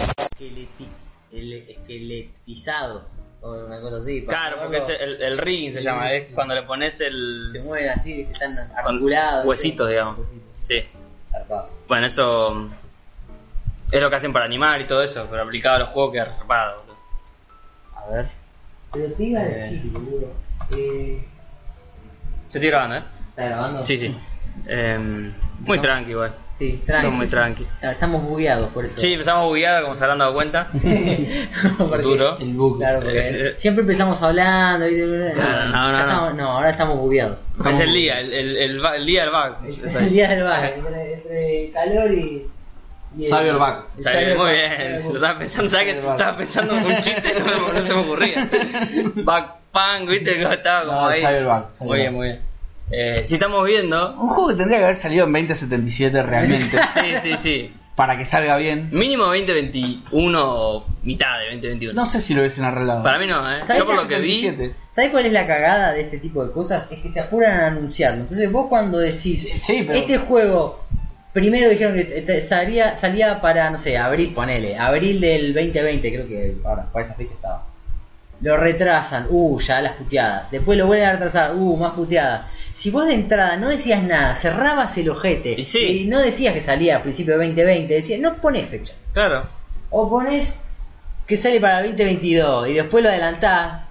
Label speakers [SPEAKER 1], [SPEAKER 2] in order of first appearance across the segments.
[SPEAKER 1] esqueleti- el- esqueletizados o una cosa así. para
[SPEAKER 2] Claro, porque es
[SPEAKER 1] ponerlo-
[SPEAKER 2] el, el rigging se eh, llama, es cuando le pones
[SPEAKER 1] se
[SPEAKER 2] el
[SPEAKER 1] mueven así, que están articulados.
[SPEAKER 2] huesitos,
[SPEAKER 1] ¿viste?
[SPEAKER 2] digamos.
[SPEAKER 1] Huesitos,
[SPEAKER 2] Sí.
[SPEAKER 1] zarpado.
[SPEAKER 2] Bueno, eso mm, es lo que hacen para animar y todo eso, pero aplicado a los juegos queda reservado. boludo.
[SPEAKER 1] A ver.
[SPEAKER 3] Pero te iba a
[SPEAKER 1] Eh.
[SPEAKER 3] decir, boludo. Eh,
[SPEAKER 2] Yo estoy grabando, ¿eh?
[SPEAKER 1] ¿Está grabando?
[SPEAKER 2] Sí, sí. Em, muy
[SPEAKER 1] No.
[SPEAKER 2] tranqui, igual.
[SPEAKER 1] Sí, tranqui.
[SPEAKER 2] Son muy tranqui.
[SPEAKER 1] Ah, Estamos bugueados por eso.
[SPEAKER 2] Sí, empezamos bugueados, como se habrán dado cuenta.
[SPEAKER 1] Porque-
[SPEAKER 2] Futuro.
[SPEAKER 3] el bug.
[SPEAKER 1] Claro, porque siempre empezamos hablando. y-
[SPEAKER 2] Claro, Ah, no, no,
[SPEAKER 1] Ya
[SPEAKER 2] no.
[SPEAKER 1] estamos- no, ahora estamos bugueados.
[SPEAKER 2] Es el día, el, el, el ba- el día del bug. Es
[SPEAKER 1] El
[SPEAKER 2] ahí.
[SPEAKER 1] día del
[SPEAKER 3] Ah,
[SPEAKER 1] baile.
[SPEAKER 3] Entre, entre calor y. y el-
[SPEAKER 4] Cyberback.
[SPEAKER 1] El
[SPEAKER 2] Sabe-
[SPEAKER 1] cyber-
[SPEAKER 2] muy
[SPEAKER 1] cyber-
[SPEAKER 2] bien, lo estaba pensando, ¿sabes que estaba pensando en un chiste? No, no se me ocurría. Backpunk, viste, que estaba como
[SPEAKER 4] No,
[SPEAKER 2] ahí.
[SPEAKER 4] Cyberpunk,
[SPEAKER 2] Muy bien,
[SPEAKER 4] Cyberpunk.
[SPEAKER 2] muy bien. Eh, si estamos viendo,
[SPEAKER 4] Un juego que tendría que haber salido en 2077 realmente.
[SPEAKER 2] sí, sí, sí.
[SPEAKER 4] para que salga bien.
[SPEAKER 2] Mínimo 2021 o mitad de 2021.
[SPEAKER 4] No sé si lo hubiesen arreglado.
[SPEAKER 2] Para mí no, ¿eh?
[SPEAKER 1] ¿Sabés
[SPEAKER 2] Yo por
[SPEAKER 1] qué
[SPEAKER 2] lo que vi,
[SPEAKER 4] 77.
[SPEAKER 1] ¿Sabes cuál es la cagada de este tipo de cosas? Es que se apuran a anunciarlo. Entonces vos cuando decís,
[SPEAKER 4] Sí, sí, pero.
[SPEAKER 1] este juego, primero dijeron que te- te- salía, salía para, no sé, abril, ponele, abril del 2020, creo que ahora, para esa fecha estaba. Lo retrasan, uh, ya las puteadas. Después lo vuelven a retrasar, uh, más puteadas. Si vos de entrada no decías nada, cerrabas el ojete
[SPEAKER 2] Y sí.
[SPEAKER 1] y no decías que salía a principio de 2020, decías, no ponés fecha.
[SPEAKER 2] claro.
[SPEAKER 1] O pones que sale para el 2022 y después lo adelantás.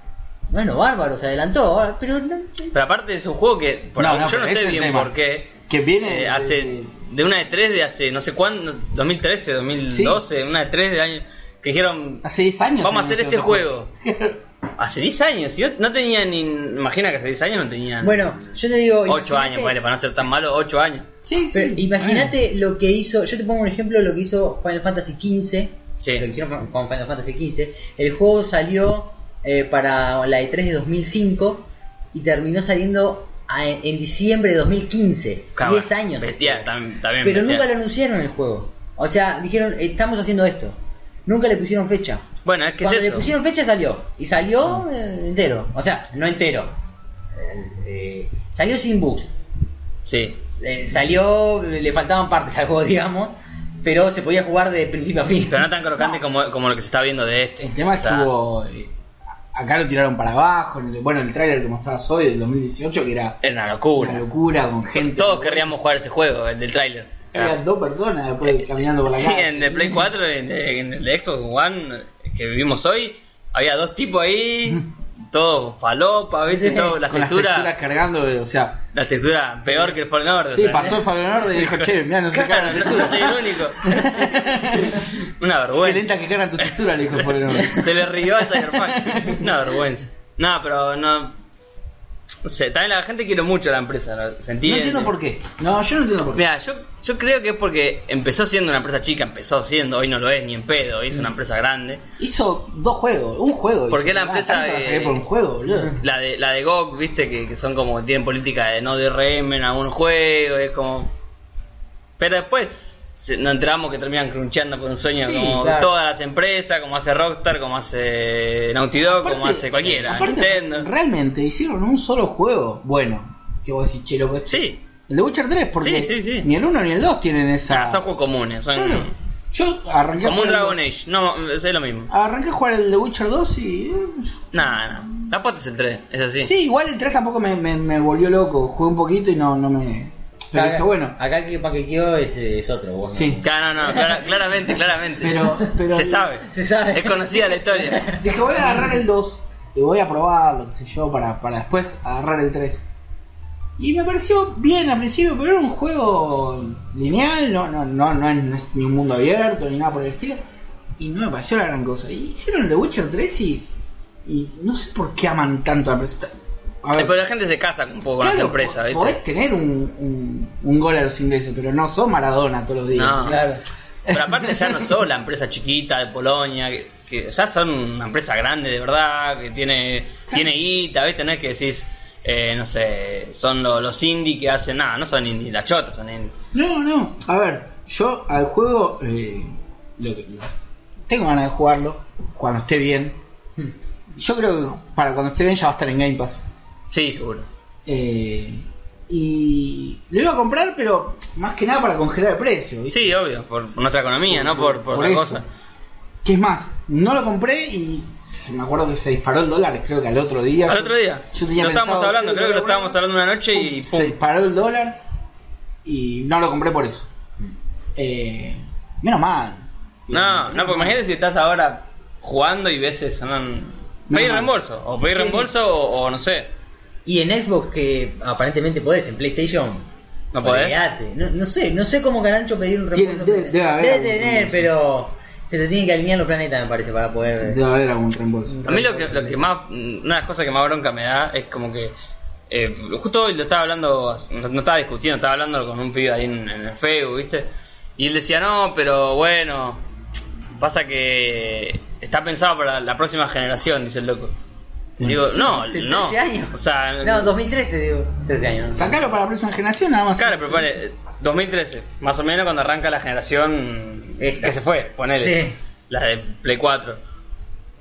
[SPEAKER 1] Bueno, bárbaro, se adelantó, ah, pero no.
[SPEAKER 2] Pero aparte es un juego que por
[SPEAKER 4] No,
[SPEAKER 2] algún-
[SPEAKER 4] no,
[SPEAKER 2] yo no
[SPEAKER 4] pero ese
[SPEAKER 2] sé
[SPEAKER 4] es el
[SPEAKER 2] bien
[SPEAKER 4] tema.
[SPEAKER 2] por qué.
[SPEAKER 4] Que viene.
[SPEAKER 2] Eh, hace de una de tres de hace no sé cuándo, 2013, 2012, una de tres de año que dijeron
[SPEAKER 4] Hace 10 años.
[SPEAKER 2] vamos a
[SPEAKER 4] se
[SPEAKER 2] hacer este juego.
[SPEAKER 4] anunció
[SPEAKER 2] hace 10 años, yo no tenía ni imagina que hace 10 años no tenía
[SPEAKER 1] Bueno, yo te digo.
[SPEAKER 2] 8
[SPEAKER 1] imaginate-
[SPEAKER 2] años, ponele, para no ser tan malo, 8 años.
[SPEAKER 4] Sí, sí.
[SPEAKER 1] pero Imagínate lo que hizo. Yo te pongo un ejemplo de lo que hizo Final Fantasy XV.
[SPEAKER 2] Sí.
[SPEAKER 1] Lo que hicieron con- con Final Fantasy XV. El juego salió eh, para la E3 de 2005 y terminó saliendo a- en, diciembre de 2015. 10 años.
[SPEAKER 2] Bestia, tam- también
[SPEAKER 1] Pero
[SPEAKER 2] bestia.
[SPEAKER 1] nunca lo anunciaron el juego. O sea, dijeron, "Eh, estamos haciendo esto. Nunca le pusieron fecha.
[SPEAKER 2] Bueno, es que es
[SPEAKER 1] Cuando le
[SPEAKER 2] eso.
[SPEAKER 1] pusieron fecha salió. Y
[SPEAKER 4] Ah.
[SPEAKER 1] salió eh, entero. O sea, no entero. Eh, eh, salió sin bugs.
[SPEAKER 2] Sí.
[SPEAKER 1] Eh, salió, eh, le faltaban partes al juego, digamos. Pero se podía jugar de principio a fin.
[SPEAKER 2] Pero no tan crocante como, como lo que se está viendo de este.
[SPEAKER 4] El tema
[SPEAKER 2] O
[SPEAKER 4] es que
[SPEAKER 2] sea,
[SPEAKER 4] hubo. eh, Acá lo tiraron para abajo. en el- Bueno, el tráiler que mostrabas hoy del 2018, que era
[SPEAKER 2] Era una locura.
[SPEAKER 4] una locura con gente.
[SPEAKER 2] Todos querríamos jugar ese juego, el del tráiler.
[SPEAKER 4] Había dos personas
[SPEAKER 2] Eh,
[SPEAKER 4] después caminando por la
[SPEAKER 2] Sí,
[SPEAKER 4] calle.
[SPEAKER 2] en el Play 4, en, en el de Xbox One que vivimos hoy, había dos tipos ahí, todos falopa, ¿viste? Todo, la
[SPEAKER 4] Con las texturas
[SPEAKER 2] textura,
[SPEAKER 4] cargando, o sea.
[SPEAKER 2] la textura peor que el Fallen Order.
[SPEAKER 4] Sí,
[SPEAKER 2] o sea, ¿eh?
[SPEAKER 4] pasó el Fallen Order y dijo, che, mirá, no se
[SPEAKER 2] Claro,
[SPEAKER 4] cargan las
[SPEAKER 2] no, no
[SPEAKER 4] texturas.
[SPEAKER 2] soy el único. Una
[SPEAKER 4] Qué
[SPEAKER 2] vergüenza.
[SPEAKER 4] lenta que cargan tus texturas, le dijo el Fallen Order.
[SPEAKER 2] Se le rió a Cyberpunk. Una vergüenza. No, pero no. No sé, también la gente quiere mucho a la empresa, ¿no? ¿se
[SPEAKER 4] No
[SPEAKER 2] entiende?
[SPEAKER 4] entiendo por qué. No, yo no entiendo por qué.
[SPEAKER 2] Mira, yo, yo creo que es porque empezó siendo una empresa chica, empezó siendo, hoy no lo es ni en pedo, hoy es una empresa grande.
[SPEAKER 4] Hizo dos juegos, un juego.
[SPEAKER 2] ¿Por
[SPEAKER 4] hizo,
[SPEAKER 2] qué la
[SPEAKER 4] nada,
[SPEAKER 2] empresa
[SPEAKER 4] tanto la
[SPEAKER 2] de-
[SPEAKER 4] saqué por un juego, boludo.
[SPEAKER 2] La de, la de GOG, viste, que, que son como que tienen política de no DRM en algún juego, es como. Pero después se- nos enteramos que terminan cruncheando por un sueño
[SPEAKER 4] Sí,
[SPEAKER 2] como
[SPEAKER 4] claro.
[SPEAKER 2] todas las empresas, como hace Rockstar, como hace Naughty Dog, como
[SPEAKER 4] Aparte-
[SPEAKER 2] hace cualquiera,
[SPEAKER 4] aparte,
[SPEAKER 2] Nintendo.
[SPEAKER 4] Realmente hicieron un solo juego bueno. Que vos decís, che, loco, esto-
[SPEAKER 2] Sí,
[SPEAKER 4] El de Witcher 3, porque
[SPEAKER 2] Sí, sí, sí.
[SPEAKER 4] ni el 1 ni el 2 tienen esa.
[SPEAKER 2] ah, son juegos comunes, son
[SPEAKER 4] Claro. Yo arranqué a
[SPEAKER 2] como un
[SPEAKER 4] jugar el-
[SPEAKER 2] Dragon Age, no, es lo mismo.
[SPEAKER 4] Arranqué a jugar el de Witcher 2 y. eh,
[SPEAKER 2] Nada, no. la pata es el 3, es así.
[SPEAKER 4] Sí, igual el 3 tampoco me, me- me volvió loco. Jugué un poquito y no, no me. Pero
[SPEAKER 1] acá,
[SPEAKER 4] está bueno.
[SPEAKER 1] acá el que paqueteó es, eh, es otro. vos, ¿no?
[SPEAKER 4] Sí.
[SPEAKER 2] Claro, no, no, clara- claramente, claramente.
[SPEAKER 4] Pero- pero-
[SPEAKER 2] se sabe,
[SPEAKER 1] Se sabe.
[SPEAKER 2] es conocida la historia.
[SPEAKER 4] Dije, voy a agarrar el 2 y voy a probarlo, qué sé yo, para, para después agarrar el 3. Y me pareció bien al principio, pero era un juego lineal, no, no, no, no, es, no es ni un mundo abierto ni nada por el estilo. Y no me pareció la gran cosa. Y hicieron el The Witcher 3 y, y no sé por qué aman tanto a la empresa. A ver,
[SPEAKER 2] Eh, Pero la gente se casa un poco con las
[SPEAKER 4] claro,
[SPEAKER 2] empresas,
[SPEAKER 4] po-
[SPEAKER 2] ¿viste?
[SPEAKER 4] podés tener un, un, un gol a los ingleses, pero no sos Maradona todos los días.
[SPEAKER 2] No.
[SPEAKER 1] Claro.
[SPEAKER 2] Pero aparte ya no son la empresa chiquita de Polonia, que, que ya son una empresa grande de verdad, que tiene tiene guita, ¿viste? No es que decís, eh, no sé, son lo- los indie que hacen nada, no son indie, la chota son indie.
[SPEAKER 4] No, no. A ver, yo al juego eh, lo que- lo- tengo ganas de jugarlo cuando esté bien. Yo creo que para cuando esté bien ya va a estar en Game Pass.
[SPEAKER 2] Sí, seguro.
[SPEAKER 4] Eh, y lo iba a comprar, pero más que nada para congelar el precio. ¿viste?
[SPEAKER 2] Sí, obvio, por nuestra economía, no por, por, otra
[SPEAKER 4] eso.
[SPEAKER 2] cosa.
[SPEAKER 4] Que es más, no lo compré y se- me acuerdo que se disparó el dólar, creo que al otro día.
[SPEAKER 2] Al
[SPEAKER 4] Yo-
[SPEAKER 2] otro día.
[SPEAKER 4] yo tenía
[SPEAKER 2] lo estábamos
[SPEAKER 4] pensado,
[SPEAKER 2] hablando,
[SPEAKER 4] "Che,
[SPEAKER 2] creo que lo
[SPEAKER 4] voy a
[SPEAKER 2] estábamos hablando una noche y
[SPEAKER 4] Se
[SPEAKER 2] pum.
[SPEAKER 4] disparó el dólar y no lo compré por eso. Eh, menos mal.
[SPEAKER 2] No, no, porque imagínate si estás ahora jugando y ves eso. No, pedir
[SPEAKER 4] no.
[SPEAKER 2] reembolso. O pedir
[SPEAKER 1] Sí.
[SPEAKER 2] reembolso o, o no sé.
[SPEAKER 1] Y en Xbox, que aparentemente podés, en PlayStation.
[SPEAKER 2] ¿No podés?
[SPEAKER 1] olvidate. No, no sé, no sé cómo Garancho pedir un
[SPEAKER 4] Tiene-
[SPEAKER 1] reembolso.
[SPEAKER 4] debe- debe haber algún
[SPEAKER 1] tener,
[SPEAKER 4] reembolso.
[SPEAKER 1] pero se te tienen que alinear los planetas, me parece, para poder.
[SPEAKER 4] Debe haber algún reembolso.
[SPEAKER 2] A mí lo que, lo que más, una de las cosas que más bronca me da es como que, eh, justo hoy lo estaba hablando, no no estaba discutiendo, estaba hablando con un pibe ahí en, en el Facebook, ¿viste? Y él decía, no, pero bueno, pasa que está pensado para la próxima generación, dice el loco. Y digo, no,
[SPEAKER 1] Hace
[SPEAKER 2] no.
[SPEAKER 1] 13 años.
[SPEAKER 2] O sea,
[SPEAKER 1] No, 2013, digo. 13 años. no sé.
[SPEAKER 4] Sacalo para la próxima generación, nada más.
[SPEAKER 2] claro, pero pare, 2013, más o menos cuando arranca la generación
[SPEAKER 1] Esta.
[SPEAKER 2] que se fue, ponele.
[SPEAKER 1] Sí.
[SPEAKER 2] La de Play 4.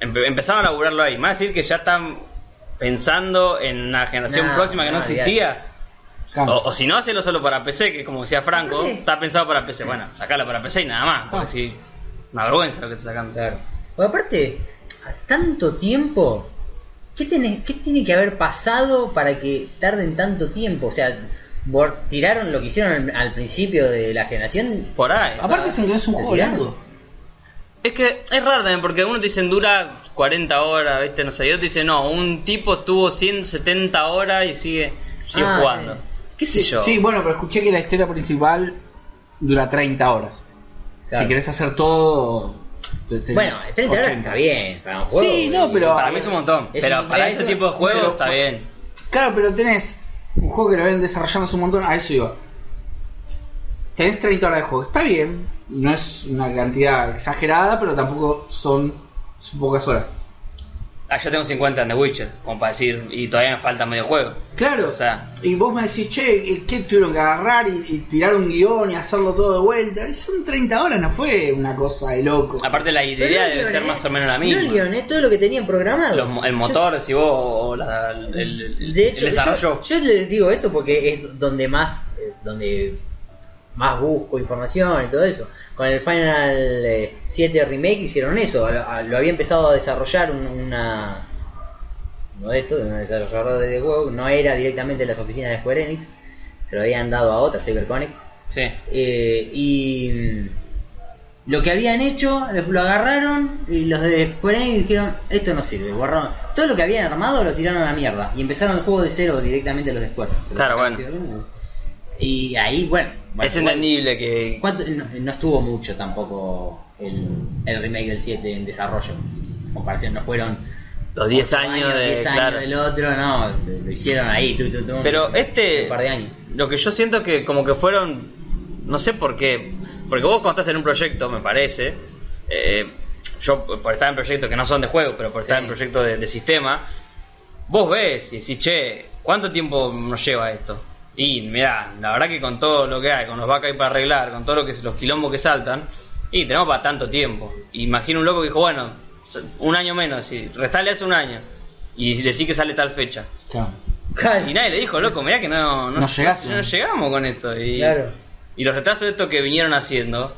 [SPEAKER 2] Empe- empezaron a laburarlo ahí. Más decir que ya están pensando en una generación
[SPEAKER 1] No,
[SPEAKER 2] próxima que no,
[SPEAKER 1] no,
[SPEAKER 2] existía.
[SPEAKER 1] Ah.
[SPEAKER 4] Claro.
[SPEAKER 2] O, o si no, hacerlo solo para PC, que como decía Franco,
[SPEAKER 1] Sí.
[SPEAKER 2] está pensado para PC. Bueno, sacala para PC y nada más. Porque
[SPEAKER 4] Ah.
[SPEAKER 2] sí, una vergüenza lo que está sacando.
[SPEAKER 1] Claro. Porque aparte, a tanto tiempo, ¿qué, tenés- ¿qué tiene que haber pasado para que tarden tanto tiempo? O sea, bor- tiraron lo que hicieron al, al principio de la generación.
[SPEAKER 2] Por ahí.
[SPEAKER 4] Aparte,
[SPEAKER 2] ¿sabes?
[SPEAKER 4] se es un juego
[SPEAKER 1] Tirado.
[SPEAKER 4] largo.
[SPEAKER 2] Es que es raro también, porque algunos te dicen dura 40 horas, ¿viste? No sé, y otros dicen, no, un tipo estuvo 170 horas y sigue, sigue
[SPEAKER 1] Ah,
[SPEAKER 2] jugando.
[SPEAKER 1] sí.
[SPEAKER 2] ¿Qué sé yo?
[SPEAKER 4] Sí, bueno, pero escuché que la historia principal dura 30 horas.
[SPEAKER 1] Claro.
[SPEAKER 4] Si querés hacer todo. te- tenés
[SPEAKER 1] Bueno, 30 horas
[SPEAKER 4] 80.
[SPEAKER 1] está bien para un
[SPEAKER 4] Sí,
[SPEAKER 1] juego.
[SPEAKER 4] no, pero-
[SPEAKER 2] para mí es un montón.
[SPEAKER 1] Es
[SPEAKER 2] pero
[SPEAKER 1] un-
[SPEAKER 2] para
[SPEAKER 1] es
[SPEAKER 2] ese
[SPEAKER 1] un-
[SPEAKER 2] tipo de juegos
[SPEAKER 4] pero-
[SPEAKER 2] está bien.
[SPEAKER 4] Claro, pero tenés un juego que lo ven desarrollando hace un montón. A eso iba. Tenés 30 horas de juego. Está bien. No es una cantidad exagerada, pero tampoco son, son pocas horas.
[SPEAKER 2] Ah, yo tengo 50 en The Witcher, como para decir, y todavía me falta medio juego.
[SPEAKER 4] Claro,
[SPEAKER 2] O sea.
[SPEAKER 4] y vos me decís, che, eh, ¿qué tuvieron que agarrar y, y tirar un guión y hacerlo todo de vuelta? Y son 30 horas, no fue una cosa de loco.
[SPEAKER 2] Aparte la
[SPEAKER 1] Pero
[SPEAKER 2] idea
[SPEAKER 1] no
[SPEAKER 2] debe ser
[SPEAKER 1] guioné-
[SPEAKER 2] más o menos la
[SPEAKER 1] No
[SPEAKER 2] misma.
[SPEAKER 1] guioné todo lo que tenían programado.
[SPEAKER 2] Los mo- el motor, si vos, o la- el, el-
[SPEAKER 1] De hecho,
[SPEAKER 2] el desarrollo.
[SPEAKER 1] Yo, yo les digo esto porque es donde más eh, donde más busco información y todo eso. Con el Final eh, 7 Remake hicieron eso. A- a- Lo había empezado a desarrollar un- una. No de esto, de un desarrollador de The Wow, no era directamente de las oficinas de Square Enix, se lo habían dado a otra, CyberConnect.
[SPEAKER 2] Sí.
[SPEAKER 1] Eh, y mm, lo que habían hecho, después lo agarraron y los de Square Enix dijeron, esto no sirve, borraron. Todo lo que habían armado lo tiraron a la mierda y empezaron el juego de cero directamente los de Square. Se lo
[SPEAKER 2] Claro,
[SPEAKER 1] dejaron
[SPEAKER 2] bueno.
[SPEAKER 1] así de nuevo. Y ahí, bueno, bueno,
[SPEAKER 2] es entendible que...
[SPEAKER 1] ¿cuánto- no, no estuvo mucho tampoco el, el remake del 7 en desarrollo. En comparación, no fueron
[SPEAKER 2] Los 10
[SPEAKER 1] ocho
[SPEAKER 2] años de...
[SPEAKER 1] 10 años
[SPEAKER 2] claro.
[SPEAKER 1] del otro, no, lo hicieron ahí. tu, tu, tu,
[SPEAKER 2] Pero este...
[SPEAKER 1] Un par de años.
[SPEAKER 2] Lo que yo siento que como que fueron... No sé por qué. Porque vos cuando estás en un proyecto, me parece... eh, yo por estar en proyectos que no son de juego, pero por estar
[SPEAKER 1] Sí.
[SPEAKER 2] en proyectos de, de sistema... Vos ves y decís, che, ¿cuánto tiempo nos lleva esto? Y mirá, la verdad que con todo lo que hay, con los vacas ahí para arreglar, con todo lo que los quilombos que saltan, y tenemos para tanto tiempo. Imagino un loco que dijo, bueno, un año menos, y restale hace un año, y decís que sale tal fecha.
[SPEAKER 4] Claro.
[SPEAKER 2] Y nadie le dijo, loco, mirá que no, no,
[SPEAKER 4] No llegás,
[SPEAKER 2] no
[SPEAKER 4] ¿no?
[SPEAKER 2] llegamos con esto. Y,
[SPEAKER 1] Claro.
[SPEAKER 2] y los retrasos de esto que vinieron haciendo,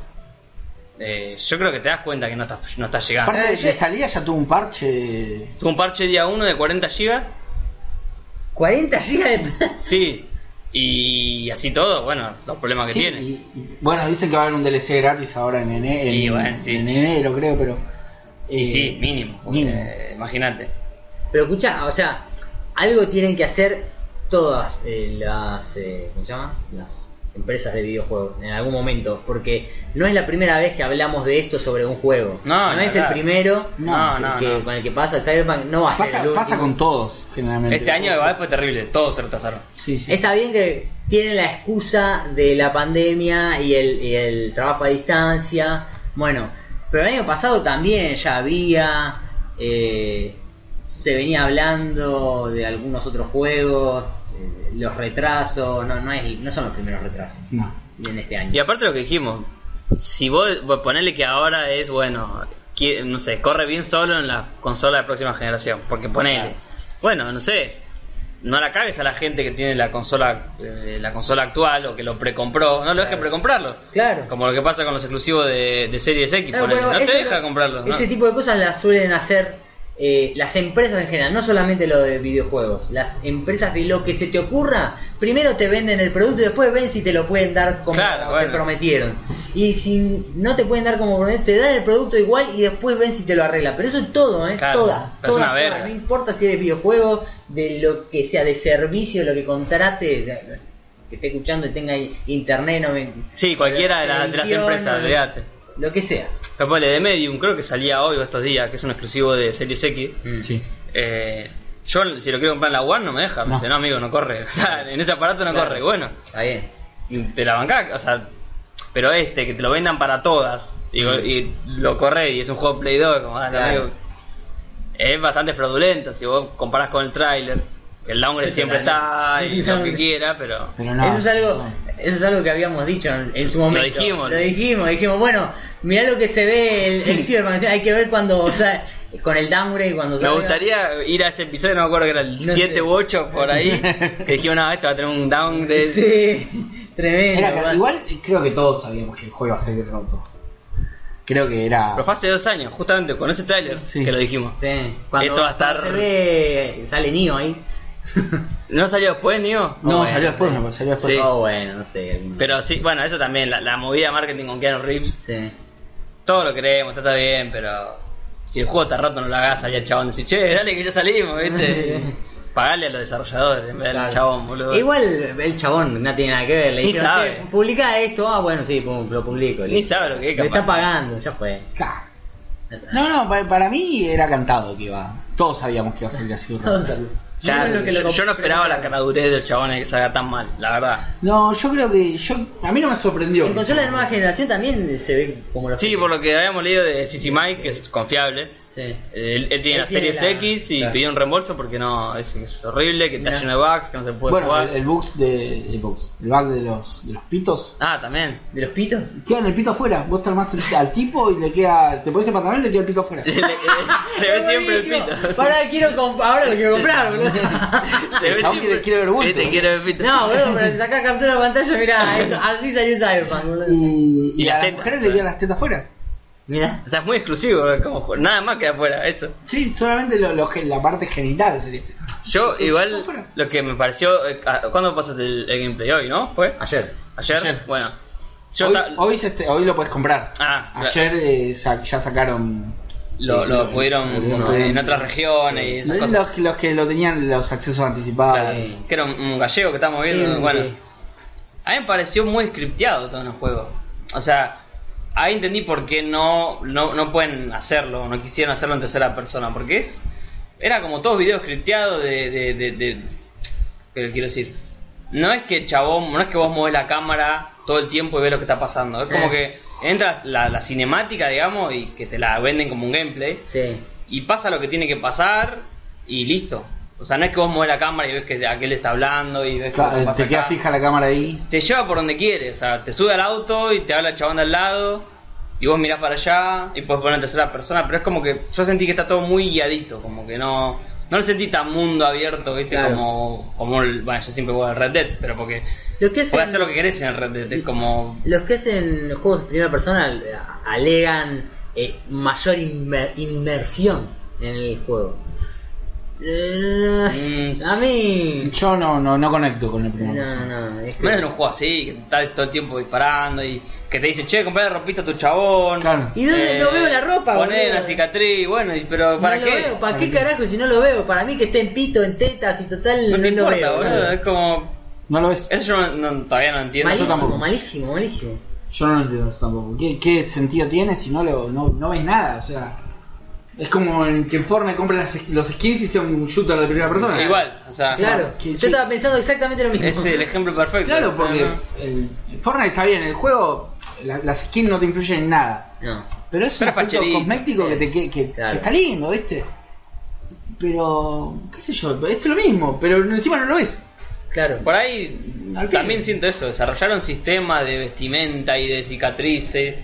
[SPEAKER 2] eh, yo creo que te das cuenta que no estás, no estás llegando.
[SPEAKER 4] Aparte de salida ya tuvo un parche.
[SPEAKER 2] Tuvo un parche día 1 de 40 gigas,
[SPEAKER 1] 40 gigas de...
[SPEAKER 2] Sí, y así todo, bueno, los problemas que
[SPEAKER 4] Sí,
[SPEAKER 2] tiene.
[SPEAKER 4] y- y- bueno, dicen que va a haber un DLC gratis ahora en enero,
[SPEAKER 2] Y
[SPEAKER 4] en,
[SPEAKER 2] bueno, sí.
[SPEAKER 4] en enero creo, pero...
[SPEAKER 2] Y
[SPEAKER 4] eh,
[SPEAKER 2] sí, mínimo. porque,
[SPEAKER 4] mínimo.
[SPEAKER 2] eh, Imagínate.
[SPEAKER 1] Pero escucha, o sea, algo tienen que hacer todas eh, las, eh, ¿cómo se llama? Las empresas de videojuegos en algún momento, porque no es la primera vez que hablamos de esto sobre un juego.
[SPEAKER 2] No, ni
[SPEAKER 1] es el
[SPEAKER 2] hablar.
[SPEAKER 1] primero
[SPEAKER 2] No,
[SPEAKER 1] que-
[SPEAKER 2] no,
[SPEAKER 1] que-
[SPEAKER 2] no.
[SPEAKER 1] con el que pasa el Cyberpunk, no va a ser
[SPEAKER 4] Pasa,
[SPEAKER 1] el
[SPEAKER 4] pasa
[SPEAKER 1] último.
[SPEAKER 4] con todos, generalmente.
[SPEAKER 2] Este año igual fue terrible, todos se retrasaron.
[SPEAKER 4] Sí, sí.
[SPEAKER 1] Está bien que tienen la excusa de la pandemia y el, y el trabajo a distancia. Bueno, pero el año pasado también ya había. eh, se venía hablando de algunos otros juegos, eh, los retrasos. No, no, es- no son los primeros retrasos
[SPEAKER 4] No.
[SPEAKER 1] en este año.
[SPEAKER 2] Y aparte lo que dijimos, si vos vos ponele que ahora es, bueno, qui- no sé, corre bien solo en la consola de próxima generación, porque ponele, bueno, no sé, no la cagues a la gente que tiene la consola eh, la consola actual o que lo precompró. No lo dejes precomprarlo.
[SPEAKER 1] Claro.
[SPEAKER 2] Como lo que pasa con los exclusivos de, de Series X.
[SPEAKER 1] Ah,
[SPEAKER 2] ponele.
[SPEAKER 1] bueno,
[SPEAKER 2] no te
[SPEAKER 1] eso-
[SPEAKER 2] deja comprarlos. ¿no?
[SPEAKER 1] Ese tipo de cosas las suelen hacer eh, las empresas en general, no solamente lo de videojuegos. Las empresas de lo que se te ocurra, primero te venden el producto y después ven si te lo pueden dar como
[SPEAKER 2] Claro,
[SPEAKER 1] te
[SPEAKER 2] bueno.
[SPEAKER 1] prometieron. Y si no te pueden dar como prometieron, te dan el producto igual y después ven si te lo arreglan. Pero eso es todo, ¿eh?
[SPEAKER 2] Claro,
[SPEAKER 1] todas,
[SPEAKER 2] pero es
[SPEAKER 1] todas,
[SPEAKER 2] una verga.
[SPEAKER 1] todas. No importa si es de videojuego, de lo que sea, de servicio, lo que contrate. de- Que esté escuchando y tenga internet, no me-
[SPEAKER 2] Sí, cualquiera de, la- de las
[SPEAKER 1] televisión,
[SPEAKER 2] empresas,
[SPEAKER 1] no-
[SPEAKER 2] olvídate.
[SPEAKER 1] lo que sea.
[SPEAKER 2] Pero ponele, de Medium, creo que salía hoy o estos días, que es un exclusivo de Series X.
[SPEAKER 4] Sí.
[SPEAKER 2] Eh, yo, si lo quiero comprar en la One, no me deja. Me
[SPEAKER 4] No.
[SPEAKER 2] dice, no, amigo, no corre. O sea, en ese aparato no
[SPEAKER 1] Claro.
[SPEAKER 2] corre. Bueno,
[SPEAKER 1] Está bien.
[SPEAKER 2] y te la bancás, o sea. Pero este, que te lo vendan para todas, digo, y lo corre y es un juego Play 2, como, ah, no,
[SPEAKER 1] Claro.
[SPEAKER 2] amigo. Es bastante fraudulento si vos comparás con el tráiler. que El downgrade
[SPEAKER 1] Sí,
[SPEAKER 2] siempre está
[SPEAKER 1] totalmente.
[SPEAKER 2] y lo que quiera, pero.
[SPEAKER 4] Pero no.
[SPEAKER 1] eso es algo,
[SPEAKER 4] no.
[SPEAKER 1] eso es algo que habíamos dicho en, en su momento.
[SPEAKER 2] dijimos.
[SPEAKER 1] Lo dijimos, dijimos, bueno, mirá lo que se ve el, el Cyberpunk, o sea, hay que ver cuando, o sea, con el downgrade cuando
[SPEAKER 2] Me
[SPEAKER 1] salga.
[SPEAKER 2] gustaría ir a ese episodio, no me acuerdo que era el
[SPEAKER 1] No sé.
[SPEAKER 2] 7 u 8 por ahí, que dijimos, no, esto va a tener un downgrade.
[SPEAKER 1] Sí, tremendo.
[SPEAKER 4] Era que-
[SPEAKER 1] bueno.
[SPEAKER 4] igual eh, creo que todos sabíamos que el juego iba a ser roto. Creo que era.
[SPEAKER 2] Pero fue hace dos años, justamente con ese tráiler
[SPEAKER 4] Sí.
[SPEAKER 2] que lo dijimos.
[SPEAKER 1] Sí, cuando,
[SPEAKER 2] Esto va a estar-
[SPEAKER 1] cuando se ve, sale Nio ahí.
[SPEAKER 2] ¿No salió después, Nio?
[SPEAKER 4] No,
[SPEAKER 1] Bueno,
[SPEAKER 4] salió después,
[SPEAKER 1] sí.
[SPEAKER 4] no, salió después.
[SPEAKER 2] Sí.
[SPEAKER 1] Oh, bueno, no sé. alguna-
[SPEAKER 2] Pero sí, bueno, eso también, la, la movida de marketing con Keanu Reeves,
[SPEAKER 1] Sí.
[SPEAKER 2] todo lo creemos, está, está bien, pero si el juego está roto no lo hagas al chabón decir, che, dale que ya salimos, ¿viste? Pagarle a los desarrolladores en vez del
[SPEAKER 1] Claro.
[SPEAKER 2] chabón, boludo.
[SPEAKER 1] Igual el chabón no tiene nada que ver, le
[SPEAKER 2] Ni
[SPEAKER 1] dijeron,
[SPEAKER 2] sabe.
[SPEAKER 1] "Che, publica esto, ah, bueno, sí, pum, lo publico.
[SPEAKER 2] Ni
[SPEAKER 1] listo.
[SPEAKER 2] sabe lo que es
[SPEAKER 1] Me
[SPEAKER 2] capaz.
[SPEAKER 1] está pagando, ya fue.
[SPEAKER 4] Claro. No, no, pa- para mí era cantado que iba. Todos sabíamos que iba a salir así roto.
[SPEAKER 2] Ya,
[SPEAKER 1] Yo creo que lo
[SPEAKER 2] yo, yo no
[SPEAKER 1] compré-
[SPEAKER 2] esperaba la caradurez del chabón que salga tan mal, la verdad.
[SPEAKER 4] No, yo creo que. yo A mí no me sorprendió.
[SPEAKER 1] En
[SPEAKER 4] que
[SPEAKER 1] consola de
[SPEAKER 4] sea-
[SPEAKER 1] nueva generación también se ve como los
[SPEAKER 2] Sí, por lo que habíamos leído de CC Mike, que es confiable.
[SPEAKER 1] Sí.
[SPEAKER 2] Él, él tiene
[SPEAKER 1] Él tiene
[SPEAKER 2] la Series
[SPEAKER 1] la-
[SPEAKER 2] X y
[SPEAKER 1] claro.
[SPEAKER 2] pidió un reembolso porque no, es, es horrible, que está
[SPEAKER 1] Mirá.
[SPEAKER 2] lleno de bugs, que no se puede
[SPEAKER 4] Bueno, eh,
[SPEAKER 2] jugar.
[SPEAKER 4] el, el bugs de. El bugs. El bug de los, de los pitos.
[SPEAKER 2] Ah, también.
[SPEAKER 1] ¿De los pitos?
[SPEAKER 4] Quedan el pito afuera. Vos te armás el- al tipo y le queda. Te pones el pantalón y le queda el pito afuera.
[SPEAKER 2] Le- le- se ve siempre el pito.
[SPEAKER 1] Ahora quiero comp- ahora lo quiero comprar, boludo.
[SPEAKER 2] Se
[SPEAKER 4] El
[SPEAKER 2] ve
[SPEAKER 4] chabón
[SPEAKER 2] siempre.
[SPEAKER 4] quiere- quiere ver bulto.
[SPEAKER 2] Este quiere ver pito.
[SPEAKER 1] No, boludo, pero sacá captura de pantalla, mirá, esto- así salió Cyberpunk, boludo.
[SPEAKER 4] Y,
[SPEAKER 2] Y
[SPEAKER 4] y,
[SPEAKER 2] las
[SPEAKER 4] a las
[SPEAKER 2] tetas.
[SPEAKER 4] mujeres le quedan las tetas afuera.
[SPEAKER 1] Mirá.
[SPEAKER 2] O sea, es muy exclusivo, como juego. nada más queda afuera, eso.
[SPEAKER 4] Sí, solamente lo, lo gen- la parte genital sería.
[SPEAKER 2] Yo igual
[SPEAKER 4] afuera.
[SPEAKER 2] lo que me pareció, eh, ah, ¿cuándo pasaste el, el gameplay hoy, no? ¿Fue?
[SPEAKER 1] Ayer.
[SPEAKER 2] Ayer,
[SPEAKER 4] Ayer.
[SPEAKER 2] bueno. Yo
[SPEAKER 4] hoy,
[SPEAKER 2] ta-
[SPEAKER 4] hoy se este- hoy lo puedes comprar.
[SPEAKER 2] Ah,
[SPEAKER 4] Ayer eh, sa- ya sacaron.
[SPEAKER 2] lo, lo
[SPEAKER 4] eh,
[SPEAKER 2] pudieron
[SPEAKER 4] lo-
[SPEAKER 2] en otras regiones y esas
[SPEAKER 4] los,
[SPEAKER 2] cosas.
[SPEAKER 4] los que lo tenían los accesos anticipados.
[SPEAKER 2] Claro, que era un, un gallego que estábamos viendo.
[SPEAKER 1] Sí,
[SPEAKER 2] bueno,
[SPEAKER 1] sí.
[SPEAKER 2] a mí me pareció muy scripteado todo en el juego. O sea, ahí entendí por qué no, no, no pueden hacerlo, no quisieron hacerlo en tercera persona. Porque es era como todos videos scripteados de. de, de, de- ¿qué quiero decir, no es que el chabón, no es que vos mueves la cámara todo el tiempo y ves lo que está pasando. Es como
[SPEAKER 1] Eh.
[SPEAKER 2] que entras la, la cinemática, digamos, y que te la venden como un gameplay
[SPEAKER 1] Sí.
[SPEAKER 2] y pasa lo que tiene que pasar y listo. O sea, no es que vos mueves la cámara y ves que aquel está hablando y ves que lo que
[SPEAKER 4] Claro,
[SPEAKER 2] pasa
[SPEAKER 4] te queda
[SPEAKER 2] acá.
[SPEAKER 4] fija la cámara ahí.
[SPEAKER 2] Te lleva por donde quieres, o sea, te sube al auto y te habla el chabón de al lado y vos mirás para allá y puedes poner en tercera persona, pero es como que yo sentí que está todo muy guiadito, como que no no lo sentí tan mundo abierto, ¿viste?
[SPEAKER 1] Claro.
[SPEAKER 2] Como como el, bueno, yo siempre juego al Red Dead, pero porque
[SPEAKER 1] Los que hacen,
[SPEAKER 2] puedes hacer lo que querés en el Red Dead, es como
[SPEAKER 1] los que hacen juegos de primera persona eh, alegan eh, mayor inmer- inmersión en el juego. Eh,
[SPEAKER 2] Mm.
[SPEAKER 1] a mí...
[SPEAKER 4] Yo no, no, no conecto con el primer
[SPEAKER 1] No, no, es
[SPEAKER 4] Este,
[SPEAKER 1] que-
[SPEAKER 2] menos en un juego así, que estás todo el tiempo disparando y que te dicen, "Che, compré ropita a tu chabón."
[SPEAKER 4] Claro.
[SPEAKER 1] ¿Y dónde no veo la ropa,
[SPEAKER 2] Poner
[SPEAKER 1] boludo?
[SPEAKER 2] una cicatriz, bueno, y- pero ¿para
[SPEAKER 1] No lo
[SPEAKER 2] qué?
[SPEAKER 1] veo, ¿Para
[SPEAKER 4] ¿Para
[SPEAKER 1] qué
[SPEAKER 4] qué?
[SPEAKER 1] carajo si no lo veo? Para mí que esté en pito, en tetas y total
[SPEAKER 2] no
[SPEAKER 1] no,
[SPEAKER 2] te
[SPEAKER 1] lo
[SPEAKER 2] importa,
[SPEAKER 1] veo.
[SPEAKER 2] boludo. Es como.
[SPEAKER 4] No lo ves.
[SPEAKER 2] Eso yo no- no- todavía no entiendo.
[SPEAKER 4] Malísimo.
[SPEAKER 1] Malísimo,
[SPEAKER 2] Yo
[SPEAKER 4] tampoco.
[SPEAKER 1] malísimo, malísimo.
[SPEAKER 4] Yo no lo entiendo eso tampoco. ¿Qué, qué sentido tiene si no, lo, no, no ves nada? O sea, es como el que Fortnite compre las- los skins y sea un shooter de primera
[SPEAKER 2] tampoco.
[SPEAKER 4] persona.
[SPEAKER 2] Igual, o sea,
[SPEAKER 1] Claro,
[SPEAKER 4] que-
[SPEAKER 1] yo
[SPEAKER 4] que-
[SPEAKER 1] estaba pensando exactamente lo mismo.
[SPEAKER 2] Ah, es el ejemplo perfecto. o
[SPEAKER 4] Claro,
[SPEAKER 2] sea,
[SPEAKER 4] porque
[SPEAKER 2] ¿no?
[SPEAKER 4] el, Fortnite está bien, el juego, la- las skins no te influyen en nada.
[SPEAKER 1] No,
[SPEAKER 4] Pero es
[SPEAKER 2] Pero
[SPEAKER 4] un aspecto
[SPEAKER 2] facherito. eh.
[SPEAKER 4] cosmético que, te, que, que-
[SPEAKER 1] Claro.
[SPEAKER 4] que está lindo, ¿viste? Pero, qué sé yo, esto es lo mismo, pero encima no lo ves.
[SPEAKER 1] claro.
[SPEAKER 2] Por ahí
[SPEAKER 4] Al
[SPEAKER 2] también
[SPEAKER 4] fin.
[SPEAKER 2] siento eso. Desarrollaron sistemas de vestimenta y de cicatrices.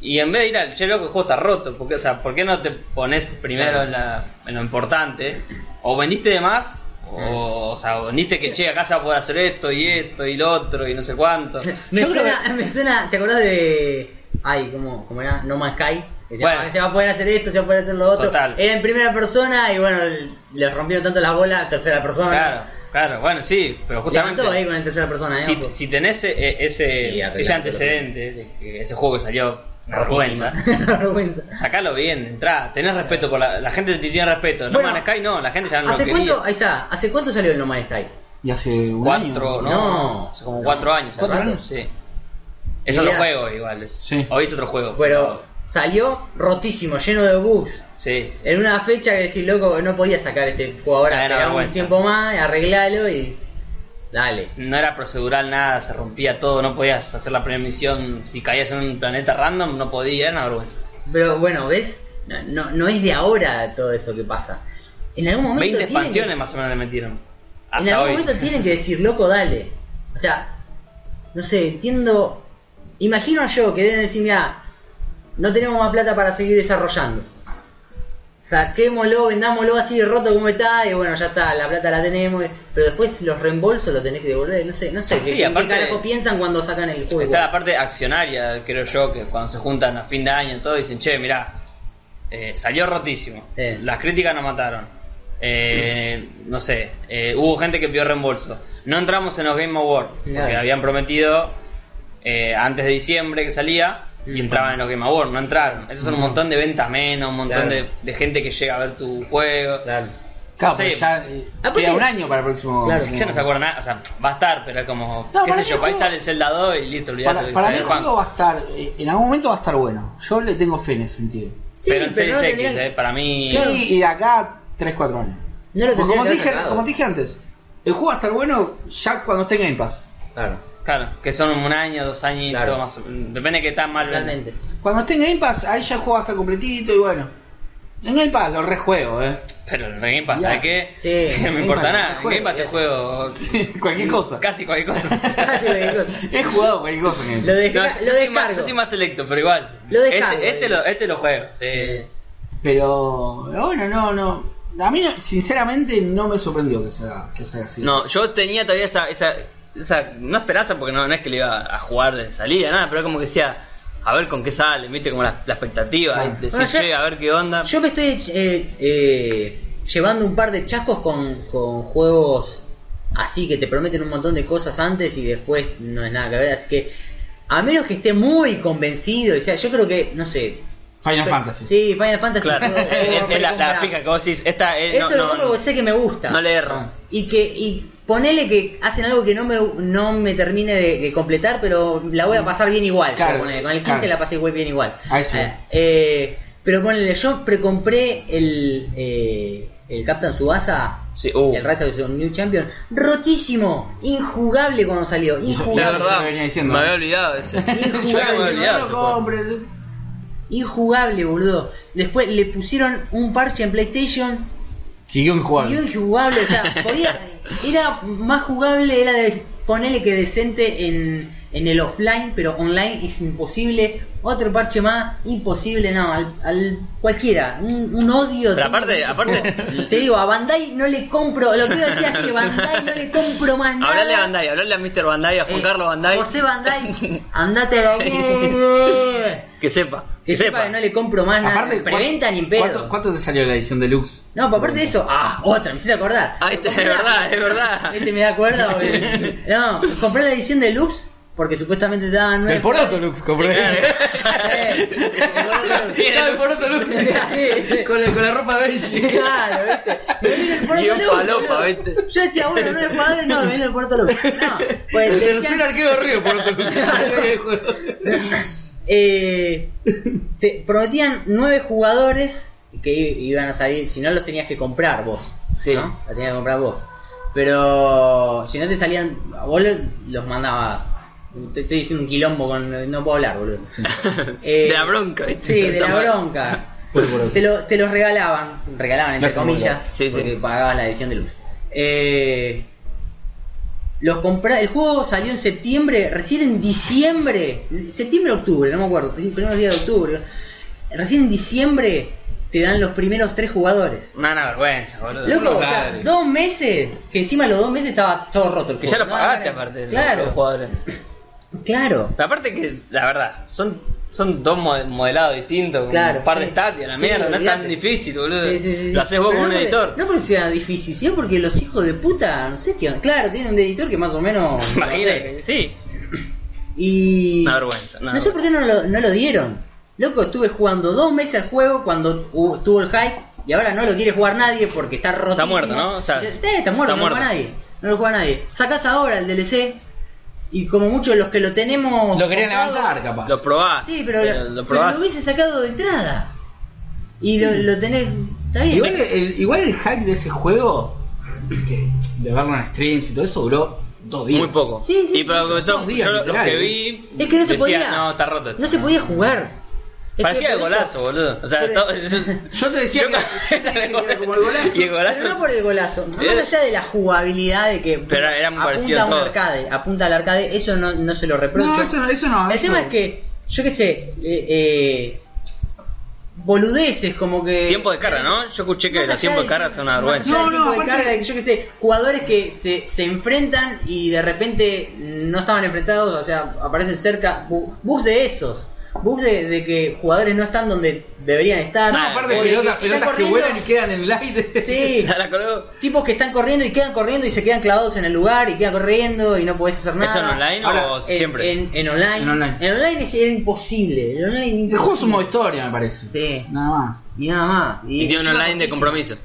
[SPEAKER 2] Y en vez de ir al che, loco, el juego está roto. Porque, o sea, ¿por qué no te pones primero en, la- en lo importante? O vendiste de más O, o sea, vendiste que che, acá se va a poder hacer esto y esto y lo otro y no sé cuánto.
[SPEAKER 1] Me
[SPEAKER 4] Yo creo
[SPEAKER 1] suena, me suena, ¿te acordás de. Ay, ¿cómo, cómo era? No Man's Sky. Que te-
[SPEAKER 2] Bueno.
[SPEAKER 1] Se va a poder hacer esto, se va a poder hacer lo otro.
[SPEAKER 2] Total.
[SPEAKER 1] Era en primera persona y bueno, les rompieron tanto las bolas a tercera persona.
[SPEAKER 2] Claro, claro, bueno, sí, pero justamente.
[SPEAKER 1] Levantó ahí con el tercera persona, ¿eh?
[SPEAKER 2] si,
[SPEAKER 1] Ojo.
[SPEAKER 2] si tenés e- ese,
[SPEAKER 1] Y arreglátelo.
[SPEAKER 2] ese antecedente, de que ese juego que salió una vergüenza,
[SPEAKER 1] Una vergüenza.
[SPEAKER 2] sacalo bien, entrá, tenés respeto por la, la gente te tiene respeto. No
[SPEAKER 1] Bueno,
[SPEAKER 2] Man's Sky no, la gente ya no lo
[SPEAKER 1] ¿Hace
[SPEAKER 2] quería.
[SPEAKER 1] cuánto? Ahí está. ¿Hace cuánto salió el No Man's Sky?
[SPEAKER 4] Y hace un
[SPEAKER 2] Cuatro,
[SPEAKER 4] año.
[SPEAKER 2] ¿no?
[SPEAKER 1] No.
[SPEAKER 2] Hace como
[SPEAKER 1] No.
[SPEAKER 2] cuatro años.
[SPEAKER 4] ¿Cuatro
[SPEAKER 2] ¿verdad?
[SPEAKER 4] años?
[SPEAKER 2] Sí. Es
[SPEAKER 1] Mirá.
[SPEAKER 2] otro juego igual. es-
[SPEAKER 4] Sí.
[SPEAKER 2] Hoy es otro juego.
[SPEAKER 1] Pero salió rotísimo, lleno de bugs.
[SPEAKER 2] Sí.
[SPEAKER 1] En una fecha que decís, loco, no podía sacar este juego ahora.
[SPEAKER 2] Ah, era
[SPEAKER 1] esperá un
[SPEAKER 2] vergüenza.
[SPEAKER 1] tiempo más, arreglalo y. Dale.
[SPEAKER 2] No era procedural nada, se rompía todo, no podías hacer la primera misión. Si caías en un planeta random, no podías, era una vergüenza.
[SPEAKER 1] Pero bueno, ¿ves? No, no, no es de ahora todo esto que pasa. En algún momento.
[SPEAKER 2] 20
[SPEAKER 1] tienen
[SPEAKER 2] expansiones
[SPEAKER 1] que-
[SPEAKER 2] más o menos le metieron.
[SPEAKER 1] en
[SPEAKER 2] Hasta
[SPEAKER 1] algún
[SPEAKER 2] hoy.
[SPEAKER 1] momento tienen que decir, loco, dale. O sea, no sé, entiendo. Imagino yo que deben decir, mira, no tenemos más plata para seguir desarrollando. Saquémoslo, vendámoslo así de roto como está, y bueno, ya está, la plata la tenemos. Pero después los reembolsos lo tenés que devolver. No sé, no sé,
[SPEAKER 2] Sí,
[SPEAKER 1] ¿qué, qué
[SPEAKER 2] aparte-
[SPEAKER 1] carajo piensan cuando sacan el juego?
[SPEAKER 2] Está la parte accionaria, creo yo, que cuando se juntan a fin de año y todo, dicen, che, mirá, eh, salió rotísimo.
[SPEAKER 1] Eh.
[SPEAKER 2] Las críticas nos mataron. Eh, no sé, eh, hubo gente que pidió reembolso. No entramos en los Game Awards, porque
[SPEAKER 1] Claro.
[SPEAKER 2] habían prometido eh, antes de diciembre que salía y
[SPEAKER 1] Mm.
[SPEAKER 2] entraban en los Game Awards, no entraron. Eso son un montón de ventas menos, un montón
[SPEAKER 1] Claro.
[SPEAKER 2] de, de gente que llega a ver tu juego.
[SPEAKER 1] Claro.
[SPEAKER 4] Claro,
[SPEAKER 2] Sí.
[SPEAKER 4] pero ya eh,
[SPEAKER 1] Aparte-
[SPEAKER 4] queda un año para el próximo.
[SPEAKER 1] Claro.
[SPEAKER 2] Es que ya no se acuerda nada, o sea, va a estar, pero es como,
[SPEAKER 4] No,
[SPEAKER 2] qué sé
[SPEAKER 4] para mí
[SPEAKER 2] yo,
[SPEAKER 4] el
[SPEAKER 2] para ahí
[SPEAKER 4] juego-
[SPEAKER 2] sale el Zelda 2 y listo, olvidate.
[SPEAKER 4] Para,
[SPEAKER 2] que
[SPEAKER 4] para
[SPEAKER 2] sale
[SPEAKER 4] mí el
[SPEAKER 2] Juan.
[SPEAKER 4] juego va a estar, eh, en algún momento va a estar bueno. Yo le tengo fe en ese sentido.
[SPEAKER 1] Sí,
[SPEAKER 2] pero en Series
[SPEAKER 1] no lo
[SPEAKER 2] X,
[SPEAKER 1] tendrían-
[SPEAKER 2] eh, para mí...
[SPEAKER 4] Sí, y de acá 3-4 años.
[SPEAKER 1] No lo
[SPEAKER 4] Pues
[SPEAKER 1] tendrían
[SPEAKER 4] como,
[SPEAKER 1] que
[SPEAKER 4] te
[SPEAKER 1] haber
[SPEAKER 4] dije,
[SPEAKER 1] sacado.
[SPEAKER 4] como te dije antes, el juego va a estar bueno ya cuando esté en Game Pass.
[SPEAKER 1] Claro,
[SPEAKER 2] Claro, que son un año, dos años y
[SPEAKER 1] Claro.
[SPEAKER 2] todo más. o- Depende de qué tan mal venden.
[SPEAKER 1] totalmente.
[SPEAKER 4] Cuando esté en Game Pass, ahí ya el juego va a estar completito y bueno. En Game Pass lo rejuego, eh.
[SPEAKER 2] Pero en Game Pass,
[SPEAKER 4] Ya.
[SPEAKER 2] ¿sabes qué?
[SPEAKER 1] Sí,
[SPEAKER 2] no
[SPEAKER 1] Game
[SPEAKER 2] me importa
[SPEAKER 1] Pass,
[SPEAKER 2] nada. En Game Pass te juego.
[SPEAKER 4] cualquier cosa.
[SPEAKER 2] Casi cualquier cosa.
[SPEAKER 1] Casi cualquier cosa.
[SPEAKER 4] He jugado cualquier cosa en Game
[SPEAKER 1] Lo,
[SPEAKER 4] Pass.
[SPEAKER 1] desca-
[SPEAKER 2] No,
[SPEAKER 1] lo
[SPEAKER 2] yo, yo soy más,
[SPEAKER 1] descargo.
[SPEAKER 2] yo soy más selecto, pero igual.
[SPEAKER 1] Lo descargo,
[SPEAKER 2] este, este,
[SPEAKER 1] eh.
[SPEAKER 2] lo, este lo juego. Sí.
[SPEAKER 4] Pero bueno, no, no. A mí, no- sinceramente, no me sorprendió que sea, que sea así.
[SPEAKER 2] No, yo tenía todavía esa, esa, esa- no esperanza porque no, no es que le iba a jugar de salida, nada, pero como que decía, a ver con qué sale, viste, como la, la expectativa,
[SPEAKER 4] Bueno.
[SPEAKER 2] decir,
[SPEAKER 1] Bueno, yo-
[SPEAKER 2] che, a ver qué onda.
[SPEAKER 1] Yo me estoy eh, eh, llevando un par de chascos con, con juegos así que te prometen un montón de cosas antes y después no es nada que ver. Así que, a menos que esté muy convencido, o sea, yo creo que, no sé.
[SPEAKER 4] Final Fantasy.
[SPEAKER 1] Sí, Final Fantasy.
[SPEAKER 2] claro,
[SPEAKER 1] todo- todo
[SPEAKER 2] es, es la, la
[SPEAKER 1] recompra.
[SPEAKER 2] fija que vos decís, esta es.
[SPEAKER 1] Esto lo
[SPEAKER 2] no,
[SPEAKER 1] compro
[SPEAKER 2] no,
[SPEAKER 1] porque sé que me gusta.
[SPEAKER 2] no le erro.
[SPEAKER 1] Y que y ponele que hacen algo que no me, no me termine de, de completar, pero la voy a pasar bien igual. yo,
[SPEAKER 4] Claro,
[SPEAKER 1] ponele. con el 15
[SPEAKER 4] claro.
[SPEAKER 1] la pasé igual bien igual.
[SPEAKER 4] Ahí sí.
[SPEAKER 1] Eh, eh, pero ponele, yo precompré el, eh, el Captain Subasa.
[SPEAKER 2] Sí, uh.
[SPEAKER 1] El Rise of the New Champion, rotísimo, injugable cuando salió,
[SPEAKER 2] La
[SPEAKER 1] injugable,
[SPEAKER 4] Claro, yo
[SPEAKER 2] verdad,
[SPEAKER 4] lo venía diciendo.
[SPEAKER 2] me ¿eh? había olvidado de ese. Yo ya me había
[SPEAKER 1] Claro,
[SPEAKER 2] olvidado de
[SPEAKER 4] no
[SPEAKER 2] ese
[SPEAKER 4] lo
[SPEAKER 2] juego.
[SPEAKER 4] compres.
[SPEAKER 1] injugable, boludo. Después le pusieron un parche en PlayStation
[SPEAKER 4] Siguió injugable.
[SPEAKER 1] Siguió injugable, o sea, podía, era más jugable, era de ponerle que decente en, en el offline, pero online es imposible. Otro parche más, imposible, no, al, al cualquiera, un, un odio.
[SPEAKER 2] Pero
[SPEAKER 1] tengo
[SPEAKER 2] aparte,
[SPEAKER 1] por ese
[SPEAKER 2] aparte-
[SPEAKER 1] juego. Te digo, a Bandai no le compro, lo que yo decía así, Bandai no le compro más nada.
[SPEAKER 2] Hablale a Bandai, hablale a Mr. Bandai, a Juan
[SPEAKER 1] Eh,
[SPEAKER 2] Carlos Bandai.
[SPEAKER 1] José Bandai, andate a la mierda.
[SPEAKER 2] Que sepa, que,
[SPEAKER 1] Que sepa que no le compro más nada.
[SPEAKER 4] Aparte,
[SPEAKER 1] Preventa
[SPEAKER 4] ¿cuánto-
[SPEAKER 1] ni en pedo.
[SPEAKER 4] ¿cuánto, cuánto te salió la edición deluxe?
[SPEAKER 1] No, pero aparte de eso, ah, otra, me hiciste acordar.
[SPEAKER 2] Ah, este, es verdad, es verdad.
[SPEAKER 1] Este me da cuerda, boludo. No, compré la edición deluxe porque supuestamente te daban nueve.
[SPEAKER 4] Del poroto Lux, compré.
[SPEAKER 1] Eh, el poroto deluxe.
[SPEAKER 2] Tiene el
[SPEAKER 4] poroto
[SPEAKER 1] Sí.
[SPEAKER 4] con, la, con la ropa beige.
[SPEAKER 1] Claro, viste. Me viene el
[SPEAKER 2] Guión
[SPEAKER 1] deluxe,
[SPEAKER 2] falopa,
[SPEAKER 1] boludo.
[SPEAKER 2] viste.
[SPEAKER 1] Yo decía, bueno, no es cuadro, no, me viene el poroto deluxe. No, pues
[SPEAKER 4] el
[SPEAKER 1] decían-
[SPEAKER 4] tercer arquero de Río, poroto Lux.
[SPEAKER 1] Eh, te prometían nueve jugadores que i- iban a salir, si no los tenías que comprar vos.
[SPEAKER 4] Sí.
[SPEAKER 1] ¿no? Los tenías que comprar vos. Pero si no te salían, a vos lo- los mandabas. Te estoy diciendo un quilombo con. No puedo hablar, boludo. Eh,
[SPEAKER 2] de la bronca, ¿viste?
[SPEAKER 1] Sí, de la
[SPEAKER 2] Toma.
[SPEAKER 1] bronca.
[SPEAKER 4] Puro poroto.
[SPEAKER 1] Te, lo- te los regalaban, regalaban entre
[SPEAKER 4] Gracias,
[SPEAKER 1] comillas,
[SPEAKER 4] boludo.
[SPEAKER 2] Sí, sí.
[SPEAKER 1] porque pagabas la edición de luz. Eh, los compra el juego salió en septiembre, recién en diciembre, septiembre octubre, no me acuerdo, primeros días de octubre. Recién en diciembre te dan los primeros tres jugadores.
[SPEAKER 2] Una vergüenza, boludo.
[SPEAKER 1] Loco, o
[SPEAKER 2] Unos
[SPEAKER 1] sea,
[SPEAKER 2] ladres.
[SPEAKER 1] dos meses, que encima los dos meses estaba todo roto el
[SPEAKER 2] Que
[SPEAKER 1] juego.
[SPEAKER 2] ya lo
[SPEAKER 1] No,
[SPEAKER 2] pagaste
[SPEAKER 1] no,
[SPEAKER 2] aparte los-
[SPEAKER 1] Claro,
[SPEAKER 2] los jugadores.
[SPEAKER 1] claro.
[SPEAKER 2] Pero aparte que, la verdad, son, son dos mo- modelados distintos, con
[SPEAKER 1] Claro,
[SPEAKER 2] un par de
[SPEAKER 1] sí.
[SPEAKER 2] stats y a la
[SPEAKER 1] Sí,
[SPEAKER 2] mierda, no es tan
[SPEAKER 1] olvidate.
[SPEAKER 2] difícil, boludo.
[SPEAKER 1] Sí, sí, sí.
[SPEAKER 2] Lo haces vos
[SPEAKER 1] Pero
[SPEAKER 2] con
[SPEAKER 1] no
[SPEAKER 2] un
[SPEAKER 1] porque-
[SPEAKER 2] editor.
[SPEAKER 1] No porque sea difícil, sino porque los hijos de puta, no sé qué. Claro, tienen un editor que más o menos.
[SPEAKER 2] Imagínate,
[SPEAKER 1] no sé.
[SPEAKER 2] sí.
[SPEAKER 1] Y.
[SPEAKER 2] Una vergüenza. una
[SPEAKER 1] no sé por qué no lo, no lo dieron. Loco, estuve jugando dos meses al juego cuando hu- estuvo el hype y ahora no lo quiere jugar nadie porque está roto.
[SPEAKER 2] muerto, ¿no? O sea,
[SPEAKER 1] está muerto,
[SPEAKER 2] está
[SPEAKER 1] no lo
[SPEAKER 2] muerto.
[SPEAKER 1] juega nadie. No lo juega nadie. Sacás ahora el DLC y como muchos los que lo tenemos.
[SPEAKER 4] Lo querían
[SPEAKER 1] comprado-
[SPEAKER 4] levantar, capaz.
[SPEAKER 2] Lo probás.
[SPEAKER 1] Sí, pero, lo,
[SPEAKER 2] pero lo
[SPEAKER 1] pero
[SPEAKER 2] probás.
[SPEAKER 1] lo hubiese sacado de entrada. Y lo, lo tenés. Está bien.
[SPEAKER 4] Igual el, igual el hype de ese juego, que de verlo en streams y todo eso, duró dos días.
[SPEAKER 2] Muy poco.
[SPEAKER 1] Sí, sí,
[SPEAKER 2] y pero
[SPEAKER 4] sí,
[SPEAKER 2] que todo-
[SPEAKER 4] dos días,
[SPEAKER 2] yo lo- los
[SPEAKER 4] literal,
[SPEAKER 2] que
[SPEAKER 4] eh.
[SPEAKER 2] vi.
[SPEAKER 1] Es que no se
[SPEAKER 2] decía,
[SPEAKER 1] podía.
[SPEAKER 2] No, está roto. esto".
[SPEAKER 1] No se podía jugar. Es
[SPEAKER 2] Parecía
[SPEAKER 1] que
[SPEAKER 2] el
[SPEAKER 1] por
[SPEAKER 2] golazo,
[SPEAKER 1] eso-
[SPEAKER 2] boludo. O sea,
[SPEAKER 1] pero-
[SPEAKER 2] todo- yo,
[SPEAKER 4] Yo te decía que- yo te dije que era como el golazo.
[SPEAKER 2] Y el golazo.
[SPEAKER 1] Pero no por el golazo, más allá de la jugabilidad de que
[SPEAKER 2] Pero era muy parecido
[SPEAKER 1] apunta a un
[SPEAKER 2] todo.
[SPEAKER 1] arcade, apunta al arcade, eso no, no se lo reprocho.
[SPEAKER 4] No, eso no, eso no.
[SPEAKER 1] el
[SPEAKER 4] eso-
[SPEAKER 1] tema es que, yo qué sé, eh, eh, boludeces como que...
[SPEAKER 2] Tiempo de cara, ¿no? Yo escuché que
[SPEAKER 1] Más
[SPEAKER 2] los
[SPEAKER 1] allá
[SPEAKER 2] tiempos de
[SPEAKER 1] del-
[SPEAKER 2] cara son una
[SPEAKER 1] más
[SPEAKER 2] vergüenza.
[SPEAKER 1] allá del
[SPEAKER 4] No, no,
[SPEAKER 1] tiempo de
[SPEAKER 4] aparte-
[SPEAKER 1] carga, yo qué sé, jugadores que se, se enfrentan y de repente no estaban enfrentados, o sea, aparecen cerca, bu- bugs de esos, bugs de, de que jugadores no están donde deberían estar.
[SPEAKER 4] No,
[SPEAKER 2] Ah,
[SPEAKER 4] aparte
[SPEAKER 1] o
[SPEAKER 4] de
[SPEAKER 1] de
[SPEAKER 4] pelotas,
[SPEAKER 1] están
[SPEAKER 4] pelotas que
[SPEAKER 1] corriendo-
[SPEAKER 4] vuelan y quedan en el aire.
[SPEAKER 1] Sí,
[SPEAKER 2] La colgó.
[SPEAKER 1] tipos que están corriendo y quedan corriendo y se quedan clavados en el lugar y quedan corriendo y no podés hacer nada.
[SPEAKER 2] ¿Eso en online
[SPEAKER 4] Ahora,
[SPEAKER 2] o
[SPEAKER 1] En-
[SPEAKER 2] siempre?
[SPEAKER 1] En, en online.
[SPEAKER 4] En online.
[SPEAKER 1] En online es, era imposible. En online
[SPEAKER 4] El juego es un modo
[SPEAKER 1] imposible.
[SPEAKER 4] historia, me parece.
[SPEAKER 1] Sí.
[SPEAKER 4] Nada más.
[SPEAKER 1] Y nada más.
[SPEAKER 2] y tiene un
[SPEAKER 1] encima
[SPEAKER 2] online de
[SPEAKER 1] cortísimo.
[SPEAKER 2] compromiso.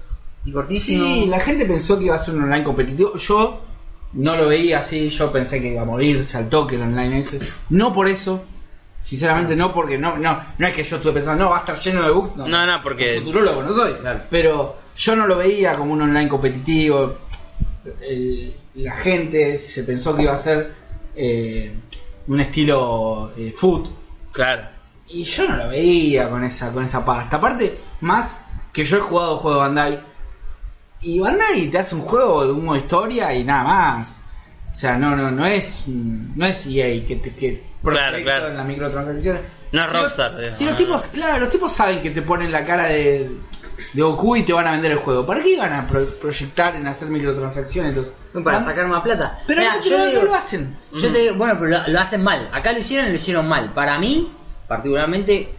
[SPEAKER 1] Y cortísimo.
[SPEAKER 4] Sí, la gente pensó que iba a ser un online competitivo. Yo no lo veía así, yo pensé que iba a morirse al toque el online ese. No por eso, sinceramente no, porque no, no, no es que yo estuve pensando, no, va a estar lleno de bugs. No,
[SPEAKER 2] No, no, porque-
[SPEAKER 4] Futurólogo no soy.
[SPEAKER 1] Claro.
[SPEAKER 4] Pero yo no lo veía como un online competitivo. El- la gente se pensó que iba a ser eh, un estilo eh, foot.
[SPEAKER 2] Claro.
[SPEAKER 4] Y yo no lo veía con esa, con esa pasta. Aparte, más que yo he jugado juego de Bandai. Y Bandai te hace un juego de un modo historia y nada más. O sea, no, no, no es mm, no es EA que te que prospecta
[SPEAKER 2] claro.
[SPEAKER 4] en las microtransacciones.
[SPEAKER 2] No es
[SPEAKER 4] los-
[SPEAKER 2] Rockstar, digamos,
[SPEAKER 4] si los
[SPEAKER 2] no,
[SPEAKER 4] tipos,
[SPEAKER 2] no.
[SPEAKER 4] claro, los tipos saben que te ponen la cara de, de Goku y te van a vender el juego. ¿Para qué iban a pro- proyectar en hacer microtransacciones? Los,
[SPEAKER 1] Para
[SPEAKER 4] Ban-
[SPEAKER 1] sacar más plata.
[SPEAKER 4] Pero
[SPEAKER 1] Mirá,
[SPEAKER 4] no,
[SPEAKER 1] yo
[SPEAKER 4] no- no
[SPEAKER 1] digo-
[SPEAKER 4] lo hacen.
[SPEAKER 1] Yo te digo, bueno, pero lo, lo hacen mal. Acá lo hicieron y lo hicieron mal. Para mí, particularmente,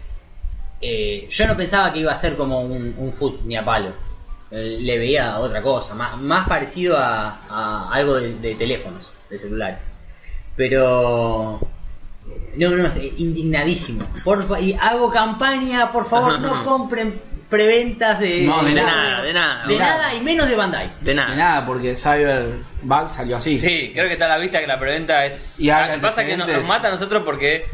[SPEAKER 1] eh, yo no pensaba que iba a ser como un, un foot ni a palo. Eh, Le veía otra cosa, más, más parecido a, a algo de, de teléfonos, de celulares. Pero. eh, No, no, estoy indignadísimo. Por, fa- y hago campaña, por favor, no compren preventas de.
[SPEAKER 4] No, de
[SPEAKER 2] De
[SPEAKER 4] nada,
[SPEAKER 2] nada, de nada.
[SPEAKER 1] De
[SPEAKER 2] boludo.
[SPEAKER 1] nada y menos de Bandai.
[SPEAKER 2] De
[SPEAKER 4] Y
[SPEAKER 2] nada.
[SPEAKER 4] nada, porque Cyberpunk salió así.
[SPEAKER 2] Sí, creo que está a la vista que la preventa es.
[SPEAKER 4] Y hay
[SPEAKER 2] Ah, pasa que nos, nos
[SPEAKER 4] antecedentes.
[SPEAKER 2] mata a nosotros porque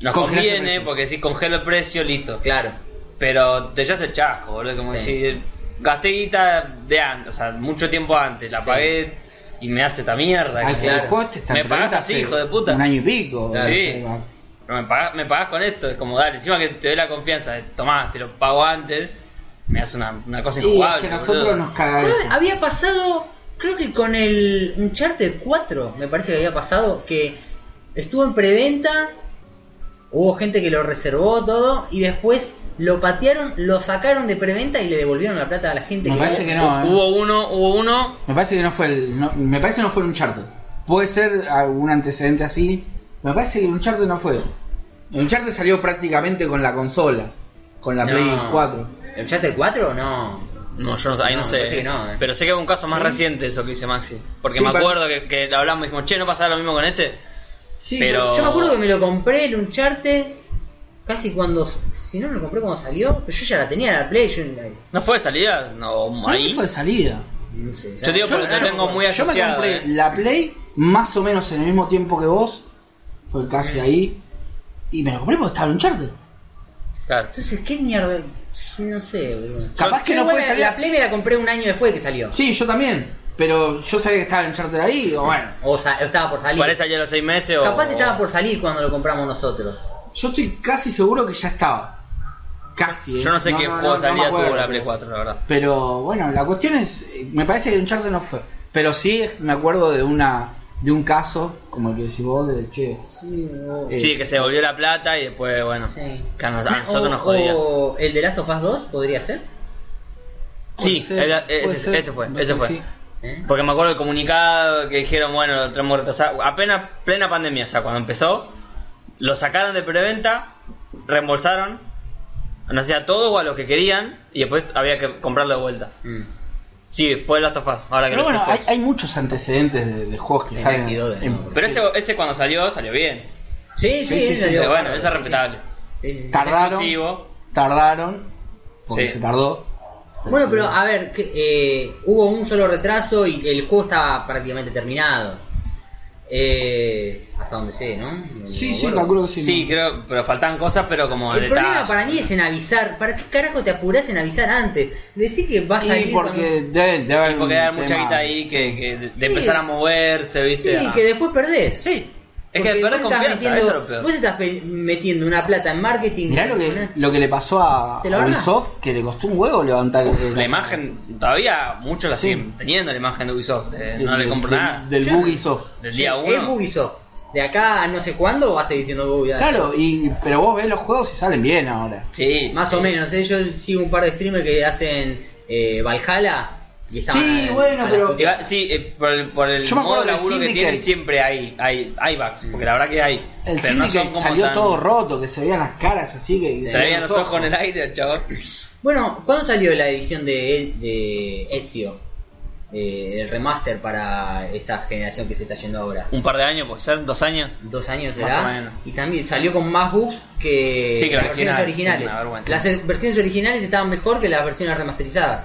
[SPEAKER 2] nos
[SPEAKER 4] Congela el
[SPEAKER 2] conviene,
[SPEAKER 4] precio.
[SPEAKER 2] porque si congelo el precio, listo.
[SPEAKER 1] Claro.
[SPEAKER 2] Pero te llevas el chasco, boludo. Como
[SPEAKER 1] Sí.
[SPEAKER 2] decir, gasté guita de antes, o sea, mucho tiempo antes, la
[SPEAKER 1] Sí.
[SPEAKER 2] pagué y me hace esta mierda.
[SPEAKER 4] Ah,
[SPEAKER 2] que-
[SPEAKER 4] que el juego te está
[SPEAKER 2] me
[SPEAKER 4] en
[SPEAKER 2] pagas
[SPEAKER 4] preventa
[SPEAKER 2] así,
[SPEAKER 4] hace
[SPEAKER 2] hijo de puta.
[SPEAKER 4] Un año y pico.
[SPEAKER 2] Claro.
[SPEAKER 4] o
[SPEAKER 2] Sí.
[SPEAKER 4] sea,
[SPEAKER 2] Pero me pagas, me pagás con esto, es como dale, encima que te doy la confianza, de, tomá, te lo pago antes, me hace una, una cosa
[SPEAKER 4] Y es
[SPEAKER 2] injugable.
[SPEAKER 4] que
[SPEAKER 2] boludo.
[SPEAKER 4] nosotros nos caga
[SPEAKER 1] Pero
[SPEAKER 4] Ah, eso.
[SPEAKER 1] Ah, Había pasado, creo que con el Uncharted 4, me parece que había pasado, que estuvo en preventa, hubo gente que lo reservó todo, y después lo patearon, lo sacaron de preventa y le devolvieron la plata a la gente.
[SPEAKER 4] Me parece que no, ¿eh?
[SPEAKER 2] Hubo uno, hubo uno,
[SPEAKER 4] Me parece que no fue el. no- me parece que no fue un charter. Puede ser algún antecedente así. Me parece que un charter no fue. Un charter salió prácticamente con la consola. Con la
[SPEAKER 2] No.
[SPEAKER 4] Play 4.
[SPEAKER 1] ¿El Uncharted 4 no?
[SPEAKER 2] No, yo no, ahí no,
[SPEAKER 1] No, me
[SPEAKER 2] sé.
[SPEAKER 1] parece que no, eh.
[SPEAKER 2] Pero sé que hubo un caso más reciente eso que dice Maxi. Porque
[SPEAKER 4] Sí,
[SPEAKER 2] me
[SPEAKER 4] pa-
[SPEAKER 2] acuerdo que, que lo hablamos y dijimos, che, no pasaba lo mismo con este.
[SPEAKER 4] Sí,
[SPEAKER 2] pero-
[SPEAKER 1] Yo me acuerdo que me lo compré el Uncharted casi cuando, si no me lo compré cuando salió, pero yo ya la tenía la Play, yo
[SPEAKER 2] ¿No fue de salida? No,
[SPEAKER 4] pero no
[SPEAKER 2] ahí.
[SPEAKER 4] fue de salida.
[SPEAKER 1] no sé.
[SPEAKER 2] Yo digo porque
[SPEAKER 4] yo-
[SPEAKER 2] lo tengo muy
[SPEAKER 4] Yo me
[SPEAKER 2] asociado.
[SPEAKER 4] compré
[SPEAKER 2] eh.
[SPEAKER 4] la Play más o menos en el mismo tiempo que vos. Fue casi ahí. Y me lo compré porque estaba en un charter.
[SPEAKER 2] Claro.
[SPEAKER 1] Entonces, ¿qué mierda? No sé, boludo.
[SPEAKER 4] Capaz
[SPEAKER 1] Yo
[SPEAKER 4] que no
[SPEAKER 1] igual
[SPEAKER 4] fue de
[SPEAKER 1] la-
[SPEAKER 4] salida.
[SPEAKER 1] La Play me la compré un año después de que salió.
[SPEAKER 4] Sí, yo también. Pero yo sabía que estaba en charter ahí. Y digo, bueno.
[SPEAKER 1] O sa- estaba por salir.
[SPEAKER 2] Parece ayer a los seis meses o...
[SPEAKER 1] Capaz estaba por salir cuando lo compramos nosotros.
[SPEAKER 4] Yo estoy casi seguro que ya estaba. Casi. ¿eh?
[SPEAKER 2] Yo no sé qué juego
[SPEAKER 4] no me
[SPEAKER 2] salida
[SPEAKER 4] acuerdo,
[SPEAKER 2] tuvo la
[SPEAKER 4] pero-
[SPEAKER 2] Play 4, la verdad.
[SPEAKER 4] Pero bueno, la cuestión es, eh, me parece que Uncharted no fue. Pero sí me acuerdo de una de un caso como el que decís vos de che.
[SPEAKER 3] Sí, no.
[SPEAKER 4] eh,
[SPEAKER 2] Sí, que se devolvió la plata y después, bueno,
[SPEAKER 1] Sí.
[SPEAKER 2] que a, nos- a nosotros
[SPEAKER 1] o,
[SPEAKER 2] nos jodía.
[SPEAKER 1] o el de Last of Us 2 podría ser.
[SPEAKER 2] Sí,
[SPEAKER 4] puede ser,
[SPEAKER 2] era-
[SPEAKER 4] puede
[SPEAKER 2] ese-
[SPEAKER 4] ser.
[SPEAKER 2] ese fue,
[SPEAKER 4] No
[SPEAKER 2] ese
[SPEAKER 4] sé,
[SPEAKER 2] fue.
[SPEAKER 4] sí.
[SPEAKER 1] ¿Sí?
[SPEAKER 2] Porque me acuerdo del comunicado que dijeron, bueno, lo tenemos retrasado. Apenas plena pandemia, o sea, cuando empezó, lo sacaron de preventa, reembolsaron, no sé, a todos o a los que querían, y después había que comprarlo de vuelta.
[SPEAKER 1] Mm.
[SPEAKER 2] Sí, fue Last of Us, ahora que
[SPEAKER 4] Pero
[SPEAKER 2] lo
[SPEAKER 4] bueno, hay,
[SPEAKER 2] decís, fue.
[SPEAKER 4] hay muchos antecedentes de, de juegos que
[SPEAKER 1] Tenía
[SPEAKER 4] salen.
[SPEAKER 1] que ir de
[SPEAKER 4] en-
[SPEAKER 1] nuevo.
[SPEAKER 2] Pero ese, ese cuando salió, salió bien.
[SPEAKER 1] Sí, sí,
[SPEAKER 4] Sí, sí,
[SPEAKER 1] él
[SPEAKER 4] sí,
[SPEAKER 1] salió
[SPEAKER 2] Pero bueno,
[SPEAKER 1] bárbaro,
[SPEAKER 2] es
[SPEAKER 1] sí, sí.
[SPEAKER 2] respetable.
[SPEAKER 1] Sí, sí, sí.
[SPEAKER 4] Tarda- Tardaron.
[SPEAKER 2] Exclusivo.
[SPEAKER 4] tardaron, porque
[SPEAKER 2] Sí.
[SPEAKER 4] se tardó.
[SPEAKER 1] Bueno, pero a ver, que, eh, hubo un solo retraso y el juego estaba prácticamente terminado. Eh, hasta donde sé, ¿no? No
[SPEAKER 4] Sí,
[SPEAKER 1] me
[SPEAKER 4] sí,
[SPEAKER 1] acuerdo.
[SPEAKER 4] calculo que sí.
[SPEAKER 2] Sí,
[SPEAKER 4] ¿no?
[SPEAKER 2] creo, pero faltan cosas, pero como
[SPEAKER 1] El problema
[SPEAKER 2] detalles.
[SPEAKER 1] para mí es en avisar. ¿Para qué carajo te apurás en avisar antes? Decir que va a salir.
[SPEAKER 4] Y porque debe, debe haber
[SPEAKER 2] Porque
[SPEAKER 4] un
[SPEAKER 2] hay mucha
[SPEAKER 4] tema-
[SPEAKER 2] guita ahí que, que de, de
[SPEAKER 1] Sí.
[SPEAKER 2] empezar a moverse,
[SPEAKER 1] cuando-
[SPEAKER 2] ¿viste?
[SPEAKER 1] Sí,
[SPEAKER 2] Ah.
[SPEAKER 1] que después perdés.
[SPEAKER 2] Sí. Es
[SPEAKER 1] Porque
[SPEAKER 2] que perder
[SPEAKER 1] vos estás
[SPEAKER 2] confianza,
[SPEAKER 1] metiendo-
[SPEAKER 2] eso es lo peor.
[SPEAKER 1] Vos estás pe- metiendo una plata en marketing.
[SPEAKER 4] Mirá lo que, lo que le pasó a,
[SPEAKER 1] ¿Te lo
[SPEAKER 4] a
[SPEAKER 1] van a-
[SPEAKER 4] Ubisoft, que le costó un huevo levantar
[SPEAKER 2] Uf,
[SPEAKER 4] el-
[SPEAKER 2] la imagen, todavía muchos la
[SPEAKER 4] Sí.
[SPEAKER 2] siguen teniendo la imagen de Ubisoft. eh,
[SPEAKER 4] del-
[SPEAKER 2] no le compro
[SPEAKER 4] del-
[SPEAKER 2] nada.
[SPEAKER 4] Del
[SPEAKER 1] Claro.
[SPEAKER 4] Bugisoft.
[SPEAKER 2] Del día
[SPEAKER 1] Sí, Es
[SPEAKER 2] uno.
[SPEAKER 1] Ubisoft. De acá a no sé cuándo va a seguir siendo Ubisoft.
[SPEAKER 4] Claro, y, pero vos ves los juegos y salen bien ahora.
[SPEAKER 2] Sí.
[SPEAKER 1] Más o menos, ¿eh? yo sigo un par de streamers que hacen eh, Valhalla y están.
[SPEAKER 4] Sí, bueno, pero-
[SPEAKER 2] Y va- sí, eh, por el, por el
[SPEAKER 4] Yo me
[SPEAKER 2] modo
[SPEAKER 4] acuerdo del
[SPEAKER 2] laburo que
[SPEAKER 4] Syndicate.
[SPEAKER 2] tienen siempre hay, hay, hay bugs, porque la verdad que hay. pero
[SPEAKER 4] El
[SPEAKER 2] no son
[SPEAKER 4] Syndicate
[SPEAKER 2] como
[SPEAKER 4] salió
[SPEAKER 2] tan-
[SPEAKER 4] todo roto, que se veían las caras así, que que
[SPEAKER 2] Se veían los ojos en el aire, el chabón.
[SPEAKER 1] Bueno, ¿cuándo salió la edición de, de Ezio? Eh, el remaster para esta generación que se está yendo ahora.
[SPEAKER 2] Un par de años, puede ser, dos años.
[SPEAKER 1] Dos años
[SPEAKER 2] Más o
[SPEAKER 1] será.
[SPEAKER 2] menos.
[SPEAKER 1] Y también salió con más bugs que
[SPEAKER 2] Sí, que
[SPEAKER 1] las
[SPEAKER 2] la
[SPEAKER 1] versiones
[SPEAKER 2] original,
[SPEAKER 1] originales.
[SPEAKER 2] sí, una vergüenza.
[SPEAKER 1] las eh, versiones originales estaban mejor que las versiones remasterizadas.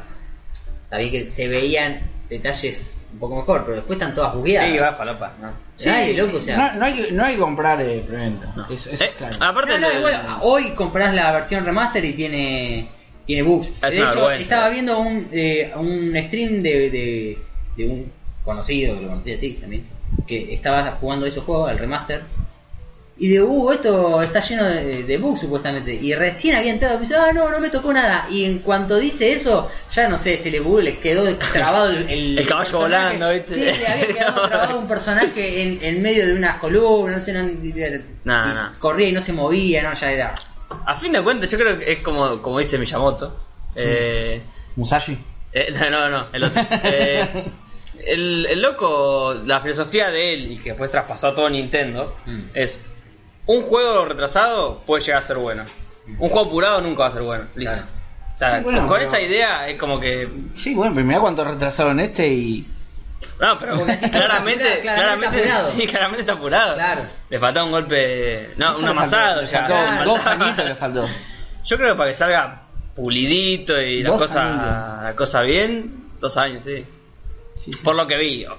[SPEAKER 1] Está bien que se veían detalles un poco mejor, pero después están todas bugueadas.
[SPEAKER 2] Sí, va, falopa. ¿no?
[SPEAKER 4] Sí,
[SPEAKER 1] Ay,
[SPEAKER 4] sí.
[SPEAKER 1] loco, o sea.
[SPEAKER 4] no, no hay, que- no hay que comprar eh, preventa.
[SPEAKER 1] No.
[SPEAKER 4] Eso, eso
[SPEAKER 2] Eh,
[SPEAKER 4] es claro.
[SPEAKER 2] Aparte,
[SPEAKER 1] No, no,
[SPEAKER 2] el-
[SPEAKER 1] igual, hoy comprás la versión remaster y tiene tiene bugs.
[SPEAKER 2] Es
[SPEAKER 1] de
[SPEAKER 2] una
[SPEAKER 1] hecho,
[SPEAKER 2] vergüenza.
[SPEAKER 1] estaba viendo un, eh, un stream de, de, de un conocido, que lo conocí así también, que estaba jugando esos juegos, el remaster. Y de, uh, esto está lleno de, de bugs supuestamente. Y recién había entrado y pensó, ah, no, no me tocó nada. Y en cuanto dice eso, ya no sé, se le, bugó, le quedó trabado el,
[SPEAKER 2] El caballo
[SPEAKER 1] personaje.
[SPEAKER 2] volando, ¿viste?
[SPEAKER 1] Sí, le había quedado trabado un personaje en, en medio de unas columnas, no sé, no,
[SPEAKER 2] No,
[SPEAKER 1] y
[SPEAKER 2] no.
[SPEAKER 1] corría y no se movía, no, ya era.
[SPEAKER 2] a fin de cuentas, yo creo que es como, como dice Miyamoto.
[SPEAKER 4] Mm.
[SPEAKER 2] Eh,
[SPEAKER 4] Musashi.
[SPEAKER 2] Eh, no, no, no, el otro. Eh, el, el loco, la filosofía de él, y que después traspasó a todo Nintendo,
[SPEAKER 1] Mm.
[SPEAKER 2] es: un juego retrasado puede llegar a ser bueno. Un juego apurado nunca va a ser bueno. Listo.
[SPEAKER 1] Claro.
[SPEAKER 2] O sea,
[SPEAKER 4] Sí, bueno,
[SPEAKER 2] con
[SPEAKER 4] pero-
[SPEAKER 2] esa idea es como que.
[SPEAKER 4] Sí, bueno, pero mirá cuánto retrasaron este y.
[SPEAKER 2] No, pero
[SPEAKER 1] Porque así
[SPEAKER 2] claramente,
[SPEAKER 1] está apurado, claramente está
[SPEAKER 2] claramente,
[SPEAKER 1] apurado.
[SPEAKER 2] sí, claramente está apurado.
[SPEAKER 1] Claro.
[SPEAKER 2] Le faltaba un golpe. No, un
[SPEAKER 4] Le
[SPEAKER 2] amasado
[SPEAKER 4] faltó-
[SPEAKER 2] ya.
[SPEAKER 4] le faltó
[SPEAKER 1] Claro.
[SPEAKER 4] Dos añitos le faltó.
[SPEAKER 2] Yo creo que para que salga pulidito y la
[SPEAKER 4] Dos
[SPEAKER 2] cosa,
[SPEAKER 4] años.
[SPEAKER 2] la cosa bien, dos años, sí.
[SPEAKER 4] Sí, sí.
[SPEAKER 2] Por lo que vi, oh,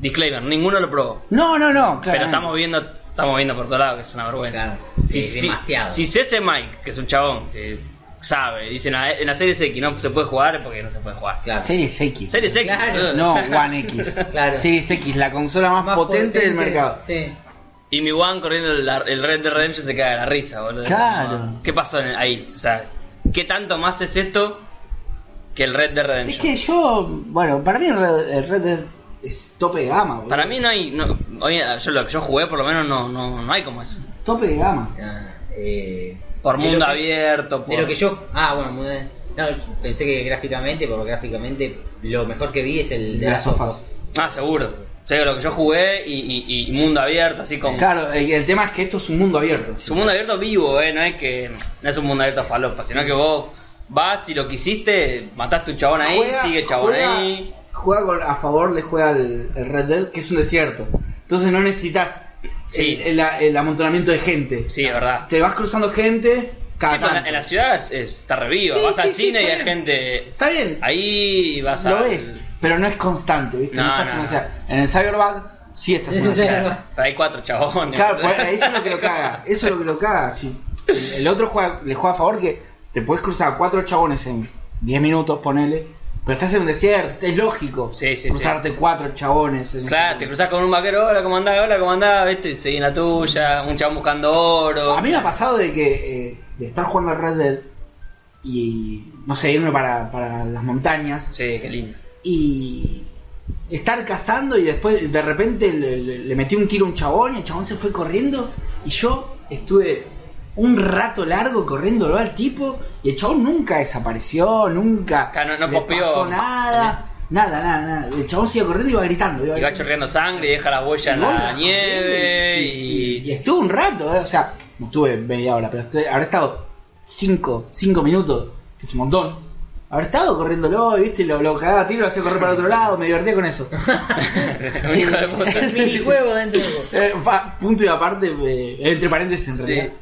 [SPEAKER 2] disclaimer, ninguno lo probó.
[SPEAKER 4] No, no, no, claro.
[SPEAKER 2] Pero estamos viendo, estamos viendo por todos lados que es una vergüenza.
[SPEAKER 1] Claro, es demasiado.
[SPEAKER 2] Si, si ese Mike, que es un chabón, que sabe, dice en la, en la Series X no se puede jugar es porque no se puede jugar.
[SPEAKER 1] Claro.
[SPEAKER 4] Series X.
[SPEAKER 2] Series X,
[SPEAKER 1] Claro.
[SPEAKER 2] boludo.
[SPEAKER 4] No, One X.
[SPEAKER 1] Claro.
[SPEAKER 4] Series X, la consola más, potente, del mercado.
[SPEAKER 1] Sí.
[SPEAKER 2] Y mi One corriendo el, el Red Dead Redemption se cae de la risa, boludo.
[SPEAKER 4] Claro.
[SPEAKER 2] ¿Qué pasó en- ahí? O sea, ¿qué tanto más es esto que el Red Dead
[SPEAKER 4] Es
[SPEAKER 2] Redemption?
[SPEAKER 4] que yo, bueno, para mí el Red el Red Dead es tope de gama. boludo.
[SPEAKER 2] Para mí no hay, no, hoy- yo lo que yo jugué por lo menos no, no, no hay como eso.
[SPEAKER 4] Tope de gama.
[SPEAKER 1] Ah, eh,
[SPEAKER 2] Por
[SPEAKER 1] de lo
[SPEAKER 2] mundo
[SPEAKER 1] que-
[SPEAKER 2] abierto, por...
[SPEAKER 1] De lo que yo. Ah, bueno, muy bien. no, yo pensé que gráficamente, porque gráficamente lo mejor que vi es el
[SPEAKER 4] De
[SPEAKER 1] Last
[SPEAKER 4] las
[SPEAKER 1] of
[SPEAKER 4] sofás.
[SPEAKER 1] Us.
[SPEAKER 2] Ah, seguro. O sea, lo que yo jugué y, y- y mundo abierto, así con...
[SPEAKER 4] Claro, el, el tema es que esto es un mundo abierto.
[SPEAKER 2] Es un mundo abierto vivo, eh, no es que... No es un mundo abierto falopa, sino que vos vas y lo que hiciste, mataste un chabón ahí,
[SPEAKER 4] Juega-
[SPEAKER 2] sigue el chabón
[SPEAKER 4] juega-
[SPEAKER 2] ahí.
[SPEAKER 4] Juega con- a favor, le juega el, el Red Dead, que es un desierto. Entonces no necesitas
[SPEAKER 2] Sí.
[SPEAKER 4] el, el- el amontonamiento de gente.
[SPEAKER 2] Sí, es verdad.
[SPEAKER 4] Te vas cruzando gente
[SPEAKER 2] Sí,
[SPEAKER 4] cada
[SPEAKER 2] pero en la-
[SPEAKER 4] tanto.
[SPEAKER 2] en la ciudad es- es- está reviva,
[SPEAKER 4] Sí,
[SPEAKER 2] vas
[SPEAKER 4] sí,
[SPEAKER 2] al
[SPEAKER 4] sí,
[SPEAKER 2] cine y
[SPEAKER 4] está
[SPEAKER 2] hay
[SPEAKER 4] bien.
[SPEAKER 2] gente
[SPEAKER 4] Está bien,
[SPEAKER 2] ahí, vas
[SPEAKER 4] lo
[SPEAKER 2] al-
[SPEAKER 4] ves, pero no es constante, ¿viste? No
[SPEAKER 2] No,
[SPEAKER 4] estás
[SPEAKER 2] no,
[SPEAKER 4] en una
[SPEAKER 2] no.
[SPEAKER 4] ciudad. En el Cyberpunk sí estás en una
[SPEAKER 1] Sí,
[SPEAKER 4] ciudad.
[SPEAKER 1] sí,
[SPEAKER 2] Pero hay cuatro chabones.
[SPEAKER 4] Claro, pues, eso es lo que lo caga. Eso es lo que lo caga. Si el- el otro juega- le juega a favor que te puedes cruzar cuatro chabones en 10 minutos, ponele. Pero estás en un desierto, es lógico.
[SPEAKER 2] Sí, sí,
[SPEAKER 4] cruzarte cuatro chabones. en
[SPEAKER 2] Claro,
[SPEAKER 4] ese-
[SPEAKER 2] te cruzás con un vaquero, hola, ¿cómo andás? Hola, ¿cómo andás? ¿Viste? Y seguí en la tuya, un chabón buscando oro.
[SPEAKER 4] A mí me ha pasado de que eh, de estar jugando al Red Dead y no sé, irme para, para las montañas
[SPEAKER 2] Sí, qué lindo.
[SPEAKER 4] y, estar cazando y después de repente le, le- le metí un tiro a un chabón y el chabón se fue corriendo y yo estuve un rato largo corriéndolo al tipo y el chabón nunca desapareció, nunca
[SPEAKER 2] Ah, no- no
[SPEAKER 4] le
[SPEAKER 2] popeó.
[SPEAKER 4] pasó nada, nada, nada, nada. El chabón seguía corriendo y iba gritando. Iba
[SPEAKER 2] Y va
[SPEAKER 4] gritando.
[SPEAKER 2] chorreando sangre y deja la huella en
[SPEAKER 4] Bueno,
[SPEAKER 2] la nieve
[SPEAKER 4] y,
[SPEAKER 2] y,
[SPEAKER 4] y- y estuve un rato, eh, o sea, no estuve media hora, pero estuve- habré estado 5 cinco minutos, que es un montón. Habré estado corriéndolo, viste, y lo, lo cagaba a tiro, lo hacía correr para otro lado, me divertía con eso.
[SPEAKER 2] Un hijo de puta.
[SPEAKER 1] Mil huevos dentro de vos.
[SPEAKER 4] Eh, pa- punto y aparte, eh, entre paréntesis en
[SPEAKER 2] Sí.
[SPEAKER 4] realidad.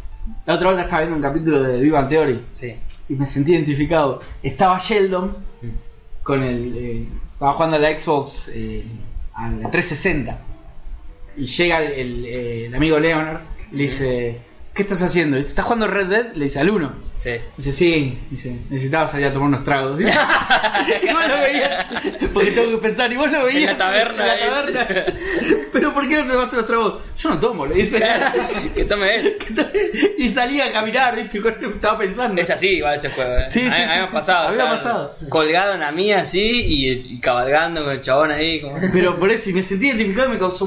[SPEAKER 4] La otra vez estaba viendo un capítulo de Viva Theory
[SPEAKER 1] Sí.
[SPEAKER 4] y me sentí identificado. Estaba Sheldon
[SPEAKER 1] Mm.
[SPEAKER 4] con el. eh, estaba jugando a la Xbox eh, a la 360. Y llega el, el, eh, el amigo Leonard y le dice: ¿Qué estás haciendo? Le dice: ¿Estás jugando Red Dead? Le dice: Al 1.
[SPEAKER 2] Sí.
[SPEAKER 4] Dice: Sí. Dice: Necesitaba salir a tomar unos tragos. y vos lo veías. Porque tengo que pensar, y vos lo veías.
[SPEAKER 2] En la taberna,
[SPEAKER 4] en la
[SPEAKER 2] ¿eh?
[SPEAKER 4] taberna. Pero ¿por qué no tomaste los tragos? Yo no tomo, le dice.
[SPEAKER 2] que tome él.
[SPEAKER 4] y salía a caminar, ¿viste? Con- Estaba pensando.
[SPEAKER 2] Es así igual ese juego. ¿eh?
[SPEAKER 4] Sí, sí,
[SPEAKER 2] a, mí- a mí
[SPEAKER 4] sí,
[SPEAKER 2] me ha
[SPEAKER 4] sí,
[SPEAKER 2] pasado.
[SPEAKER 4] sí, a mí me ha
[SPEAKER 2] estar
[SPEAKER 4] pasado.
[SPEAKER 2] Colgado en la mía así y, y cabalgando con el chabón ahí. Como...
[SPEAKER 4] Pero por eso, y me sentí identificado y me causó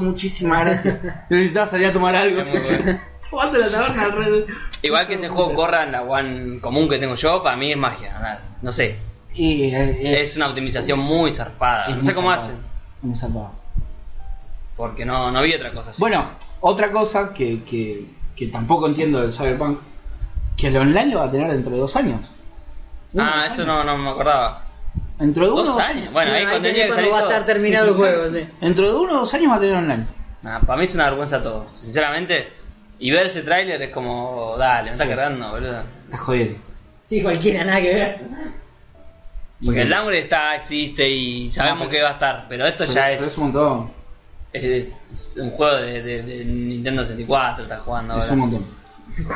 [SPEAKER 4] muchísima gracia. Yo necesitaba salir a tomar algo.
[SPEAKER 2] Es muy bueno.
[SPEAKER 4] Jugando a la taberna al Red Dead.
[SPEAKER 2] Igual que ese juego corra en la One común que tengo yo, para mí es magia. nada, No sé.
[SPEAKER 4] Y eh,
[SPEAKER 2] Es, una optimización muy zarpada.
[SPEAKER 4] es
[SPEAKER 2] no
[SPEAKER 4] muy
[SPEAKER 2] sé cómo
[SPEAKER 4] zarpado.
[SPEAKER 2] hacen.
[SPEAKER 4] Muy zarpado.
[SPEAKER 2] Porque no, no vi otra cosa así.
[SPEAKER 4] Bueno, otra cosa que, que, que tampoco entiendo del Cyberpunk, que el online lo va a tener dentro de dos años. Uno,
[SPEAKER 2] ah,
[SPEAKER 4] dos
[SPEAKER 2] eso
[SPEAKER 4] años.
[SPEAKER 2] no, no me acordaba.
[SPEAKER 4] Dentro de uno
[SPEAKER 2] Dos años. Bueno, ahí, cuando tenía que
[SPEAKER 1] cuando
[SPEAKER 2] salir
[SPEAKER 1] va a
[SPEAKER 2] todo.
[SPEAKER 1] estar terminado el juego, sí.
[SPEAKER 4] Dentro de uno o dos años va a tener online.
[SPEAKER 2] Nah, para mí es una vergüenza todo. Sinceramente, y ver ese tráiler es como, dale, me está
[SPEAKER 4] Sí.
[SPEAKER 2] cargando, boludo.
[SPEAKER 4] Estás jodido.
[SPEAKER 1] Sí, cualquiera, nada que ver.
[SPEAKER 2] Porque
[SPEAKER 4] Y-
[SPEAKER 2] el downgrade está, existe y sabemos
[SPEAKER 4] pero-
[SPEAKER 2] que va a estar, pero esto
[SPEAKER 4] pero-
[SPEAKER 2] ya
[SPEAKER 4] pero
[SPEAKER 2] es,
[SPEAKER 4] un montón.
[SPEAKER 2] es- es un juego de, de- de Nintendo 64, estás jugando
[SPEAKER 4] es
[SPEAKER 2] ahora.
[SPEAKER 4] un montón.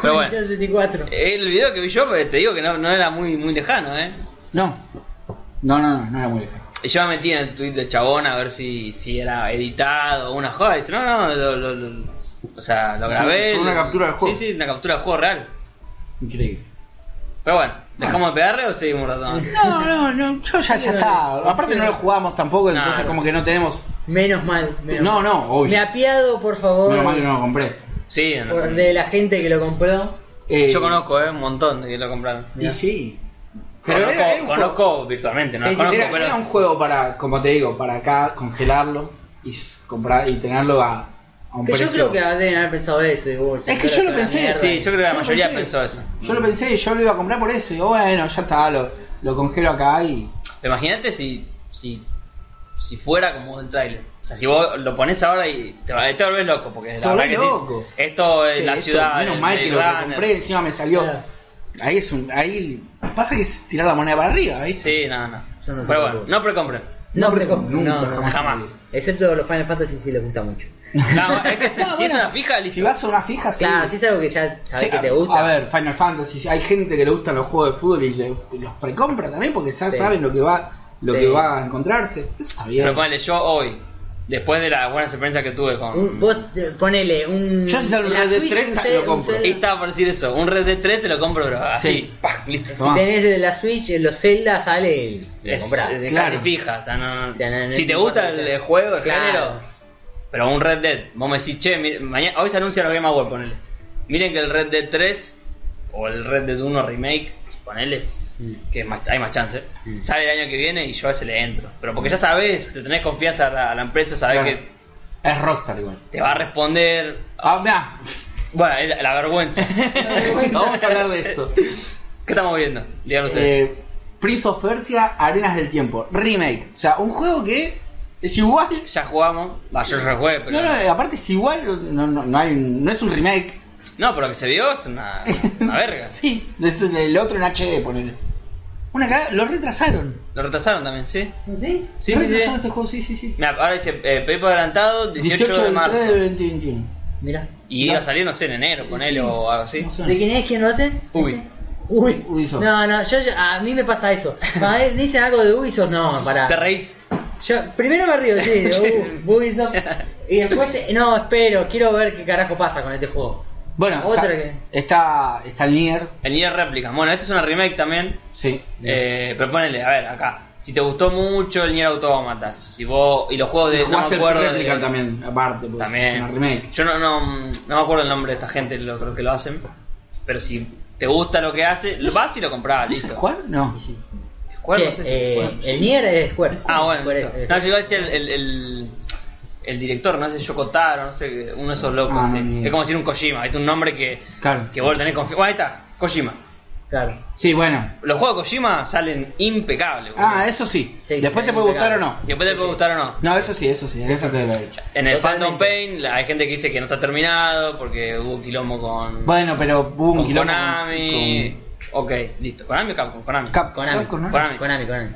[SPEAKER 2] Pero bueno,
[SPEAKER 1] 64.
[SPEAKER 2] el video que vi yo, pues, te digo que no, no era muy, muy lejano, ¿eh?
[SPEAKER 4] No. No, no, no, no era muy lejano.
[SPEAKER 2] Y yo me metí en el tweet del chabón a ver si, si era editado o una joda. Y dice, no, no, lo- lo- lo- o sea, lo
[SPEAKER 4] Sí,
[SPEAKER 2] grabé.
[SPEAKER 4] fue una captura del juego.
[SPEAKER 2] Sí, sí, una captura del juego real.
[SPEAKER 4] Increíble.
[SPEAKER 2] Pero bueno, ¿dejamos de pegarle o seguimos un rato más?
[SPEAKER 4] No, no, no, yo ya, ya está. Aparte no lo jugamos tampoco,
[SPEAKER 2] No,
[SPEAKER 4] entonces
[SPEAKER 2] no.
[SPEAKER 4] como que no tenemos...
[SPEAKER 1] Menos mal. menos
[SPEAKER 4] No,
[SPEAKER 1] mal.
[SPEAKER 4] no, obvio.
[SPEAKER 1] Me apiado, por favor,
[SPEAKER 4] Menos mal que no lo compré.
[SPEAKER 2] Sí, no,
[SPEAKER 1] por
[SPEAKER 2] no.
[SPEAKER 1] de la gente que lo compró.
[SPEAKER 4] Eh,
[SPEAKER 2] yo conozco, ¿eh? Un montón de que lo compraron.
[SPEAKER 4] Y sí.
[SPEAKER 2] conozco,
[SPEAKER 4] era- era un juego-
[SPEAKER 2] conozco virtualmente, no
[SPEAKER 4] Sí, sí,
[SPEAKER 2] conozco,
[SPEAKER 4] era,
[SPEAKER 2] pero
[SPEAKER 4] era un juego para, como te digo, para acá congelarlo y s- comprar y tenerlo a, a un
[SPEAKER 1] Que yo
[SPEAKER 4] precio.
[SPEAKER 1] creo que deben haber pensado eso. y, "Uy, se
[SPEAKER 4] Es que
[SPEAKER 1] fueron hasta
[SPEAKER 4] yo lo
[SPEAKER 1] la
[SPEAKER 4] pensé,
[SPEAKER 1] mierda".
[SPEAKER 2] Sí, yo creo que la
[SPEAKER 4] Yo
[SPEAKER 2] mayoría
[SPEAKER 4] pensé-
[SPEAKER 2] pensó eso.
[SPEAKER 4] Yo lo pensé, yo lo iba a comprar por eso. Y digo, bueno, ya está, lo, lo congelo acá y.
[SPEAKER 2] Pero imagínate si, si, si fuera como el tráiler. O sea, si vos lo pones ahora y te, va- te volvés loco, porque
[SPEAKER 4] Te
[SPEAKER 2] la verdad
[SPEAKER 4] volvés
[SPEAKER 2] que sí,
[SPEAKER 4] loco.
[SPEAKER 2] esto es
[SPEAKER 4] Che,
[SPEAKER 2] la
[SPEAKER 4] esto,
[SPEAKER 2] ciudad.
[SPEAKER 4] Menos
[SPEAKER 2] el
[SPEAKER 4] mal que lo, lo
[SPEAKER 2] Blade
[SPEAKER 4] compré,
[SPEAKER 2] Runner.
[SPEAKER 4] encima me salió.
[SPEAKER 1] Claro.
[SPEAKER 4] Ahí es un. Ahí. Pasa que es tirar la moneda para arriba, ¿viste?
[SPEAKER 2] Sí, no, no.
[SPEAKER 1] Yo no sé
[SPEAKER 2] pero bueno,
[SPEAKER 1] tampoco.
[SPEAKER 2] no precompren.
[SPEAKER 1] No,
[SPEAKER 4] pero
[SPEAKER 1] pero
[SPEAKER 4] nunca,
[SPEAKER 1] no, no,
[SPEAKER 2] jamás.
[SPEAKER 1] Excepto los Final Fantasy sí les gusta mucho.
[SPEAKER 2] No, es que si,
[SPEAKER 4] No,
[SPEAKER 2] si
[SPEAKER 4] bueno,
[SPEAKER 2] es una fija, listo.
[SPEAKER 4] Si vas a una fija, sí.
[SPEAKER 1] Claro, si es algo que ya sabes
[SPEAKER 4] Sí,
[SPEAKER 1] que te
[SPEAKER 4] a-
[SPEAKER 1] gusta.
[SPEAKER 4] A ver, Final Fantasy, hay gente que le gustan los juegos de fútbol y, le- y los precompra también porque ya
[SPEAKER 1] Sí.
[SPEAKER 4] saben lo que va lo
[SPEAKER 1] Sí.
[SPEAKER 4] que va a encontrarse. Eso está bien.
[SPEAKER 2] Pero ponele, yo hoy, después de las buenas experiencias que tuve con.
[SPEAKER 4] Mm,
[SPEAKER 1] Un- vos eh, ponele un.
[SPEAKER 4] Yo si sale un
[SPEAKER 1] la
[SPEAKER 4] Red Dead
[SPEAKER 1] Switch,
[SPEAKER 4] 3
[SPEAKER 1] un
[SPEAKER 4] lo
[SPEAKER 1] Zelda- un
[SPEAKER 4] compro.
[SPEAKER 1] Zelda.
[SPEAKER 2] Y estaba por decir eso, un Red Dead 3 te lo compro, pero así,
[SPEAKER 4] Sí.
[SPEAKER 2] ¡pah! listo.
[SPEAKER 4] Tomá.
[SPEAKER 1] Si tenés de la Switch, eh, los Zelda sale el. lo
[SPEAKER 2] Es,
[SPEAKER 1] comprás.
[SPEAKER 2] es
[SPEAKER 4] Claro.
[SPEAKER 2] casi fija, o sea, no- no-
[SPEAKER 1] O sea, no- no
[SPEAKER 2] si
[SPEAKER 1] es
[SPEAKER 2] te gusta el
[SPEAKER 1] importante.
[SPEAKER 2] juego, el
[SPEAKER 1] Claro.
[SPEAKER 2] género, pero un Red Dead, vos me decís, che, mire, mañana, hoy se anuncia los Game Awards, ponele. Miren que el Red Dead 3 o el Red Dead 1 Remake, ponele, que es más- hay más chance,
[SPEAKER 1] Mm.
[SPEAKER 2] sale el año que viene y yo a ese le entro. Pero porque ya sabés, le tenés confianza a la, a la empresa, sabés
[SPEAKER 4] Claro.
[SPEAKER 2] que
[SPEAKER 4] Es Rockstar igual.
[SPEAKER 2] te va a responder.
[SPEAKER 4] Ah, mirá,
[SPEAKER 2] Bueno, es la, la vergüenza.
[SPEAKER 4] no vamos a hablar de esto.
[SPEAKER 2] ¿Qué estamos viendo? Díganlo ustedes.
[SPEAKER 4] Eh, Prince of Persia, Arenas del Tiempo, remake. O sea, un juego que es igual.
[SPEAKER 2] ya jugamos, va, yo rejugué, pero.
[SPEAKER 4] No, no, eh, aparte es igual, no, no, no, hay, un- no es un remake.
[SPEAKER 2] No, pero lo que se vio es una, una verga.
[SPEAKER 4] Sí, es el otro en HD, ponele. Una cagada, lo retrasaron.
[SPEAKER 2] Lo retrasaron también, ¿sí?
[SPEAKER 1] ¿Sí?
[SPEAKER 2] Sí,
[SPEAKER 4] Lo
[SPEAKER 2] sí, sí.
[SPEAKER 4] retrasaron este juego, sí, sí, sí.
[SPEAKER 2] Mira, ahora dice eh, pedí por adelantado 18, de
[SPEAKER 4] del
[SPEAKER 2] marzo.
[SPEAKER 4] 3 del 2021.
[SPEAKER 1] Mira.
[SPEAKER 2] Y iba a salir, no sé, en enero, ponele o algo así.
[SPEAKER 4] No sé.
[SPEAKER 1] ¿De quién es? ¿Quién lo hace?
[SPEAKER 2] Uy.
[SPEAKER 1] Uy.
[SPEAKER 4] Ubisoft.
[SPEAKER 1] No, no, yo, yo- a mí me pasa eso. Cuando dicen algo de Ubisoft, no, pará.
[SPEAKER 2] ¿Te reís?
[SPEAKER 1] Yo primero me río, sí, de, uh, Ubisoft. Y después, eh, no, espero, quiero ver qué carajo pasa con este juego.
[SPEAKER 4] Bueno,
[SPEAKER 1] Otra
[SPEAKER 4] está,
[SPEAKER 1] que-
[SPEAKER 4] está, está el Nier,
[SPEAKER 2] El Nier Replica. Bueno, este es una remake también.
[SPEAKER 4] sí.
[SPEAKER 2] Eh, pero ponele, a ver, acá. Si te gustó mucho el Nier Automata, si vos. Y los juegos de. No
[SPEAKER 4] Jugaste
[SPEAKER 2] me
[SPEAKER 4] el
[SPEAKER 2] acuerdo.
[SPEAKER 4] Replica
[SPEAKER 2] de-
[SPEAKER 4] también, aparte, pues,
[SPEAKER 2] También.
[SPEAKER 4] es una remake.
[SPEAKER 2] Yo no, no, mm, no me acuerdo el nombre de esta gente, lo, creo que lo hacen. Pero si te gusta lo que hace, lo vas y lo compras,
[SPEAKER 4] ¿No es
[SPEAKER 2] listo.
[SPEAKER 4] Square? No.
[SPEAKER 2] Square, no
[SPEAKER 1] ¿Qué?
[SPEAKER 2] sé si
[SPEAKER 1] Eh,
[SPEAKER 2] es Square.
[SPEAKER 1] el Nier es Square.
[SPEAKER 2] Ah, bueno.
[SPEAKER 1] Square
[SPEAKER 2] listo.
[SPEAKER 1] es-
[SPEAKER 2] No, yo iba a decir el, el, el, el director, no sé, Yokotaro, no sé, uno de esos locos.
[SPEAKER 4] Ah,
[SPEAKER 2] eh.
[SPEAKER 4] ni-
[SPEAKER 2] Es como decir un Kojima, es un nombre que,
[SPEAKER 4] Claro.
[SPEAKER 2] que vos lo tenés confianza. Bueno, ahí está, Kojima.
[SPEAKER 1] claro.
[SPEAKER 4] Sí, bueno.
[SPEAKER 2] Los juegos de Kojima salen impecables. boludo.
[SPEAKER 4] Ah, eso sí.
[SPEAKER 1] Sí, sí,
[SPEAKER 4] Después
[SPEAKER 1] sí,
[SPEAKER 4] te puede gustar o
[SPEAKER 1] impecable.
[SPEAKER 4] no.
[SPEAKER 2] Después te puede gustar o no.
[SPEAKER 4] No, eso sí, eso sí, eso te lo he dicho.
[SPEAKER 2] En el
[SPEAKER 1] Totalmente.
[SPEAKER 2] Phantom Pain la- hay gente que dice que no está terminado porque hubo quilombo con,
[SPEAKER 4] Bueno, pero hubo un
[SPEAKER 2] con
[SPEAKER 4] quilombo con-
[SPEAKER 2] Konami. Ok, listo. ¿Konami o Capcom? Konami.
[SPEAKER 4] con Cap-
[SPEAKER 1] Konami.
[SPEAKER 4] Capcom, ¿no?
[SPEAKER 2] Konami.
[SPEAKER 1] Konami, Konami.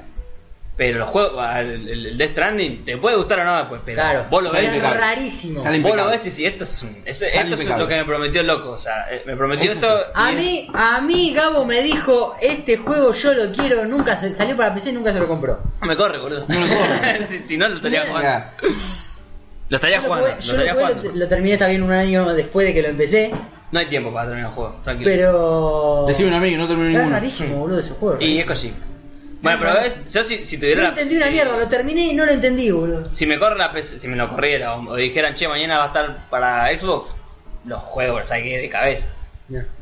[SPEAKER 2] Pero los juegos, el, el- el Death Stranding, te puede gustar o no después, pero
[SPEAKER 1] Claro.
[SPEAKER 2] vos lo
[SPEAKER 1] sale
[SPEAKER 2] ves.
[SPEAKER 4] Sale impecable.
[SPEAKER 1] rarísimo.
[SPEAKER 4] Sale
[SPEAKER 2] Vos lo
[SPEAKER 4] impecable.
[SPEAKER 2] ves y decís, esto es, un- esto,
[SPEAKER 4] Sale
[SPEAKER 2] esto es
[SPEAKER 4] impecable.
[SPEAKER 2] lo que me prometió el loco. O sea, eh, me prometió
[SPEAKER 4] Eso
[SPEAKER 2] esto.
[SPEAKER 4] sí.
[SPEAKER 1] A
[SPEAKER 2] y-
[SPEAKER 1] mí, a mí Gabo me dijo, este juego yo lo quiero, nunca se, salió para PC, nunca se lo compró.
[SPEAKER 2] No me corre, boludo.
[SPEAKER 4] No me corre.
[SPEAKER 2] si, si no, lo estaría
[SPEAKER 1] Mira.
[SPEAKER 2] jugando.
[SPEAKER 4] Ya.
[SPEAKER 2] Lo estaría
[SPEAKER 1] Yo lo
[SPEAKER 2] jugando.
[SPEAKER 1] jugué-
[SPEAKER 2] Lo
[SPEAKER 1] yo lo
[SPEAKER 2] estaría
[SPEAKER 1] jugué,
[SPEAKER 2] jugando.
[SPEAKER 1] lo- lo terminé también un año después de que lo empecé,
[SPEAKER 2] No hay tiempo para terminar el juego, tranquilo.
[SPEAKER 1] pero...
[SPEAKER 4] Decime un amigo, no termino
[SPEAKER 1] Es
[SPEAKER 4] ninguno.
[SPEAKER 1] rarísimo, boludo, ese juego.
[SPEAKER 2] y es
[SPEAKER 1] rarísimo.
[SPEAKER 2] Kojima. Bueno, pero ves, yo si, si tuviera
[SPEAKER 1] No
[SPEAKER 2] la-
[SPEAKER 1] entendí una
[SPEAKER 2] si-
[SPEAKER 1] mierda, lo terminé y no lo entendí, boludo.
[SPEAKER 2] Si me corre la PC, si me lo corriera o, o dijeran, che, mañana va a estar para Xbox, los juegos los saqué de cabeza.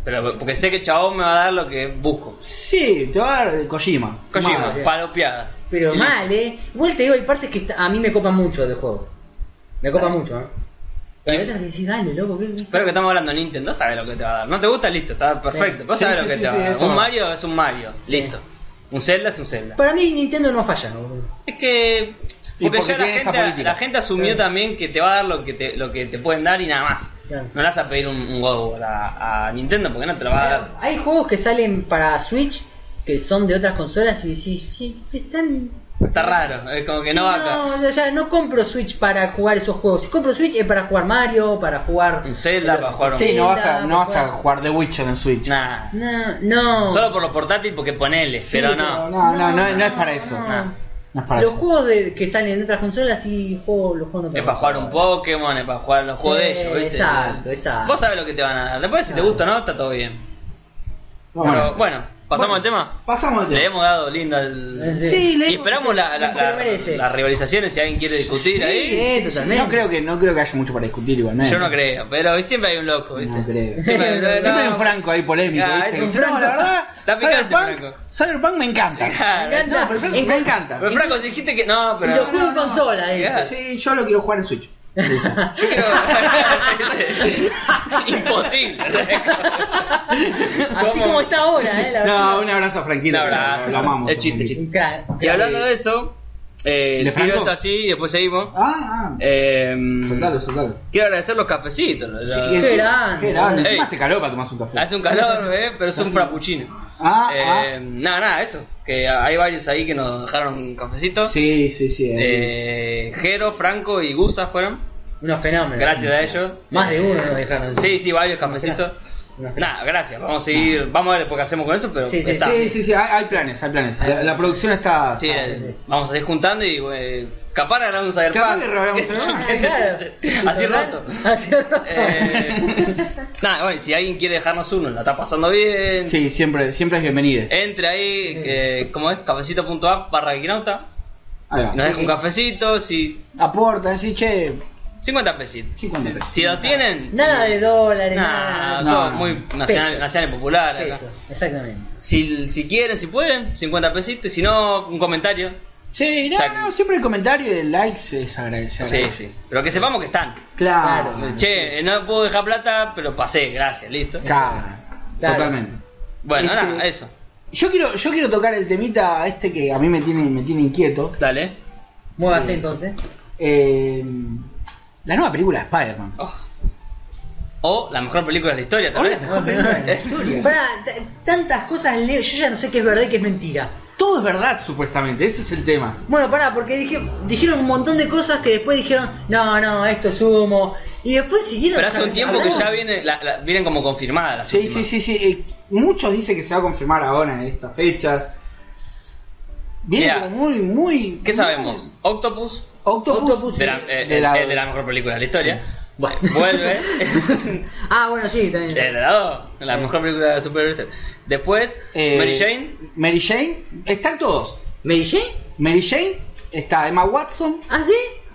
[SPEAKER 2] Pero porque sé que el chabón me va a dar lo que busco.
[SPEAKER 4] Sí, te va a dar Kojima.
[SPEAKER 2] Kojima,
[SPEAKER 1] Madre.
[SPEAKER 2] falopeada.
[SPEAKER 1] Pero
[SPEAKER 2] Y-
[SPEAKER 1] mal, eh. Igual te digo, hay partes que está- a mí me copa mucho del juego. Me copa mucho, eh. Pero hay otras que decís, dale, loco, ¿qué? qué-
[SPEAKER 2] Pero que estamos hablando de Nintendo, sabe lo que te va a dar. No te gusta, listo, está perfecto.
[SPEAKER 1] Sí.
[SPEAKER 2] Pero
[SPEAKER 4] Sí,
[SPEAKER 2] sabe
[SPEAKER 4] sí,
[SPEAKER 2] lo que
[SPEAKER 4] sí,
[SPEAKER 2] te
[SPEAKER 4] sí,
[SPEAKER 2] va a dar.
[SPEAKER 4] eso.
[SPEAKER 2] Un Mario es un Mario,
[SPEAKER 1] Sí.
[SPEAKER 2] listo. Un Zelda es un Zelda.
[SPEAKER 1] Para mí Nintendo no falla, boludo.
[SPEAKER 2] Es que.
[SPEAKER 4] Y
[SPEAKER 2] Porque,
[SPEAKER 4] porque
[SPEAKER 2] ya la
[SPEAKER 4] tiene esa
[SPEAKER 2] gente,
[SPEAKER 4] política.
[SPEAKER 2] la gente asumió también que te va a dar lo que te, lo que te pueden dar y nada más.
[SPEAKER 1] Claro.
[SPEAKER 2] No le vas a pedir un, un God of War a, a Nintendo porque no te lo va a dar.
[SPEAKER 1] Hay juegos que salen para Switch que son de otras consolas y decís, sí, están...
[SPEAKER 2] Está raro, es como que
[SPEAKER 1] Sí,
[SPEAKER 2] no va acá.
[SPEAKER 1] no, o sea, no compro Switch para jugar esos juegos. Si compro Switch es para jugar Mario, para jugar...
[SPEAKER 2] Un Zelda, para jugar un-
[SPEAKER 4] Sí, no vas a,
[SPEAKER 1] Zelda,
[SPEAKER 4] no vas a
[SPEAKER 1] para jugar-
[SPEAKER 4] jugar The Witcher en Switch.
[SPEAKER 2] Nah.
[SPEAKER 1] No, no.
[SPEAKER 2] Solo por los portátiles porque ponele,
[SPEAKER 4] Sí,
[SPEAKER 2] pero no.
[SPEAKER 4] No, no, no, no es para eso.
[SPEAKER 1] no.
[SPEAKER 4] No es para
[SPEAKER 1] los
[SPEAKER 4] eso.
[SPEAKER 1] juegos de- que salen en otras consolas y juego, los juegos no te
[SPEAKER 2] Es
[SPEAKER 1] van
[SPEAKER 2] para
[SPEAKER 1] a
[SPEAKER 2] jugar un Pokémon, es para jugar los juegos
[SPEAKER 1] Sí,
[SPEAKER 2] de ellos, ¿viste?
[SPEAKER 1] exacto, exacto.
[SPEAKER 2] Vos sabés lo que te van a dar. Después, si te gusta o no, está todo bien. Pero bueno, pasamos
[SPEAKER 4] Bueno,
[SPEAKER 2] al tema.
[SPEAKER 4] Pasamos al
[SPEAKER 2] Le
[SPEAKER 4] tema.
[SPEAKER 2] hemos dado lindo al.
[SPEAKER 1] Sí.
[SPEAKER 4] Sí, le
[SPEAKER 2] Y
[SPEAKER 4] hemos-
[SPEAKER 2] esperamos la, la,
[SPEAKER 1] se lo
[SPEAKER 2] la-
[SPEAKER 1] merece.
[SPEAKER 2] las rivalizaciones si alguien quiere discutir
[SPEAKER 4] Sí,
[SPEAKER 2] ahí.
[SPEAKER 4] sí,
[SPEAKER 1] totalmente.
[SPEAKER 4] No creo que no creo que haya mucho para discutir igualmente.
[SPEAKER 2] Yo no creo, pero siempre hay un loco, ¿viste?
[SPEAKER 4] No creo.
[SPEAKER 2] Siempre, hay un loco,
[SPEAKER 4] Siempre hay
[SPEAKER 2] no.
[SPEAKER 4] un franco ahí polémico,
[SPEAKER 2] Ah,
[SPEAKER 4] ¿viste?
[SPEAKER 2] es
[SPEAKER 4] Que
[SPEAKER 2] un
[SPEAKER 4] dice, no,
[SPEAKER 2] Franco.
[SPEAKER 4] la verdad,
[SPEAKER 2] Está picante,
[SPEAKER 4] Cyberpunk,
[SPEAKER 2] Franco.
[SPEAKER 4] Cyberpunk me encanta.
[SPEAKER 2] Claro.
[SPEAKER 1] Me encanta.
[SPEAKER 4] No, pero Franco, me encanta.
[SPEAKER 2] Pero Franco, si dijiste que. No, pero.
[SPEAKER 1] Y los juegos en consola,
[SPEAKER 2] no.
[SPEAKER 1] dice.
[SPEAKER 4] Sí, yo lo quiero jugar en Switch.
[SPEAKER 2] Yo quiero. Imposible.
[SPEAKER 1] Así como está ahora, eh. La
[SPEAKER 4] No, un
[SPEAKER 1] verdad.
[SPEAKER 4] abrazo a Franquito.
[SPEAKER 2] Un abrazo.
[SPEAKER 4] Lo, lo amamos.
[SPEAKER 2] Es chiste,
[SPEAKER 4] Franquito.
[SPEAKER 2] chiste.
[SPEAKER 1] Un crack.
[SPEAKER 2] Y hablando de eso, eh,
[SPEAKER 4] ¿De
[SPEAKER 2] tiro
[SPEAKER 4] Franco?
[SPEAKER 2] esto así y después seguimos.
[SPEAKER 4] Ah, ah.
[SPEAKER 2] Eh,
[SPEAKER 4] Soltalo, soltalo.
[SPEAKER 2] quiero agradecer los cafecitos. la-
[SPEAKER 4] Sí, encima-
[SPEAKER 1] grande.
[SPEAKER 4] Qué grande. Encima
[SPEAKER 2] Ey.
[SPEAKER 4] hace calor para tomarse un café.
[SPEAKER 2] Hace un calor, eh, pero es un frappuccino.
[SPEAKER 4] Ah,
[SPEAKER 2] Eh, Nada, nada, eso. Que hay varios ahí que nos dejaron
[SPEAKER 4] ah.
[SPEAKER 2] cafecitos.
[SPEAKER 4] Sí, sí, sí. ahí.
[SPEAKER 2] Eh, Jero, Franco y Gusa fueron.
[SPEAKER 1] Unos fenómenos.
[SPEAKER 2] Gracias eh. a ellos.
[SPEAKER 1] Eh,
[SPEAKER 2] Eh,
[SPEAKER 1] Más de uno nos dejaron.
[SPEAKER 2] Sí, sí, varios cafecitos.
[SPEAKER 1] Unos fenómenos.
[SPEAKER 2] Nada, gracias. Vamos a seguir. Vamos a ver después qué hacemos con eso, pero
[SPEAKER 1] Sí, sí,
[SPEAKER 2] está.
[SPEAKER 4] Sí, sí, sí, hay, hay planes, hay planes. La, la producción está.
[SPEAKER 2] Sí,
[SPEAKER 4] está-
[SPEAKER 2] eh, vamos a ir juntando y eh, capaz regalamos a
[SPEAKER 4] Capaz que regalamos algo.
[SPEAKER 1] Ah, claro.
[SPEAKER 2] Así roto.
[SPEAKER 1] Así roto.
[SPEAKER 2] Eh, nada, bueno, si alguien quiere dejarnos uno, la está pasando bien.
[SPEAKER 4] Sí, siempre, siempre es bienvenida.
[SPEAKER 2] Entre ahí, eh, ¿cómo es? cafecito.app barra guinauta.
[SPEAKER 4] Ahí va.
[SPEAKER 2] Nos deja un cafecito, si
[SPEAKER 4] Aporta, así, che,
[SPEAKER 2] 50 pesitos.
[SPEAKER 4] 50 pesos.
[SPEAKER 2] Si lo tienen,
[SPEAKER 1] Nada de dólares,
[SPEAKER 2] nada,
[SPEAKER 1] nada.
[SPEAKER 4] no,
[SPEAKER 2] todo
[SPEAKER 4] no.
[SPEAKER 2] muy nacional,
[SPEAKER 1] Pesos.
[SPEAKER 2] nacional y popular. acá.
[SPEAKER 1] Eso, exactamente.
[SPEAKER 2] Si, si quieren, si pueden, 50 pesitos. Si no, un comentario.
[SPEAKER 4] Sí, no,
[SPEAKER 2] Exacto.
[SPEAKER 4] no, siempre el comentario y el like se agradece.
[SPEAKER 2] Sí, sí. Pero que sepamos que están.
[SPEAKER 4] Claro.
[SPEAKER 2] Che, eh, no puedo dejar plata, pero pasé, gracias, listo.
[SPEAKER 4] Claro.
[SPEAKER 1] Claro.
[SPEAKER 4] Totalmente.
[SPEAKER 2] Bueno,
[SPEAKER 4] Este-
[SPEAKER 2] nada, eso.
[SPEAKER 4] Yo quiero, yo quiero tocar el temita este que a mí me tiene, me tiene inquieto.
[SPEAKER 2] Dale.
[SPEAKER 1] Muévase entonces.
[SPEAKER 4] Eh, la nueva película de Spider-Man.
[SPEAKER 2] Oh. O la mejor película de la historia, tal
[SPEAKER 4] Hola,
[SPEAKER 2] vez.
[SPEAKER 4] mejor película de la historia.
[SPEAKER 1] Pará, t- tantas cosas leo, yo ya no sé qué es verdad y qué es mentira.
[SPEAKER 4] Todo es verdad, supuestamente, ese es el tema.
[SPEAKER 1] Bueno, pará, porque dije, dijeron un montón de cosas que después dijeron, no, no, esto es humo. Y después siguieron.
[SPEAKER 2] Pero hace un tiempo que
[SPEAKER 1] hablando.
[SPEAKER 2] ya viene, la- la- vienen como confirmadas las
[SPEAKER 4] Sí, sí,
[SPEAKER 2] últimas.
[SPEAKER 4] sí, sí. eh, muchos dicen que se va a confirmar ahora en estas fechas. Viene
[SPEAKER 2] Mirá.
[SPEAKER 4] como muy, muy.
[SPEAKER 2] ¿Qué sabemos? Octopus,
[SPEAKER 4] Octopus.
[SPEAKER 1] Octopus.
[SPEAKER 2] de la, eh,
[SPEAKER 4] De
[SPEAKER 2] eh,
[SPEAKER 4] la-
[SPEAKER 2] es de la mejor película de la historia.
[SPEAKER 1] Bueno.
[SPEAKER 2] Vuelve.
[SPEAKER 1] ah, bueno, sí, también.
[SPEAKER 2] Eh, Heredado, la mejor película de superhéroes. Después,
[SPEAKER 4] Eh,
[SPEAKER 2] Mary Jane.
[SPEAKER 4] Mary Jane. Están todos.
[SPEAKER 1] ¿Mary Jane?
[SPEAKER 4] Mary Jane. Está Emma Watson.
[SPEAKER 1] ¿Ah, sí?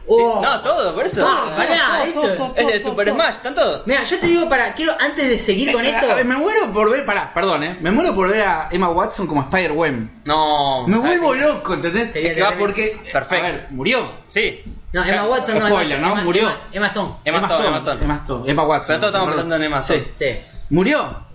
[SPEAKER 1] Oh.
[SPEAKER 2] No, todo, por eso.
[SPEAKER 1] Ah,
[SPEAKER 2] Es-
[SPEAKER 1] pará,
[SPEAKER 4] todo,
[SPEAKER 1] esto
[SPEAKER 4] todo, todo,
[SPEAKER 2] es el
[SPEAKER 4] todo,
[SPEAKER 2] Super
[SPEAKER 4] todo.
[SPEAKER 2] Smash, están todos.
[SPEAKER 1] Mira, yo te digo para. Quiero, antes de seguir con
[SPEAKER 4] Eh,
[SPEAKER 1] esto.
[SPEAKER 4] a ver, me muero por ver, pará, perdón, eh. Me muero por ver a Emma Watson como Spider-Gwen.
[SPEAKER 2] No.
[SPEAKER 4] Me
[SPEAKER 2] o sea,
[SPEAKER 4] vuelvo loco, ¿entendés?
[SPEAKER 1] Sería
[SPEAKER 4] Es que va
[SPEAKER 1] terrible.
[SPEAKER 4] porque.
[SPEAKER 2] Perfecto.
[SPEAKER 4] A ver, murió.
[SPEAKER 2] Sí.
[SPEAKER 1] No, Emma
[SPEAKER 2] Claro,
[SPEAKER 1] Watson no.
[SPEAKER 4] spoiler, ¿no? Murió.
[SPEAKER 1] Emma, Emma Stone.
[SPEAKER 2] Emma Stone, Emma Stone.
[SPEAKER 4] Emma Stone, Emma Watson.
[SPEAKER 2] Pero todos estamos
[SPEAKER 4] perdón.
[SPEAKER 2] pensando en Emma Stone.
[SPEAKER 4] Sí.
[SPEAKER 1] Sí.
[SPEAKER 4] Murió.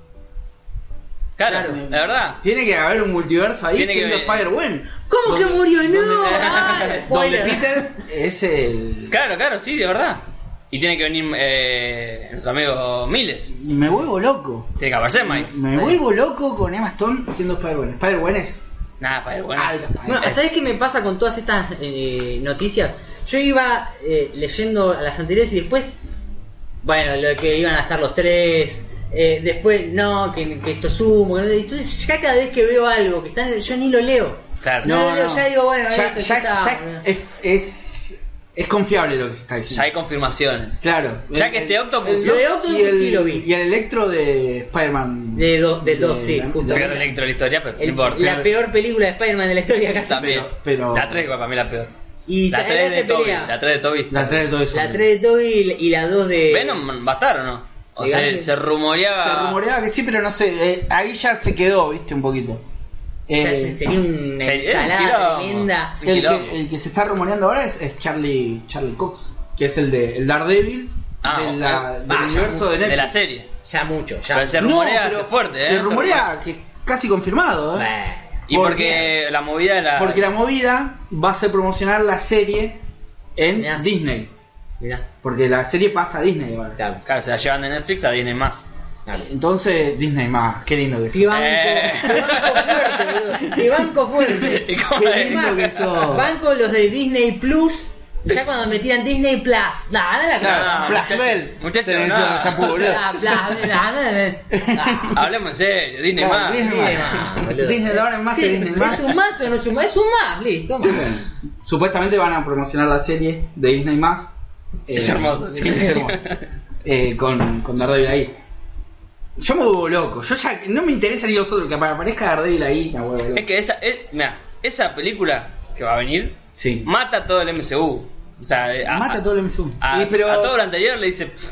[SPEAKER 2] Claro,
[SPEAKER 1] Claro.
[SPEAKER 2] la verdad.
[SPEAKER 4] Tiene que haber un multiverso ahí
[SPEAKER 2] Tiene que
[SPEAKER 4] siendo
[SPEAKER 2] ver-
[SPEAKER 4] Spider-Gwen.
[SPEAKER 1] ¿Cómo
[SPEAKER 4] Donde-
[SPEAKER 1] que murió? No.
[SPEAKER 2] donde-
[SPEAKER 1] ay,
[SPEAKER 4] Donde
[SPEAKER 1] spoiler.
[SPEAKER 4] Peter es el.
[SPEAKER 2] Claro, claro, sí, de verdad. Y tiene que venir eh, nuestro amigo Miles.
[SPEAKER 4] Me vuelvo loco.
[SPEAKER 2] Tiene que aparecer Miles.
[SPEAKER 4] Me
[SPEAKER 1] Sí.
[SPEAKER 4] vuelvo loco con Emma Stone siendo Spider-Gwen. Spider-Gwen es.
[SPEAKER 2] Nada, para el bueno.
[SPEAKER 4] Alto,
[SPEAKER 1] Bueno,
[SPEAKER 2] Eh.
[SPEAKER 1] ¿sabes qué me pasa con todas estas eh, noticias? Yo iba eh, leyendo las anteriores y después, bueno, lo que iban a estar los tres, eh, después, no, que, que esto es humo, que no- entonces ya cada vez que veo algo que está en el- yo ni lo leo.
[SPEAKER 2] Claro.
[SPEAKER 1] No, no, ya digo, bueno,
[SPEAKER 4] ya,
[SPEAKER 1] esto
[SPEAKER 4] ya-
[SPEAKER 1] ya está,
[SPEAKER 4] ya
[SPEAKER 1] bueno.
[SPEAKER 4] es, es, es confiable lo que se está diciendo.
[SPEAKER 2] Ya hay confirmaciones.
[SPEAKER 4] Claro.
[SPEAKER 2] Ya
[SPEAKER 4] El-
[SPEAKER 2] que este
[SPEAKER 4] el-
[SPEAKER 2] Octopus.
[SPEAKER 1] Lo de Octopus
[SPEAKER 4] y el-
[SPEAKER 1] sí lo vi.
[SPEAKER 4] Y el electro de Spider-Man.
[SPEAKER 1] De do- del dos, sí,
[SPEAKER 4] la-
[SPEAKER 1] justo.
[SPEAKER 2] Peor
[SPEAKER 4] la-
[SPEAKER 2] electro de la historia, pero no
[SPEAKER 1] El-
[SPEAKER 2] importa.
[SPEAKER 1] la peor película de Spider-Man de la historia casi.
[SPEAKER 2] También.
[SPEAKER 4] Pero- pero-
[SPEAKER 2] La 3 para mí la peor.
[SPEAKER 1] Y
[SPEAKER 2] La
[SPEAKER 1] ta-
[SPEAKER 2] 3
[SPEAKER 1] no
[SPEAKER 2] de
[SPEAKER 1] se
[SPEAKER 2] Toby.
[SPEAKER 1] pelea.
[SPEAKER 2] La 3 de Toby.
[SPEAKER 4] La 3 de todo eso.
[SPEAKER 1] La 3 de Toby y la- y la 2 de...
[SPEAKER 2] Venom va a estar o no? O
[SPEAKER 1] de
[SPEAKER 2] sea,
[SPEAKER 1] Garfield.
[SPEAKER 2] se rumoreaba.
[SPEAKER 4] Se rumoreaba que sí, pero no sé. eh, ahí ya se quedó, viste, un poquito.
[SPEAKER 1] O sea,
[SPEAKER 4] Eh,
[SPEAKER 1] sería una
[SPEAKER 2] sería un
[SPEAKER 1] ensalada
[SPEAKER 2] quilombo.
[SPEAKER 1] tremenda.
[SPEAKER 4] el,
[SPEAKER 2] quilombo.
[SPEAKER 4] que, el que se está rumoreando ahora es, es Charlie Charlie Cox, que es el de el Daredevil
[SPEAKER 2] Ah,
[SPEAKER 4] de la-
[SPEAKER 2] ok.
[SPEAKER 4] del
[SPEAKER 2] Ah,
[SPEAKER 4] universo de
[SPEAKER 2] de,
[SPEAKER 4] Netflix.
[SPEAKER 2] la serie.
[SPEAKER 1] Ya mucho, ya.
[SPEAKER 2] Pero se
[SPEAKER 4] No,
[SPEAKER 2] rumorea,
[SPEAKER 4] pero
[SPEAKER 2] se fuerte, ¿eh?
[SPEAKER 4] Se
[SPEAKER 2] se
[SPEAKER 4] rumorea que casi confirmado, ¿eh?
[SPEAKER 1] Bueno.
[SPEAKER 2] Y porque la movida de la.
[SPEAKER 4] Porque la movida va a ser promocionar la serie en
[SPEAKER 1] Ya.
[SPEAKER 4] Disney.
[SPEAKER 1] Mirá,
[SPEAKER 4] Porque la serie pasa a Disney ahora.
[SPEAKER 1] claro,
[SPEAKER 2] Claro, se la llevan de Netflix a Disney más.
[SPEAKER 1] claro.
[SPEAKER 4] Entonces, Disney más, qué lindo que es.
[SPEAKER 1] Te banco,
[SPEAKER 2] Eh.
[SPEAKER 1] te banco fuerte, boludo. Te banco fuerte.
[SPEAKER 2] ¿Y cómo
[SPEAKER 4] Qué
[SPEAKER 2] es?
[SPEAKER 1] Es más,
[SPEAKER 4] lindo que sos.
[SPEAKER 1] banco los de Disney Plus. Ya cuando me tiran Disney Plus. Nah, anda la
[SPEAKER 2] Claro.
[SPEAKER 1] cara.
[SPEAKER 4] Plasbel.
[SPEAKER 2] Ah, Muchacho,
[SPEAKER 4] Tenés
[SPEAKER 2] no.
[SPEAKER 4] eso, ya pudo,
[SPEAKER 1] O
[SPEAKER 4] boludo.
[SPEAKER 1] sea, Plus, nah, anda- nah.
[SPEAKER 2] Hablemos en serio, Disney
[SPEAKER 4] Claro,
[SPEAKER 2] más.
[SPEAKER 4] Disney
[SPEAKER 1] Disney
[SPEAKER 4] más.
[SPEAKER 1] más, boludo.
[SPEAKER 4] Disney ahora es más
[SPEAKER 1] Sí,
[SPEAKER 4] que Disney más.
[SPEAKER 1] ¿Es un más o no es un más? Es un más, listo.
[SPEAKER 4] Supuestamente van a promocionar la serie de Disney más. eh,
[SPEAKER 2] Es hermoso, sí.
[SPEAKER 4] es hermoso. Eh, con, con Daredevil ahí. Yo me vuelvo loco. Yo ya no me interesa ni los otros. Que aparezca Daredevil ahí, me vuelvo loco.
[SPEAKER 2] Es que esa, eh, mirá, esa película que va a venir
[SPEAKER 4] Sí.
[SPEAKER 2] mata todo el MCU. O sea, eh, a,
[SPEAKER 4] Mata todo el MCU.
[SPEAKER 2] a-
[SPEAKER 4] Y pero,
[SPEAKER 2] a todo lo anterior le dice. "Pff,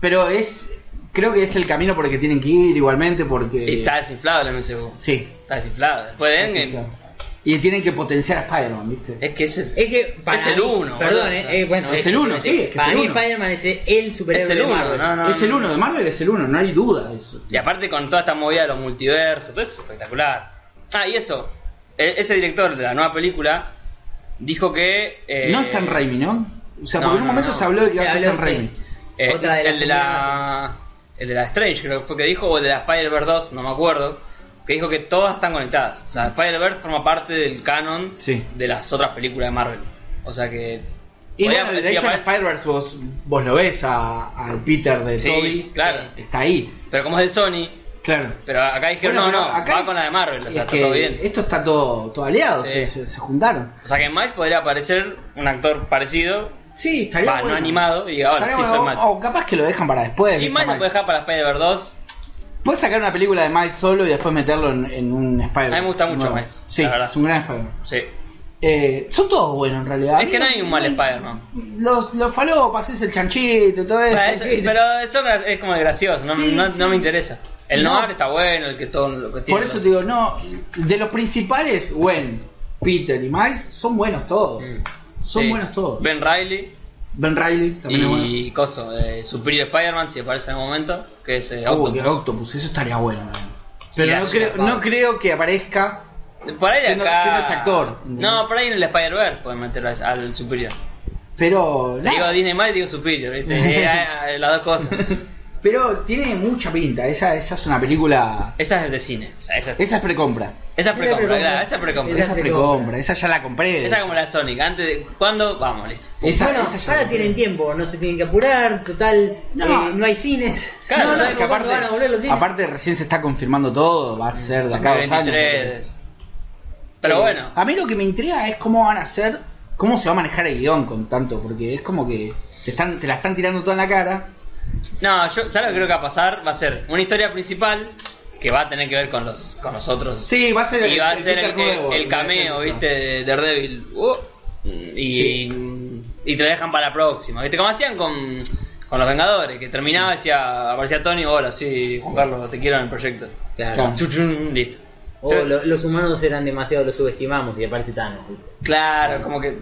[SPEAKER 4] pero es. Creo que es el camino por el que tienen que ir igualmente. Porque.
[SPEAKER 2] y está desinflado el MCU.
[SPEAKER 4] Sí.
[SPEAKER 2] Está desinflado. Después de Endgame.
[SPEAKER 4] Y tienen que potenciar a Spider-Man, ¿viste?
[SPEAKER 2] Es que ese
[SPEAKER 1] Es que para
[SPEAKER 2] es el
[SPEAKER 1] mí-
[SPEAKER 2] uno.
[SPEAKER 1] Perdón,
[SPEAKER 2] boludo, o sea.
[SPEAKER 1] eh, eh, bueno,
[SPEAKER 4] Es el uno, sí, es que
[SPEAKER 1] Para
[SPEAKER 4] es el
[SPEAKER 1] mí
[SPEAKER 4] uno.
[SPEAKER 1] Spider-Man es el superhéroe
[SPEAKER 2] Es el
[SPEAKER 1] de
[SPEAKER 2] uno,
[SPEAKER 1] Marvel.
[SPEAKER 2] no, no,
[SPEAKER 4] es el uno, de Marvel es el uno, no hay duda de eso.
[SPEAKER 2] Y aparte con toda esta movida de los multiversos, todo es espectacular. Ah, y eso, e- ese director de la nueva película dijo que... eh,
[SPEAKER 4] no es San Raimi, ¿no? O sea,
[SPEAKER 2] no,
[SPEAKER 4] porque en
[SPEAKER 2] no,
[SPEAKER 4] un momento
[SPEAKER 2] no.
[SPEAKER 4] se habló de que
[SPEAKER 1] Se
[SPEAKER 4] iba a ser San
[SPEAKER 1] habló,
[SPEAKER 4] Raimi.
[SPEAKER 1] sí.
[SPEAKER 2] eh,
[SPEAKER 1] Otra de las
[SPEAKER 2] el de la... El de la Strange creo que fue que dijo, o el de la Spider-Verse 2, no me acuerdo, que dijo que todas están conectadas. O sea, Spider-Verse forma parte del canon
[SPEAKER 4] Sí.
[SPEAKER 2] de las otras películas de Marvel. O sea que...
[SPEAKER 4] Y
[SPEAKER 2] podía-
[SPEAKER 4] bueno, de
[SPEAKER 2] si
[SPEAKER 4] hecho en
[SPEAKER 2] apare-
[SPEAKER 4] Spider-Verse vos, vos lo ves a- al Peter de
[SPEAKER 2] Sí,
[SPEAKER 4] Toby.
[SPEAKER 2] claro.
[SPEAKER 4] Está ahí,
[SPEAKER 2] Pero como es de Sony,
[SPEAKER 4] claro.
[SPEAKER 2] pero acá dijeron,
[SPEAKER 4] Bueno,
[SPEAKER 2] no,
[SPEAKER 4] pero
[SPEAKER 2] no,
[SPEAKER 4] acá-
[SPEAKER 2] va con la de Marvel, o sea,
[SPEAKER 4] Es
[SPEAKER 2] está
[SPEAKER 4] que
[SPEAKER 2] todo bien.
[SPEAKER 4] Esto está todo, todo aliado,
[SPEAKER 2] Sí.
[SPEAKER 4] se, se- se juntaron.
[SPEAKER 2] O sea que en Miles podría aparecer un actor parecido,
[SPEAKER 4] Sí, estaría
[SPEAKER 2] va, no
[SPEAKER 4] bueno.
[SPEAKER 2] animado, y diga, ahora
[SPEAKER 4] Estaría
[SPEAKER 2] sí soy
[SPEAKER 4] bueno,
[SPEAKER 2] Miles.
[SPEAKER 4] oh, o, o capaz que lo dejan para después.
[SPEAKER 2] y
[SPEAKER 4] ¿viste?
[SPEAKER 2] Miles lo
[SPEAKER 4] Miles.
[SPEAKER 2] puede dejar para Spider-Verse 2.
[SPEAKER 4] Puedes sacar una película de Miles solo y después meterlo en, en un Spider-Man.
[SPEAKER 2] A mí me gusta mucho
[SPEAKER 4] nuevo.
[SPEAKER 2] Miles,
[SPEAKER 4] Sí,
[SPEAKER 2] la verdad.
[SPEAKER 4] es un gran Spider-Man.
[SPEAKER 2] Sí.
[SPEAKER 4] Eh, son todos buenos en realidad.
[SPEAKER 2] Es que no hay un mal Spider-Man.
[SPEAKER 4] Los, los falopas, es el chanchito, todo eso.
[SPEAKER 2] Bueno, es-
[SPEAKER 4] Sí.
[SPEAKER 2] pero eso gra- es como gracioso, no,
[SPEAKER 4] Sí,
[SPEAKER 2] no,
[SPEAKER 4] sí.
[SPEAKER 2] no me interesa. El
[SPEAKER 4] No.
[SPEAKER 2] Noir está bueno, el que todo lo que tiene.
[SPEAKER 4] Por eso
[SPEAKER 2] los-
[SPEAKER 4] te digo, no. De los principales, Gwen, Peter y Miles, son buenos todos.
[SPEAKER 2] Mm.
[SPEAKER 4] Son
[SPEAKER 2] Sí.
[SPEAKER 4] buenos todos. Ben,
[SPEAKER 2] Ben Riley
[SPEAKER 4] Riley también es bueno.
[SPEAKER 2] y Coso, eh, Superior Spider-Man, si aparece en el momento, que es eh,
[SPEAKER 4] Oh,
[SPEAKER 2] Octopus.
[SPEAKER 4] que Octopus, eso estaría bueno. man.
[SPEAKER 2] Sí,
[SPEAKER 4] Pero no,
[SPEAKER 2] así
[SPEAKER 4] creo,
[SPEAKER 2] es,
[SPEAKER 4] no
[SPEAKER 2] vamos.
[SPEAKER 4] creo que aparezca.
[SPEAKER 2] Por ahí de
[SPEAKER 4] siendo-
[SPEAKER 2] acá.
[SPEAKER 4] siendo este actor.
[SPEAKER 2] No, por ahí en el Spider-Verse pueden meter al, al Superior.
[SPEAKER 4] Pero.
[SPEAKER 2] Te
[SPEAKER 4] nada.
[SPEAKER 2] digo Disney más y digo Superior, ¿viste? Era, eh, las dos cosas.
[SPEAKER 4] Pero tiene mucha pinta. Esa, esa es una película.
[SPEAKER 2] Esa es de cine. O sea, esa,
[SPEAKER 4] Esa es precompra.
[SPEAKER 2] esa es precompra,
[SPEAKER 1] precompra.
[SPEAKER 2] claro, esa es precompra.
[SPEAKER 1] Esa
[SPEAKER 4] Esa es precompra. Esa ya la compré.
[SPEAKER 2] Esa es como la Sonic, antes de. ¿Cuándo? Vamos, listo.
[SPEAKER 4] Esa-
[SPEAKER 1] bueno,
[SPEAKER 4] esa ya
[SPEAKER 1] ahora
[SPEAKER 4] la compré.
[SPEAKER 1] tienen tiempo, no se tienen que apurar, total,
[SPEAKER 4] No.
[SPEAKER 1] eh, no, hay cines.
[SPEAKER 2] Claro,
[SPEAKER 1] no, no,
[SPEAKER 2] ¿sabes
[SPEAKER 1] no,
[SPEAKER 4] que
[SPEAKER 1] ¿cuándo
[SPEAKER 4] aparte,
[SPEAKER 1] van a volver los cines?
[SPEAKER 4] aparte recién se está confirmando todo, va a ser de acá a dos años. Eh,
[SPEAKER 2] 2023. Pero bueno,
[SPEAKER 4] A mí lo que me intriga es cómo van a hacer cómo se va a manejar el guión con tanto, porque es como que te, están, te la están tirando toda en la cara.
[SPEAKER 2] No, yo, ¿sabes lo que creo que va a pasar? Va a ser una historia principal que va a tener que ver con los, con los otros.
[SPEAKER 4] Sí, va a ser
[SPEAKER 2] y va a ser el,
[SPEAKER 4] Peter
[SPEAKER 2] el-
[SPEAKER 4] nuevo,
[SPEAKER 2] el
[SPEAKER 4] de
[SPEAKER 2] cameo,
[SPEAKER 4] Defensa.
[SPEAKER 2] ¿viste? De Daredevil. Uh, y, y te lo dejan para la próxima, ¿viste? Como hacían con, con los Vengadores, que terminaba, decía, aparecía Tony, hola, sí, Juan Carlos, te quiero en el proyecto.
[SPEAKER 1] Claro.
[SPEAKER 4] Claro.
[SPEAKER 2] Chuchun, listo.
[SPEAKER 1] O lo- los humanos eran demasiado, los subestimamos y aparece Thanos. ¿viste?
[SPEAKER 2] Claro, como que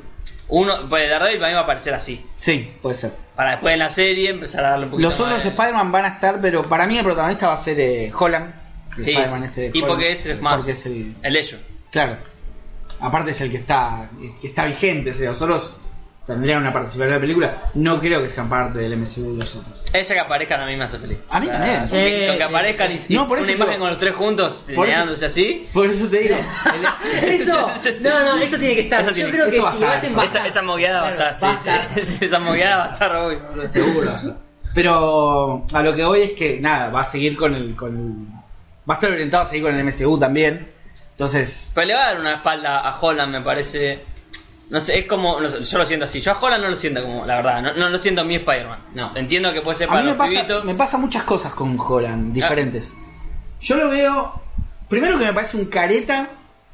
[SPEAKER 2] uno, pues Daredevil para mí va a aparecer así.
[SPEAKER 4] Sí, puede ser.
[SPEAKER 2] Para después en la serie empezar a darle un poquito
[SPEAKER 4] Los otros
[SPEAKER 2] más de-
[SPEAKER 4] Spider-Man van a estar, pero para mí el protagonista va a ser eh, Holland. el
[SPEAKER 2] Sí,
[SPEAKER 4] Spider-Man
[SPEAKER 2] sí.
[SPEAKER 4] este de
[SPEAKER 2] y
[SPEAKER 4] Holland,
[SPEAKER 2] porque es el más,
[SPEAKER 4] porque es el-
[SPEAKER 2] el ello.
[SPEAKER 4] Claro. Aparte es el que está, el que está vigente, o sea, los otros tendrían una participación en la película. No creo que sean parte del MCU los otros.
[SPEAKER 2] Ella que aparezcan a mí me hace feliz.
[SPEAKER 4] A mí también.
[SPEAKER 2] Con que,
[SPEAKER 1] Eh,
[SPEAKER 2] con que
[SPEAKER 1] eh,
[SPEAKER 2] aparezcan y, y
[SPEAKER 4] No, por eso
[SPEAKER 2] una
[SPEAKER 4] digo-
[SPEAKER 2] imagen con los tres juntos,
[SPEAKER 4] Por eso-
[SPEAKER 2] señalándose así.
[SPEAKER 4] Por eso te digo.
[SPEAKER 1] Eso, no, no, eso tiene que estar.
[SPEAKER 2] Eso
[SPEAKER 1] Yo
[SPEAKER 2] tiene-
[SPEAKER 1] creo que
[SPEAKER 4] eso va a
[SPEAKER 1] si lo
[SPEAKER 4] estar,
[SPEAKER 1] hacen
[SPEAKER 4] eso-
[SPEAKER 1] va a
[SPEAKER 2] Esa,
[SPEAKER 1] estar.
[SPEAKER 2] esa mogueada va a
[SPEAKER 1] Claro,
[SPEAKER 2] estar, sí,
[SPEAKER 1] va a
[SPEAKER 2] sí, sí, esa mogueada va a estar hoy.
[SPEAKER 4] Seguro. Pero a lo que voy es que, nada, va a seguir con el. Con el- va a estar orientado a seguir con el MCU también. Entonces,
[SPEAKER 2] Pero le va a dar una espalda a Holland, me parece. No sé, es como. no sé, yo lo siento así. Yo a Holland no lo siento como, la verdad. No, no lo siento mi Spider-Man.
[SPEAKER 1] No.
[SPEAKER 2] Entiendo que puede ser
[SPEAKER 4] a
[SPEAKER 2] para
[SPEAKER 4] mí me
[SPEAKER 2] los
[SPEAKER 4] pasa,
[SPEAKER 2] pibitos. Ah.
[SPEAKER 4] me pasa muchas cosas con Holland, diferentes. Yo lo veo. Primero que me parece un careta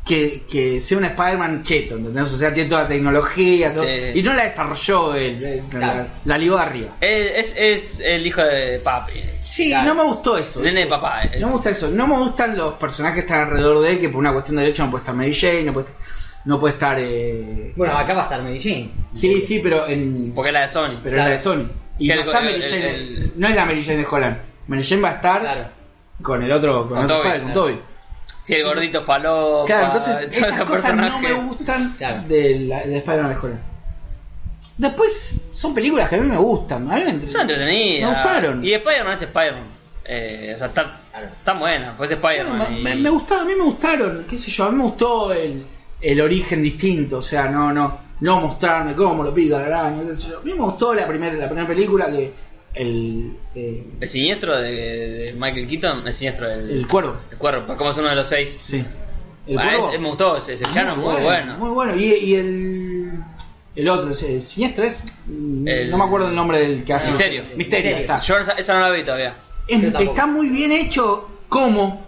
[SPEAKER 4] que, que sea un Spider-Man cheto, ¿entendés? O sea, tiene toda la tecnología, todo-
[SPEAKER 2] Sí.
[SPEAKER 4] y no la desarrolló él, él,
[SPEAKER 1] Claro.
[SPEAKER 4] la, la ligó arriba.
[SPEAKER 2] Es, es, es el hijo de papi.
[SPEAKER 4] Sí,
[SPEAKER 2] Claro.
[SPEAKER 4] no me gustó eso.
[SPEAKER 2] Nene de papá. eh.
[SPEAKER 4] No me gusta eso. No me gustan los personajes que están alrededor de él, que por una cuestión de derecho no puede estar Mary Jane, no puede, no puede estar... eh,
[SPEAKER 1] Bueno, acá va a estar Medellín.
[SPEAKER 4] Sí, sí, pero en...
[SPEAKER 2] Porque es la de Sony.
[SPEAKER 4] Pero en
[SPEAKER 1] Claro.
[SPEAKER 4] la de Sony. Y
[SPEAKER 2] eh, pues, Que
[SPEAKER 4] no
[SPEAKER 2] el-
[SPEAKER 4] está Mary
[SPEAKER 2] el-
[SPEAKER 4] Jane,
[SPEAKER 2] el-
[SPEAKER 4] no es la Mary Jane de Holland. Mary Jane va a estar
[SPEAKER 1] Claro.
[SPEAKER 4] con el otro... Con,
[SPEAKER 2] Con
[SPEAKER 4] otro
[SPEAKER 2] Toby,
[SPEAKER 4] padre, con
[SPEAKER 2] claro.
[SPEAKER 4] Toby.
[SPEAKER 2] Sí, el gordito faló.
[SPEAKER 4] Claro, entonces esas cosas no me gustan
[SPEAKER 1] Claro.
[SPEAKER 4] de, la- de Spider-Man de Holland. Después son películas que a mí me gustan. A mí me entre-
[SPEAKER 2] Son entretenidas.
[SPEAKER 4] Me gustaron.
[SPEAKER 2] Y Spider-Man es Spider-Man. Eh, o sea, está,
[SPEAKER 1] Claro.
[SPEAKER 2] está buena, pues es
[SPEAKER 4] Claro,
[SPEAKER 2] Spider-Man.
[SPEAKER 4] me,
[SPEAKER 2] y-
[SPEAKER 4] me- me gustaron, a mí me gustaron, qué sé yo, a mí me gustó el, el origen distinto, o sea, no, no, no mostrarme cómo lo pica la araña, qué sé yo. A mí me gustó la primera, la primera película que el, eh,
[SPEAKER 2] El siniestro de, de Michael Keaton, el siniestro del
[SPEAKER 4] el cuervo.
[SPEAKER 2] el cuervo, pues, como es uno de los seis.
[SPEAKER 4] Sí. El
[SPEAKER 2] Ah,
[SPEAKER 4] cuervo.
[SPEAKER 2] es- es- me gustó, ese, ese
[SPEAKER 4] Ah,
[SPEAKER 2] villano es muy bueno.
[SPEAKER 4] Muy bueno. Y, y el el otro, el, siniestro es mm,
[SPEAKER 2] El-
[SPEAKER 4] no me acuerdo el nombre del que hace.
[SPEAKER 2] Misterio.
[SPEAKER 4] Misterio, está.
[SPEAKER 2] Yo esa, esa no la vi todavía.
[SPEAKER 4] Es-
[SPEAKER 1] yo tampoco.
[SPEAKER 4] está muy bien hecho cómo,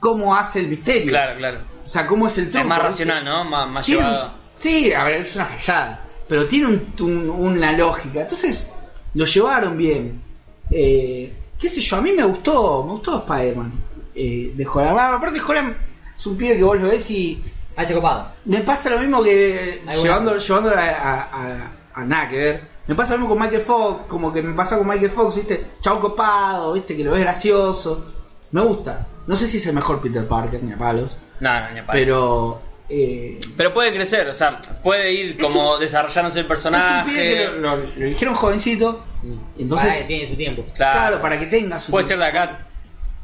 [SPEAKER 4] cómo hace el misterio.
[SPEAKER 2] Claro, claro.
[SPEAKER 4] O sea, cómo es el truco.
[SPEAKER 2] es más
[SPEAKER 4] ¿viste?
[SPEAKER 2] racional, ¿no? Más, más
[SPEAKER 4] Tiene un-
[SPEAKER 2] llevado.
[SPEAKER 4] sí, a ver, es una fallada. Pero tiene un- un- una lógica. Entonces, lo llevaron bien. Eh, qué sé yo, a mí me gustó, me gustó Spider-Man eh, de Holland. Ah, Aparte, Holland es un pibe que vos lo ves y
[SPEAKER 1] Hace copado.
[SPEAKER 4] me pasa lo mismo que
[SPEAKER 1] Alguna-
[SPEAKER 4] llevándolo, llevándolo a, a- a- a nada que ver. Me pasa lo mismo con Michael Fox, como que me pasa con Michael Fox, ¿viste? Chao copado, ¿viste? Que lo ves gracioso. Me gusta. No sé si es el mejor Peter Parker, ni a palos.
[SPEAKER 2] No, no, ni a palo.
[SPEAKER 4] Pero. eh,
[SPEAKER 2] Pero puede crecer, o sea, puede ir como desarrollándose el
[SPEAKER 4] Es un pibe
[SPEAKER 2] personaje.
[SPEAKER 4] que lo, lo- lo eligieron jovencito. Entonces,
[SPEAKER 1] Para, tiene su tiempo.
[SPEAKER 2] Claro.
[SPEAKER 4] claro, para que tengas.
[SPEAKER 2] Puede ser de acá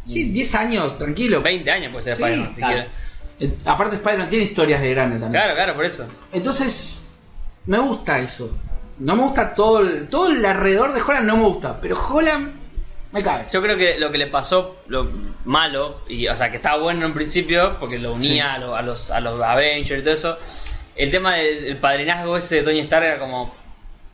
[SPEAKER 4] Sí, 10 años, tranquilo.
[SPEAKER 2] 20 años, puede ser
[SPEAKER 4] Sí,
[SPEAKER 2] Spider-Man, si
[SPEAKER 4] claro.
[SPEAKER 2] quiere.
[SPEAKER 4] Eh, Aparte, Spider-Man tiene historias de grande también.
[SPEAKER 2] Claro, claro, por eso.
[SPEAKER 4] Entonces, me gusta eso. No me gusta todo el, todo el alrededor de Holland, no me gusta. Pero Holland me cabe.
[SPEAKER 2] Yo creo que lo que le pasó, lo malo, y, o sea, que estaba bueno en principio, porque lo unía
[SPEAKER 4] Sí.
[SPEAKER 2] a, lo- a los, a los Avengers y todo eso, el tema del el padrinazgo ese de Tony Stark era como,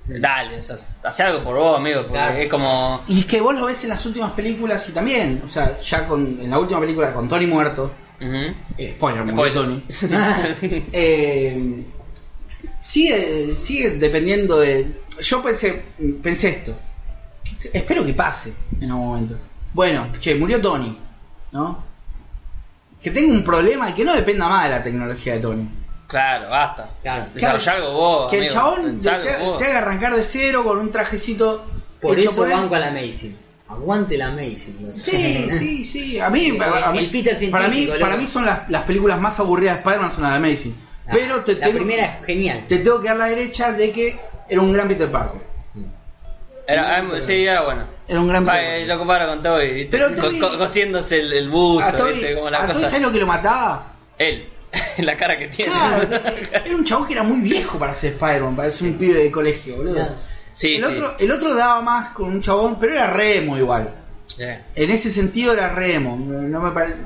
[SPEAKER 2] dale, o sea, hace algo por vos, amigo, porque
[SPEAKER 1] Claro.
[SPEAKER 2] es como...
[SPEAKER 4] Y que vos lo ves en las últimas películas y también, o sea, ya con, en la última película con Tony muerto,
[SPEAKER 2] ujú.
[SPEAKER 4] eh, spoiler, murió
[SPEAKER 2] Spoiler.
[SPEAKER 4] Tony, Eh, sigue, sigue dependiendo de. Yo pensé, pensé esto. Espero que pase en algún momento. Bueno, che, murió Tony, ¿no? Que tenga un problema y que no dependa más de la tecnología de Tony.
[SPEAKER 2] claro, basta.
[SPEAKER 1] Claro.
[SPEAKER 2] Desarrollá algo
[SPEAKER 1] Oh,
[SPEAKER 2] vos,
[SPEAKER 4] Que el
[SPEAKER 2] amigo,
[SPEAKER 4] chabón te,
[SPEAKER 2] pensá algo
[SPEAKER 4] te-
[SPEAKER 2] vos.
[SPEAKER 4] te haga arrancar de cero con un trajecito.
[SPEAKER 1] Por
[SPEAKER 4] hecho
[SPEAKER 1] eso
[SPEAKER 4] él.
[SPEAKER 1] banco a la Amazing. Aguante la Amazing. loco.
[SPEAKER 4] Sí, sí, sí. A mí,
[SPEAKER 1] El-
[SPEAKER 4] a mí-
[SPEAKER 1] el Peter
[SPEAKER 4] para, mí
[SPEAKER 1] científico,
[SPEAKER 4] para
[SPEAKER 1] loco.
[SPEAKER 4] mí son las, las películas más aburridas de Spider-Man, son las de Amazing.
[SPEAKER 1] La-
[SPEAKER 4] Pero te
[SPEAKER 1] la
[SPEAKER 4] tengo-
[SPEAKER 1] primera es genial.
[SPEAKER 4] te tengo que dar la derecha de que era un gran Peter Parker.
[SPEAKER 1] Mm.
[SPEAKER 2] Era, ah, sí, era bueno.
[SPEAKER 4] Era un gran
[SPEAKER 2] Pa,
[SPEAKER 4] Peter
[SPEAKER 2] eh,
[SPEAKER 4] Parker.
[SPEAKER 2] lo comparo con Toby, ¿viste?
[SPEAKER 4] Pero Toby-
[SPEAKER 2] Co- co- cosiéndose el, el buzo,
[SPEAKER 4] A Toby-
[SPEAKER 2] ¿viste? Como la
[SPEAKER 4] a Toby,
[SPEAKER 2] cosa...
[SPEAKER 4] ¿sabes lo que lo mataba?
[SPEAKER 2] Él, la cara que tiene.
[SPEAKER 4] Claro, era un chabón que era muy viejo para ser Spider-Man, para ser un pibe de colegio, boludo.
[SPEAKER 1] Claro.
[SPEAKER 2] sí,
[SPEAKER 4] el,
[SPEAKER 2] sí.
[SPEAKER 4] Otro, el otro daba más con un chabón, pero era remo igual.
[SPEAKER 2] Eh.
[SPEAKER 4] En ese sentido era remo, no no me, pare-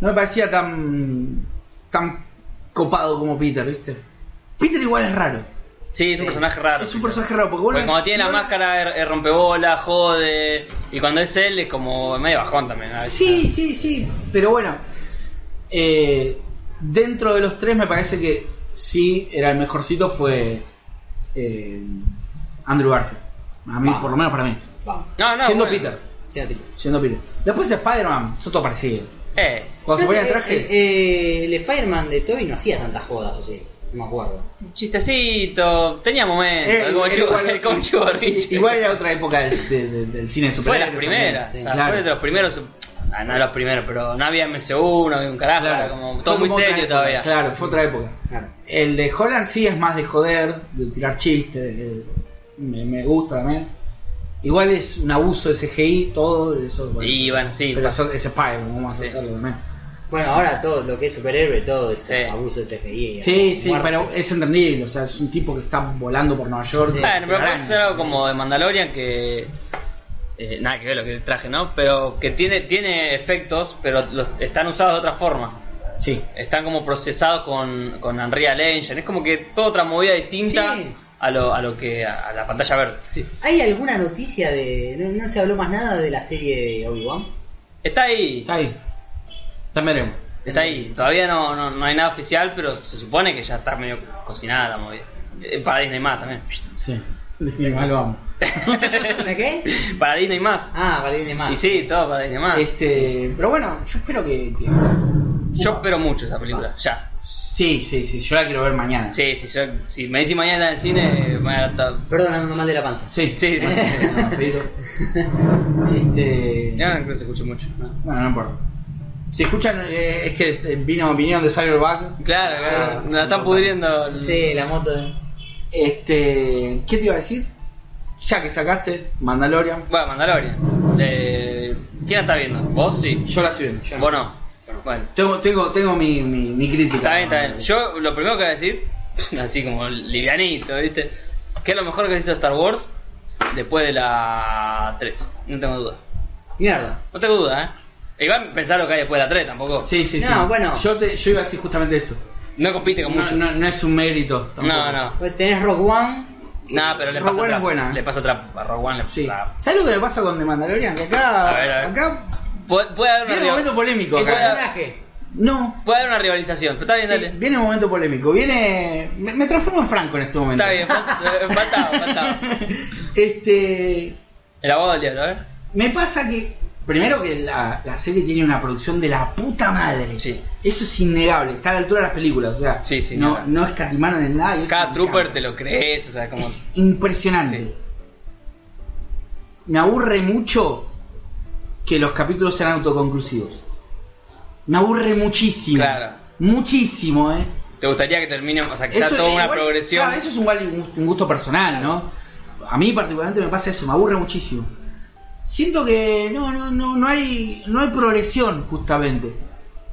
[SPEAKER 4] no me parecía tan tan copado como Peter, ¿viste? Peter igual es raro.
[SPEAKER 2] Sí, es un personaje raro.
[SPEAKER 4] Es un personaje raro, porque vos
[SPEAKER 2] Porque
[SPEAKER 4] lo-
[SPEAKER 2] cuando tiene la
[SPEAKER 4] vos-
[SPEAKER 2] máscara es- es rompebola, jode. Y cuando es él es como medio bajón también. a veces.
[SPEAKER 4] Sí, sí, sí, pero bueno. eh, dentro de los tres me parece que sí, era el mejorcito fue eh, Andrew Garfield. A mí,
[SPEAKER 1] Vamos.
[SPEAKER 4] por lo menos para mí.
[SPEAKER 1] Vamos.
[SPEAKER 2] Ah. No, no,
[SPEAKER 4] siendo
[SPEAKER 2] bueno.
[SPEAKER 4] Peter.
[SPEAKER 1] sea tipo.
[SPEAKER 4] Siendo Peter. Después Spider-Man, son todo parecido.
[SPEAKER 2] Eh,
[SPEAKER 4] Cuando
[SPEAKER 1] Entonces,
[SPEAKER 4] se ponía el traje.
[SPEAKER 1] eh, eh, el Spider-Man de Toby no hacía tantas jodas, o sí. No me acuerdo.
[SPEAKER 2] un chistecito, tenía momentos.
[SPEAKER 4] Eh,
[SPEAKER 2] como
[SPEAKER 4] era
[SPEAKER 2] Chivo-
[SPEAKER 4] igual-
[SPEAKER 2] como Chivo
[SPEAKER 4] Sí,
[SPEAKER 2] Barriche.
[SPEAKER 4] igual era otra época del, de- de- del cine de
[SPEAKER 2] Fue
[SPEAKER 4] superhéroes
[SPEAKER 2] las primeras,
[SPEAKER 4] también.
[SPEAKER 2] o sea,
[SPEAKER 4] Claro.
[SPEAKER 2] fue de los primeros. ah, no de los primeros, pero no había MCU, no había un carajo,
[SPEAKER 4] Claro.
[SPEAKER 2] era como
[SPEAKER 4] Fue
[SPEAKER 2] todo muy
[SPEAKER 4] como otra
[SPEAKER 2] serio
[SPEAKER 4] época,
[SPEAKER 2] todavía.
[SPEAKER 4] Claro, fue otra época.
[SPEAKER 1] Claro.
[SPEAKER 4] El de Holland sí es más de joder, de tirar chistes, de- me, me gusta también. Igual es un abuso de CGI, todo eso. bueno.
[SPEAKER 2] Y bueno, sí,
[SPEAKER 4] pero
[SPEAKER 2] pasó.
[SPEAKER 4] eso- es Spider-Man, vamos a
[SPEAKER 2] Sí.
[SPEAKER 4] hacerlo también.
[SPEAKER 1] Bueno, ahora todo lo que es superhéroe, todo es
[SPEAKER 2] Sí.
[SPEAKER 1] abuso de CGI.
[SPEAKER 4] Sí, sí,
[SPEAKER 1] muerte.
[SPEAKER 4] pero es entendible, o sea, es un tipo que está volando por Nueva York.
[SPEAKER 1] Sí.
[SPEAKER 2] Bueno, pero
[SPEAKER 4] Araña.
[SPEAKER 2] puede ser algo como de Mandalorian que. eh, nada que ver lo que traje, ¿no? Pero que tiene, tiene efectos, pero los, están usados de otra forma.
[SPEAKER 4] Sí.
[SPEAKER 2] Están como procesados con, con Unreal Engine. Es como que toda otra movida distinta
[SPEAKER 1] Sí.
[SPEAKER 2] a, lo, a lo que. a, a la pantalla verde.
[SPEAKER 1] ¿Hay alguna noticia de.? No, no se habló más nada de la serie de Obi-Wan?
[SPEAKER 2] Está ahí,
[SPEAKER 4] Está ahí. También veremos.
[SPEAKER 2] Está ahí, todavía no, no, no hay nada oficial, pero se supone que ya está medio cocinada la movida. Eh, Para Disney más también.
[SPEAKER 4] Sí. Igual lo amo.
[SPEAKER 1] ¿De qué?
[SPEAKER 2] Para Disney más.
[SPEAKER 1] Ah, Valiente más.
[SPEAKER 2] Y sí, todo para Disney más.
[SPEAKER 4] Este, pero bueno, yo espero que- que
[SPEAKER 2] Yo espero mucho esa película, ya.
[SPEAKER 4] Sí, sí, sí, yo la quiero ver mañana.
[SPEAKER 2] Sí, sí, yo, si me decís mañana en el cine, eh, voy a estar-
[SPEAKER 1] Perdón, ando mal de la panza.
[SPEAKER 4] sí,
[SPEAKER 2] Sí, sí.
[SPEAKER 4] No, Pedro. este...
[SPEAKER 2] Ya no Ah, se escucha mucho. ¿no?
[SPEAKER 4] Bueno, no importa. Si escuchan, eh, es que este, vino opinión de
[SPEAKER 2] Claro,
[SPEAKER 4] Cyberback.
[SPEAKER 2] claro,
[SPEAKER 4] Sí,
[SPEAKER 2] nos la están
[SPEAKER 4] importante.
[SPEAKER 2] pudriendo.
[SPEAKER 4] Mm.
[SPEAKER 2] el-
[SPEAKER 1] Sí, la moto. de-
[SPEAKER 4] Este, ¿Qué te iba a decir? Ya que sacaste Mandalorian,
[SPEAKER 2] Bueno, Mandalorian. Eh, ¿Quién la está viendo? ¿Vos sí?
[SPEAKER 4] yo la estoy viendo. yo no.
[SPEAKER 2] ¿Vos no? Bueno.
[SPEAKER 4] Tengo, tengo, tengo mi, mi, mi crítica.
[SPEAKER 2] Está bien, está bien. Yo lo primero que voy a decir, así como livianito, ¿viste? Que es lo mejor que hizo Star Wars después de la 3. No tengo duda.
[SPEAKER 1] Mierda.
[SPEAKER 2] No tengo duda, ¿eh? Igual pensar lo que hay después de la 3 tampoco.
[SPEAKER 4] Sí, sí, sí.
[SPEAKER 1] No, bueno.
[SPEAKER 4] Yo, te, yo iba a decir justamente eso.
[SPEAKER 2] No compite con
[SPEAKER 4] No,
[SPEAKER 2] mucho.
[SPEAKER 4] no, no es un mérito.
[SPEAKER 2] no.
[SPEAKER 4] Tampoco.
[SPEAKER 2] no, no.
[SPEAKER 1] Pues tenés Rock One.
[SPEAKER 2] pero le
[SPEAKER 4] Rogue
[SPEAKER 2] pasa
[SPEAKER 4] One
[SPEAKER 2] otra.
[SPEAKER 4] es buena, ¿eh?
[SPEAKER 2] Le pasa otra. A Rogue One le
[SPEAKER 4] Sí.
[SPEAKER 2] la-
[SPEAKER 4] ¿Sabes lo que me pasa con The Mandalorian? Que acá.
[SPEAKER 2] A ver, a ver.
[SPEAKER 4] Acá.
[SPEAKER 2] Puede, puede haber
[SPEAKER 4] Viene un
[SPEAKER 2] una
[SPEAKER 4] momento
[SPEAKER 2] rival-
[SPEAKER 4] polémico
[SPEAKER 2] Igual-
[SPEAKER 4] acá.
[SPEAKER 1] Personaje.
[SPEAKER 4] No,
[SPEAKER 2] puede haber una rivalización. Pero está bien,
[SPEAKER 4] Sí,
[SPEAKER 2] dale.
[SPEAKER 4] viene un momento polémico. Viene. Me, me transformo en Franco en este momento.
[SPEAKER 2] Está bien, fal- faltaba, faltaba.
[SPEAKER 4] Este.
[SPEAKER 2] El abogado del diablo, ¿eh?
[SPEAKER 4] Me pasa que. Primero que la, la serie tiene una producción de la puta madre.
[SPEAKER 2] Sí.
[SPEAKER 4] Eso es innegable. Está a la altura de las películas. O sea,
[SPEAKER 2] Sí, sí,
[SPEAKER 4] no,
[SPEAKER 2] claro.
[SPEAKER 4] no escatimaron en nada. y eso
[SPEAKER 2] Cada
[SPEAKER 4] me
[SPEAKER 2] trooper
[SPEAKER 4] encanta.
[SPEAKER 2] te lo crees, o sea, como.
[SPEAKER 4] Es impresionante.
[SPEAKER 2] Sí.
[SPEAKER 4] Me aburre mucho que los capítulos sean autoconclusivos. Me aburre muchísimo.
[SPEAKER 2] Claro.
[SPEAKER 4] Muchísimo, eh.
[SPEAKER 2] ¿Te gustaría que termine, o sea, que sea
[SPEAKER 4] Eso
[SPEAKER 2] toda
[SPEAKER 4] es
[SPEAKER 2] una
[SPEAKER 4] igual-
[SPEAKER 2] progresión?
[SPEAKER 4] claro, eso es igual un, un gusto personal, ¿no? A mí particularmente me pasa eso, me aburre muchísimo. Siento que no, no, no, no hay, no hay progresión justamente.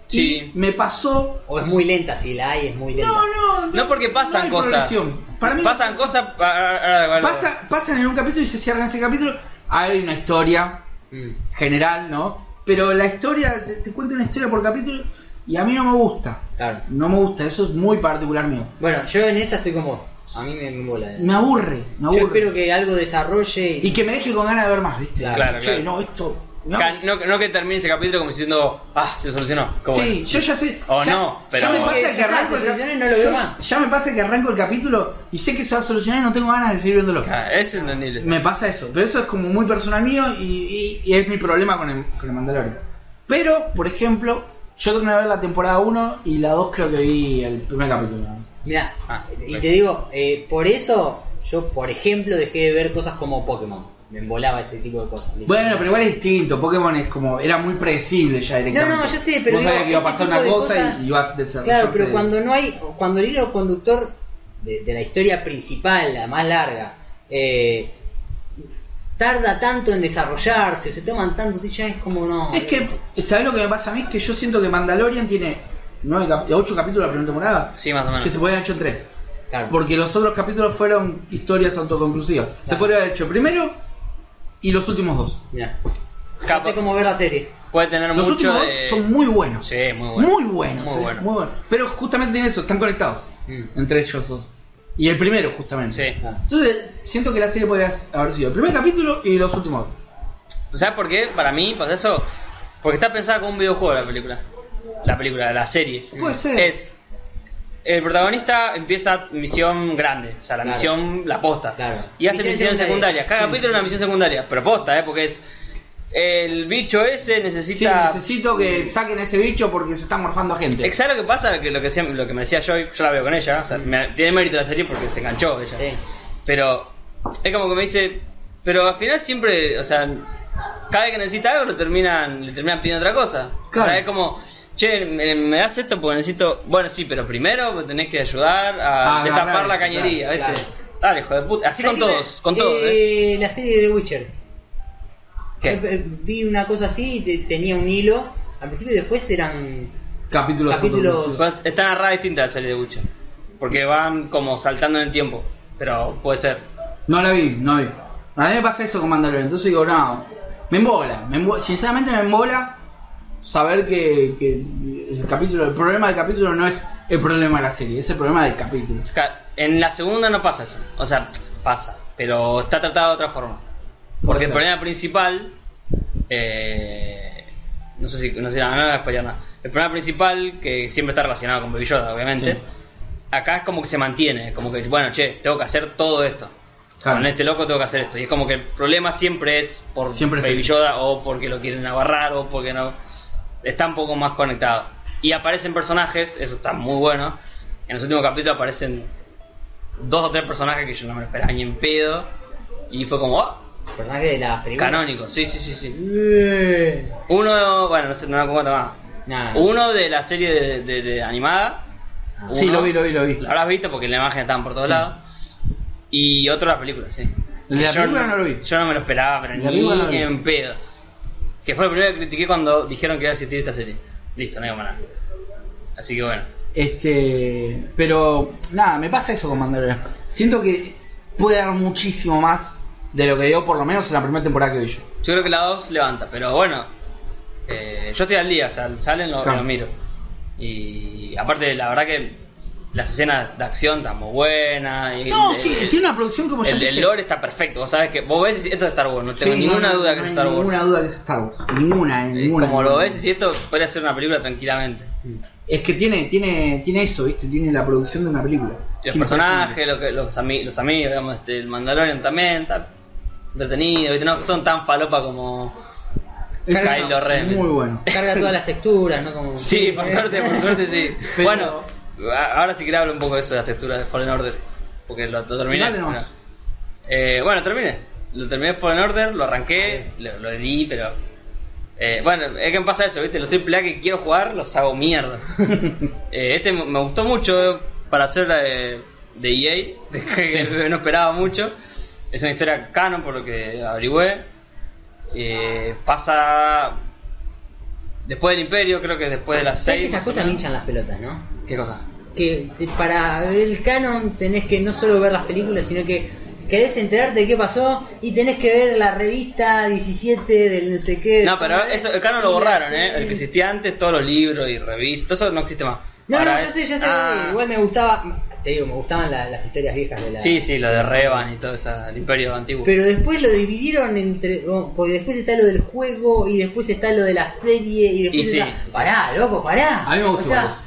[SPEAKER 2] Sí.
[SPEAKER 4] Y me pasó.
[SPEAKER 1] O es muy lenta, si la hay es muy lenta.
[SPEAKER 4] No, no,
[SPEAKER 2] No porque pasan
[SPEAKER 4] hay
[SPEAKER 2] cosas.
[SPEAKER 4] progresión. Para mí
[SPEAKER 2] pasan cosas. ah, ah, ah,
[SPEAKER 4] pasa- pasan en un capítulo y se cierran ese capítulo. Hay una historia
[SPEAKER 1] Mm.
[SPEAKER 4] general, ¿no? Pero la historia, te, te cuento una historia por capítulo y a mí no me gusta.
[SPEAKER 1] Claro.
[SPEAKER 4] No me gusta, eso es muy particular mío.
[SPEAKER 1] Bueno, yo en esa estoy con vos. A mí me, eh. me mola.
[SPEAKER 4] Me aburre, me aburre.
[SPEAKER 1] Yo espero que algo desarrolle y,
[SPEAKER 4] Y que me deje con ganas de ver más, ¿viste?
[SPEAKER 1] Claro,
[SPEAKER 2] claro.
[SPEAKER 4] Che, no, esto. no.
[SPEAKER 2] Ca- No, no que termine ese capítulo como diciendo, ah, se solucionó. qué bueno".
[SPEAKER 4] sí, yo ya sé.
[SPEAKER 2] O
[SPEAKER 4] ya,
[SPEAKER 2] no, pero-
[SPEAKER 4] Ya me
[SPEAKER 1] Porque
[SPEAKER 4] pasa
[SPEAKER 1] ya
[SPEAKER 4] que
[SPEAKER 1] está,
[SPEAKER 4] arranco
[SPEAKER 1] se
[SPEAKER 4] el cap-
[SPEAKER 1] solucionó y no lo veo
[SPEAKER 4] yo-
[SPEAKER 1] más.
[SPEAKER 4] ya me pasa que arranco el capítulo y sé que se va a solucionar y no tengo ganas de seguir viéndolo.
[SPEAKER 2] Ca- Es entendible.
[SPEAKER 4] Me pasa eso, pero eso es como muy personal mío y, y- y es mi problema con el, con el Mandalorian. Pero, por ejemplo, yo terminé de ver la temporada 1 y la 2 creo que vi el primer capítulo.
[SPEAKER 1] Mirá,
[SPEAKER 2] Ah,
[SPEAKER 1] y
[SPEAKER 2] bueno.
[SPEAKER 1] te digo, eh, por eso yo, por ejemplo, dejé de ver cosas como Pokémon. Me embolaba ese tipo de cosas.
[SPEAKER 4] Bueno, pero igual es distinto, Pokémon es como, era muy predecible ya directamente.
[SPEAKER 1] No, no, ya sé, pero
[SPEAKER 4] Vos
[SPEAKER 1] digo,
[SPEAKER 4] sabías que iba a
[SPEAKER 1] ese
[SPEAKER 4] pasar
[SPEAKER 1] tipo
[SPEAKER 4] una
[SPEAKER 1] de
[SPEAKER 4] cosa
[SPEAKER 1] cosas-
[SPEAKER 4] y ibas a desarrollarse.
[SPEAKER 1] Claro, pero cuando no hay, cuando el hilo conductor de, de la historia principal, la más larga, eh, tarda tanto en desarrollarse, se toman tanto, ya es como no. eh,
[SPEAKER 4] Es que, ¿sabes lo que me pasa a mí? Es que yo siento que Mandalorian tiene 9, 8 capítulos de la primera temporada
[SPEAKER 2] Sí, más o
[SPEAKER 4] que se
[SPEAKER 2] menos.
[SPEAKER 4] podían haber hecho en 3.
[SPEAKER 1] Claro.
[SPEAKER 4] Porque los otros capítulos fueron historias autoconclusivas. Se
[SPEAKER 1] Claro.
[SPEAKER 4] podría haber hecho primero y los últimos dos.
[SPEAKER 1] Mirá. No
[SPEAKER 2] Capa.
[SPEAKER 1] sé cómo ver la serie.
[SPEAKER 2] Puede tener
[SPEAKER 4] Los
[SPEAKER 2] mucho
[SPEAKER 4] últimos
[SPEAKER 2] de.
[SPEAKER 4] dos son muy buenos.
[SPEAKER 2] Sí, muy bueno.
[SPEAKER 4] Muy buenos.
[SPEAKER 2] Muy
[SPEAKER 4] eh,
[SPEAKER 2] bueno.
[SPEAKER 4] Pero justamente en eso, están conectados.
[SPEAKER 1] Mm.
[SPEAKER 4] entre ellos dos. Y el primero, justamente.
[SPEAKER 2] Sí.
[SPEAKER 4] Entonces, siento que la serie podría haber sido el primer capítulo y los últimos.
[SPEAKER 2] ¿Sabes por qué? Para mí pasa eso. Porque está pensada como un videojuego la película. La película, la serie.
[SPEAKER 4] Puede ser.
[SPEAKER 2] Es. El protagonista empieza misión grande, o sea, la
[SPEAKER 1] Claro.
[SPEAKER 2] misión, la posta.
[SPEAKER 1] Claro.
[SPEAKER 2] Y
[SPEAKER 1] Misiones
[SPEAKER 2] hace misiones secundarias.
[SPEAKER 1] secundarias.
[SPEAKER 2] Cada
[SPEAKER 1] Sí,
[SPEAKER 2] capítulo es una misión secundaria, pero posta, ¿eh? Porque es. El bicho ese
[SPEAKER 4] Sí,
[SPEAKER 2] necesita.
[SPEAKER 4] necesito que saquen ese bicho porque se está morfando gente.
[SPEAKER 2] Exacto lo que pasa, que lo que, siempre- lo que me decía yo, yo la veo con ella, o sea, me- tiene mérito la serie porque se enganchó ella.
[SPEAKER 1] Mm. Sí.
[SPEAKER 2] Pero es como que me dice, pero al final siempre, o sea, cada vez que necesita algo lo terminan, le terminan pidiendo otra cosa.
[SPEAKER 4] Claro.
[SPEAKER 2] O sea, es como, che, me, me das esto porque necesito, bueno, sí, pero primero me tenés que ayudar a
[SPEAKER 4] Ah,
[SPEAKER 2] destapar
[SPEAKER 4] claro,
[SPEAKER 2] la cañería,
[SPEAKER 4] claro,
[SPEAKER 2] ¿viste? Dale, hijo de puta, así con
[SPEAKER 1] ¿Sabés que
[SPEAKER 2] todos,
[SPEAKER 1] me-
[SPEAKER 2] con todos, ¿eh?
[SPEAKER 1] eh, La serie de The Witcher.
[SPEAKER 2] ¿Qué?
[SPEAKER 1] Eh, eh, Vi una cosa así, te- tenía un hilo. Al principio y después eran.
[SPEAKER 4] Capítulos.
[SPEAKER 1] Capítulos-
[SPEAKER 4] autoconclusivos.
[SPEAKER 2] Pues Está narrada distinta la serie de Witcher, porque van como saltando en el tiempo, pero puede ser.
[SPEAKER 4] No la vi, no vi. A mí me pasa eso con Mandalorian, entonces digo, no. Me embola, me embo- sinceramente me embola saber que, que el capítulo, el problema del capítulo no es el problema de la serie, es el problema del capítulo.
[SPEAKER 2] Ca- En la segunda no pasa eso. O sea, pasa. Pero está tratado de otra forma. Porque el
[SPEAKER 4] Puede
[SPEAKER 2] problema principal. eh, no sé si. No sé, no, no voy a spoilear nada. El problema principal, que siempre está relacionado con Baby Yoda, obviamente.
[SPEAKER 4] Sí.
[SPEAKER 2] Acá es como que se mantiene. Como que, bueno, che, tengo que hacer todo esto.
[SPEAKER 4] Claro.
[SPEAKER 2] Con este loco tengo que hacer esto. Y es como que el problema siempre es por
[SPEAKER 4] Siempre es
[SPEAKER 2] Baby
[SPEAKER 4] ese.
[SPEAKER 2] Yoda o porque lo quieren agarrar o porque no. Está un poco más conectado. Y aparecen personajes, eso está muy bueno. En los últimos capítulos aparecen dos o tres personajes que yo no me lo esperaba ni en pedo. Y fue como, oh,
[SPEAKER 1] Personajes de las primeras.
[SPEAKER 2] canónico. Sí, sí, sí, sí.
[SPEAKER 1] Eh,
[SPEAKER 2] Uno, bueno, no sé, no me acuerdo más.
[SPEAKER 1] Nada.
[SPEAKER 2] Uno de la serie de, de- de animada.
[SPEAKER 4] Sí,
[SPEAKER 2] Uno-
[SPEAKER 4] lo vi, lo vi, lo vi.
[SPEAKER 2] Lo habrás visto porque la imagen estaban por todos lados. Y otro la película, sí.
[SPEAKER 4] El de la
[SPEAKER 2] Yo
[SPEAKER 4] película no lo vi.
[SPEAKER 2] Yo no me lo esperaba, pero
[SPEAKER 4] El de la
[SPEAKER 2] ni
[SPEAKER 4] película no lo vi.
[SPEAKER 2] en pedo. Que fue lo primero que critiqué cuando dijeron que iba a existir esta serie. Listo, no digo más nada. Así que bueno.
[SPEAKER 4] Este, pero nada, me pasa eso con Mandalorian. Siento que puede dar muchísimo más de lo que dio por lo menos en la primera temporada que vi yo.
[SPEAKER 2] Yo creo que la 2 levanta, pero bueno. eh, yo estoy al día, o sea, salen lo,
[SPEAKER 4] Claro.
[SPEAKER 2] lo miro. Y aparte, la verdad que las escenas de acción están muy buenas. y-
[SPEAKER 4] No,
[SPEAKER 2] el-
[SPEAKER 4] sí,
[SPEAKER 2] el-
[SPEAKER 4] tiene una producción como yo
[SPEAKER 2] El,
[SPEAKER 4] dije.
[SPEAKER 2] el lore está perfecto, vos sabés que vos ves y decís, esto es Star Wars, no tengo
[SPEAKER 4] Sí,
[SPEAKER 2] ninguna
[SPEAKER 4] no, no,
[SPEAKER 2] duda
[SPEAKER 4] no
[SPEAKER 2] que es
[SPEAKER 4] hay
[SPEAKER 2] Star Wars.
[SPEAKER 4] Ninguna duda que es Star Wars. Ninguna,
[SPEAKER 2] Eh,
[SPEAKER 4] ninguna.
[SPEAKER 2] Como lo
[SPEAKER 4] ninguna.
[SPEAKER 2] ves y esto podría ser una película tranquilamente.
[SPEAKER 4] Mm. Es que tiene, tiene, tiene eso, ¿viste? Tiene la producción de una película.
[SPEAKER 2] Los
[SPEAKER 4] Es
[SPEAKER 2] personajes, lo que- los, ami- los amigos, digamos, este, el Mandalorian también, está entretenido, ¿viste? no son tan falopa como...
[SPEAKER 4] impresionante.
[SPEAKER 2] Kylo
[SPEAKER 4] Es
[SPEAKER 2] Ren.
[SPEAKER 4] Muy bueno.
[SPEAKER 1] Carga todas las texturas, ¿no? Como... eh,
[SPEAKER 2] Sí, por suerte, por suerte sí.
[SPEAKER 4] Pero-
[SPEAKER 2] Bueno, a- ahora sí quiero hablar un poco de eso, de las texturas de Fallen Order, porque lo, lo terminé.
[SPEAKER 4] Dale nomás.
[SPEAKER 2] Bueno. Eh, bueno, terminé. Lo terminé Fallen Order, lo arranqué, lo, lo di, pero... eh, bueno, es que me pasa eso, ¿viste? Los AAA que quiero jugar los hago mierda. Eh, este me me gustó mucho eh, para hacer eh, de EA, que no esperaba mucho. Es una historia canon por lo que averigüé. Eh, pasa después del Imperio, creo que después de las
[SPEAKER 1] ¿Sabés que
[SPEAKER 2] 6.
[SPEAKER 1] esas cosas me hinchan las pelotas, ¿no?
[SPEAKER 2] ¿Qué cosa?
[SPEAKER 1] que te- para el canon tenés que no solo ver las películas, sino que querés enterarte de qué pasó y tenés que ver la revista 17 del no sé qué.
[SPEAKER 2] No, pero ahora eso, el canon
[SPEAKER 1] Y
[SPEAKER 2] lo
[SPEAKER 1] la
[SPEAKER 2] borraron, ¿eh?
[SPEAKER 1] serie.
[SPEAKER 2] El que existía antes, todos los libros y revistas, todo eso no existe más.
[SPEAKER 1] No,
[SPEAKER 2] Ahora
[SPEAKER 1] no, yo
[SPEAKER 2] es-
[SPEAKER 1] sé, yo sé.
[SPEAKER 2] Ah,
[SPEAKER 1] Igual me gustaba, te digo, me gustaban la- las historias viejas de la.
[SPEAKER 2] Sí, sí, lo de Revan y todo eso, el Imperio antiguo.
[SPEAKER 1] Pero después lo dividieron entre. oh, Porque después está lo del juego y después está lo de la serie y después
[SPEAKER 2] Y sí,
[SPEAKER 1] está-
[SPEAKER 2] sí.
[SPEAKER 1] Pará, loco, pará.
[SPEAKER 4] A mí me
[SPEAKER 1] O
[SPEAKER 4] gustó eso.
[SPEAKER 1] sea,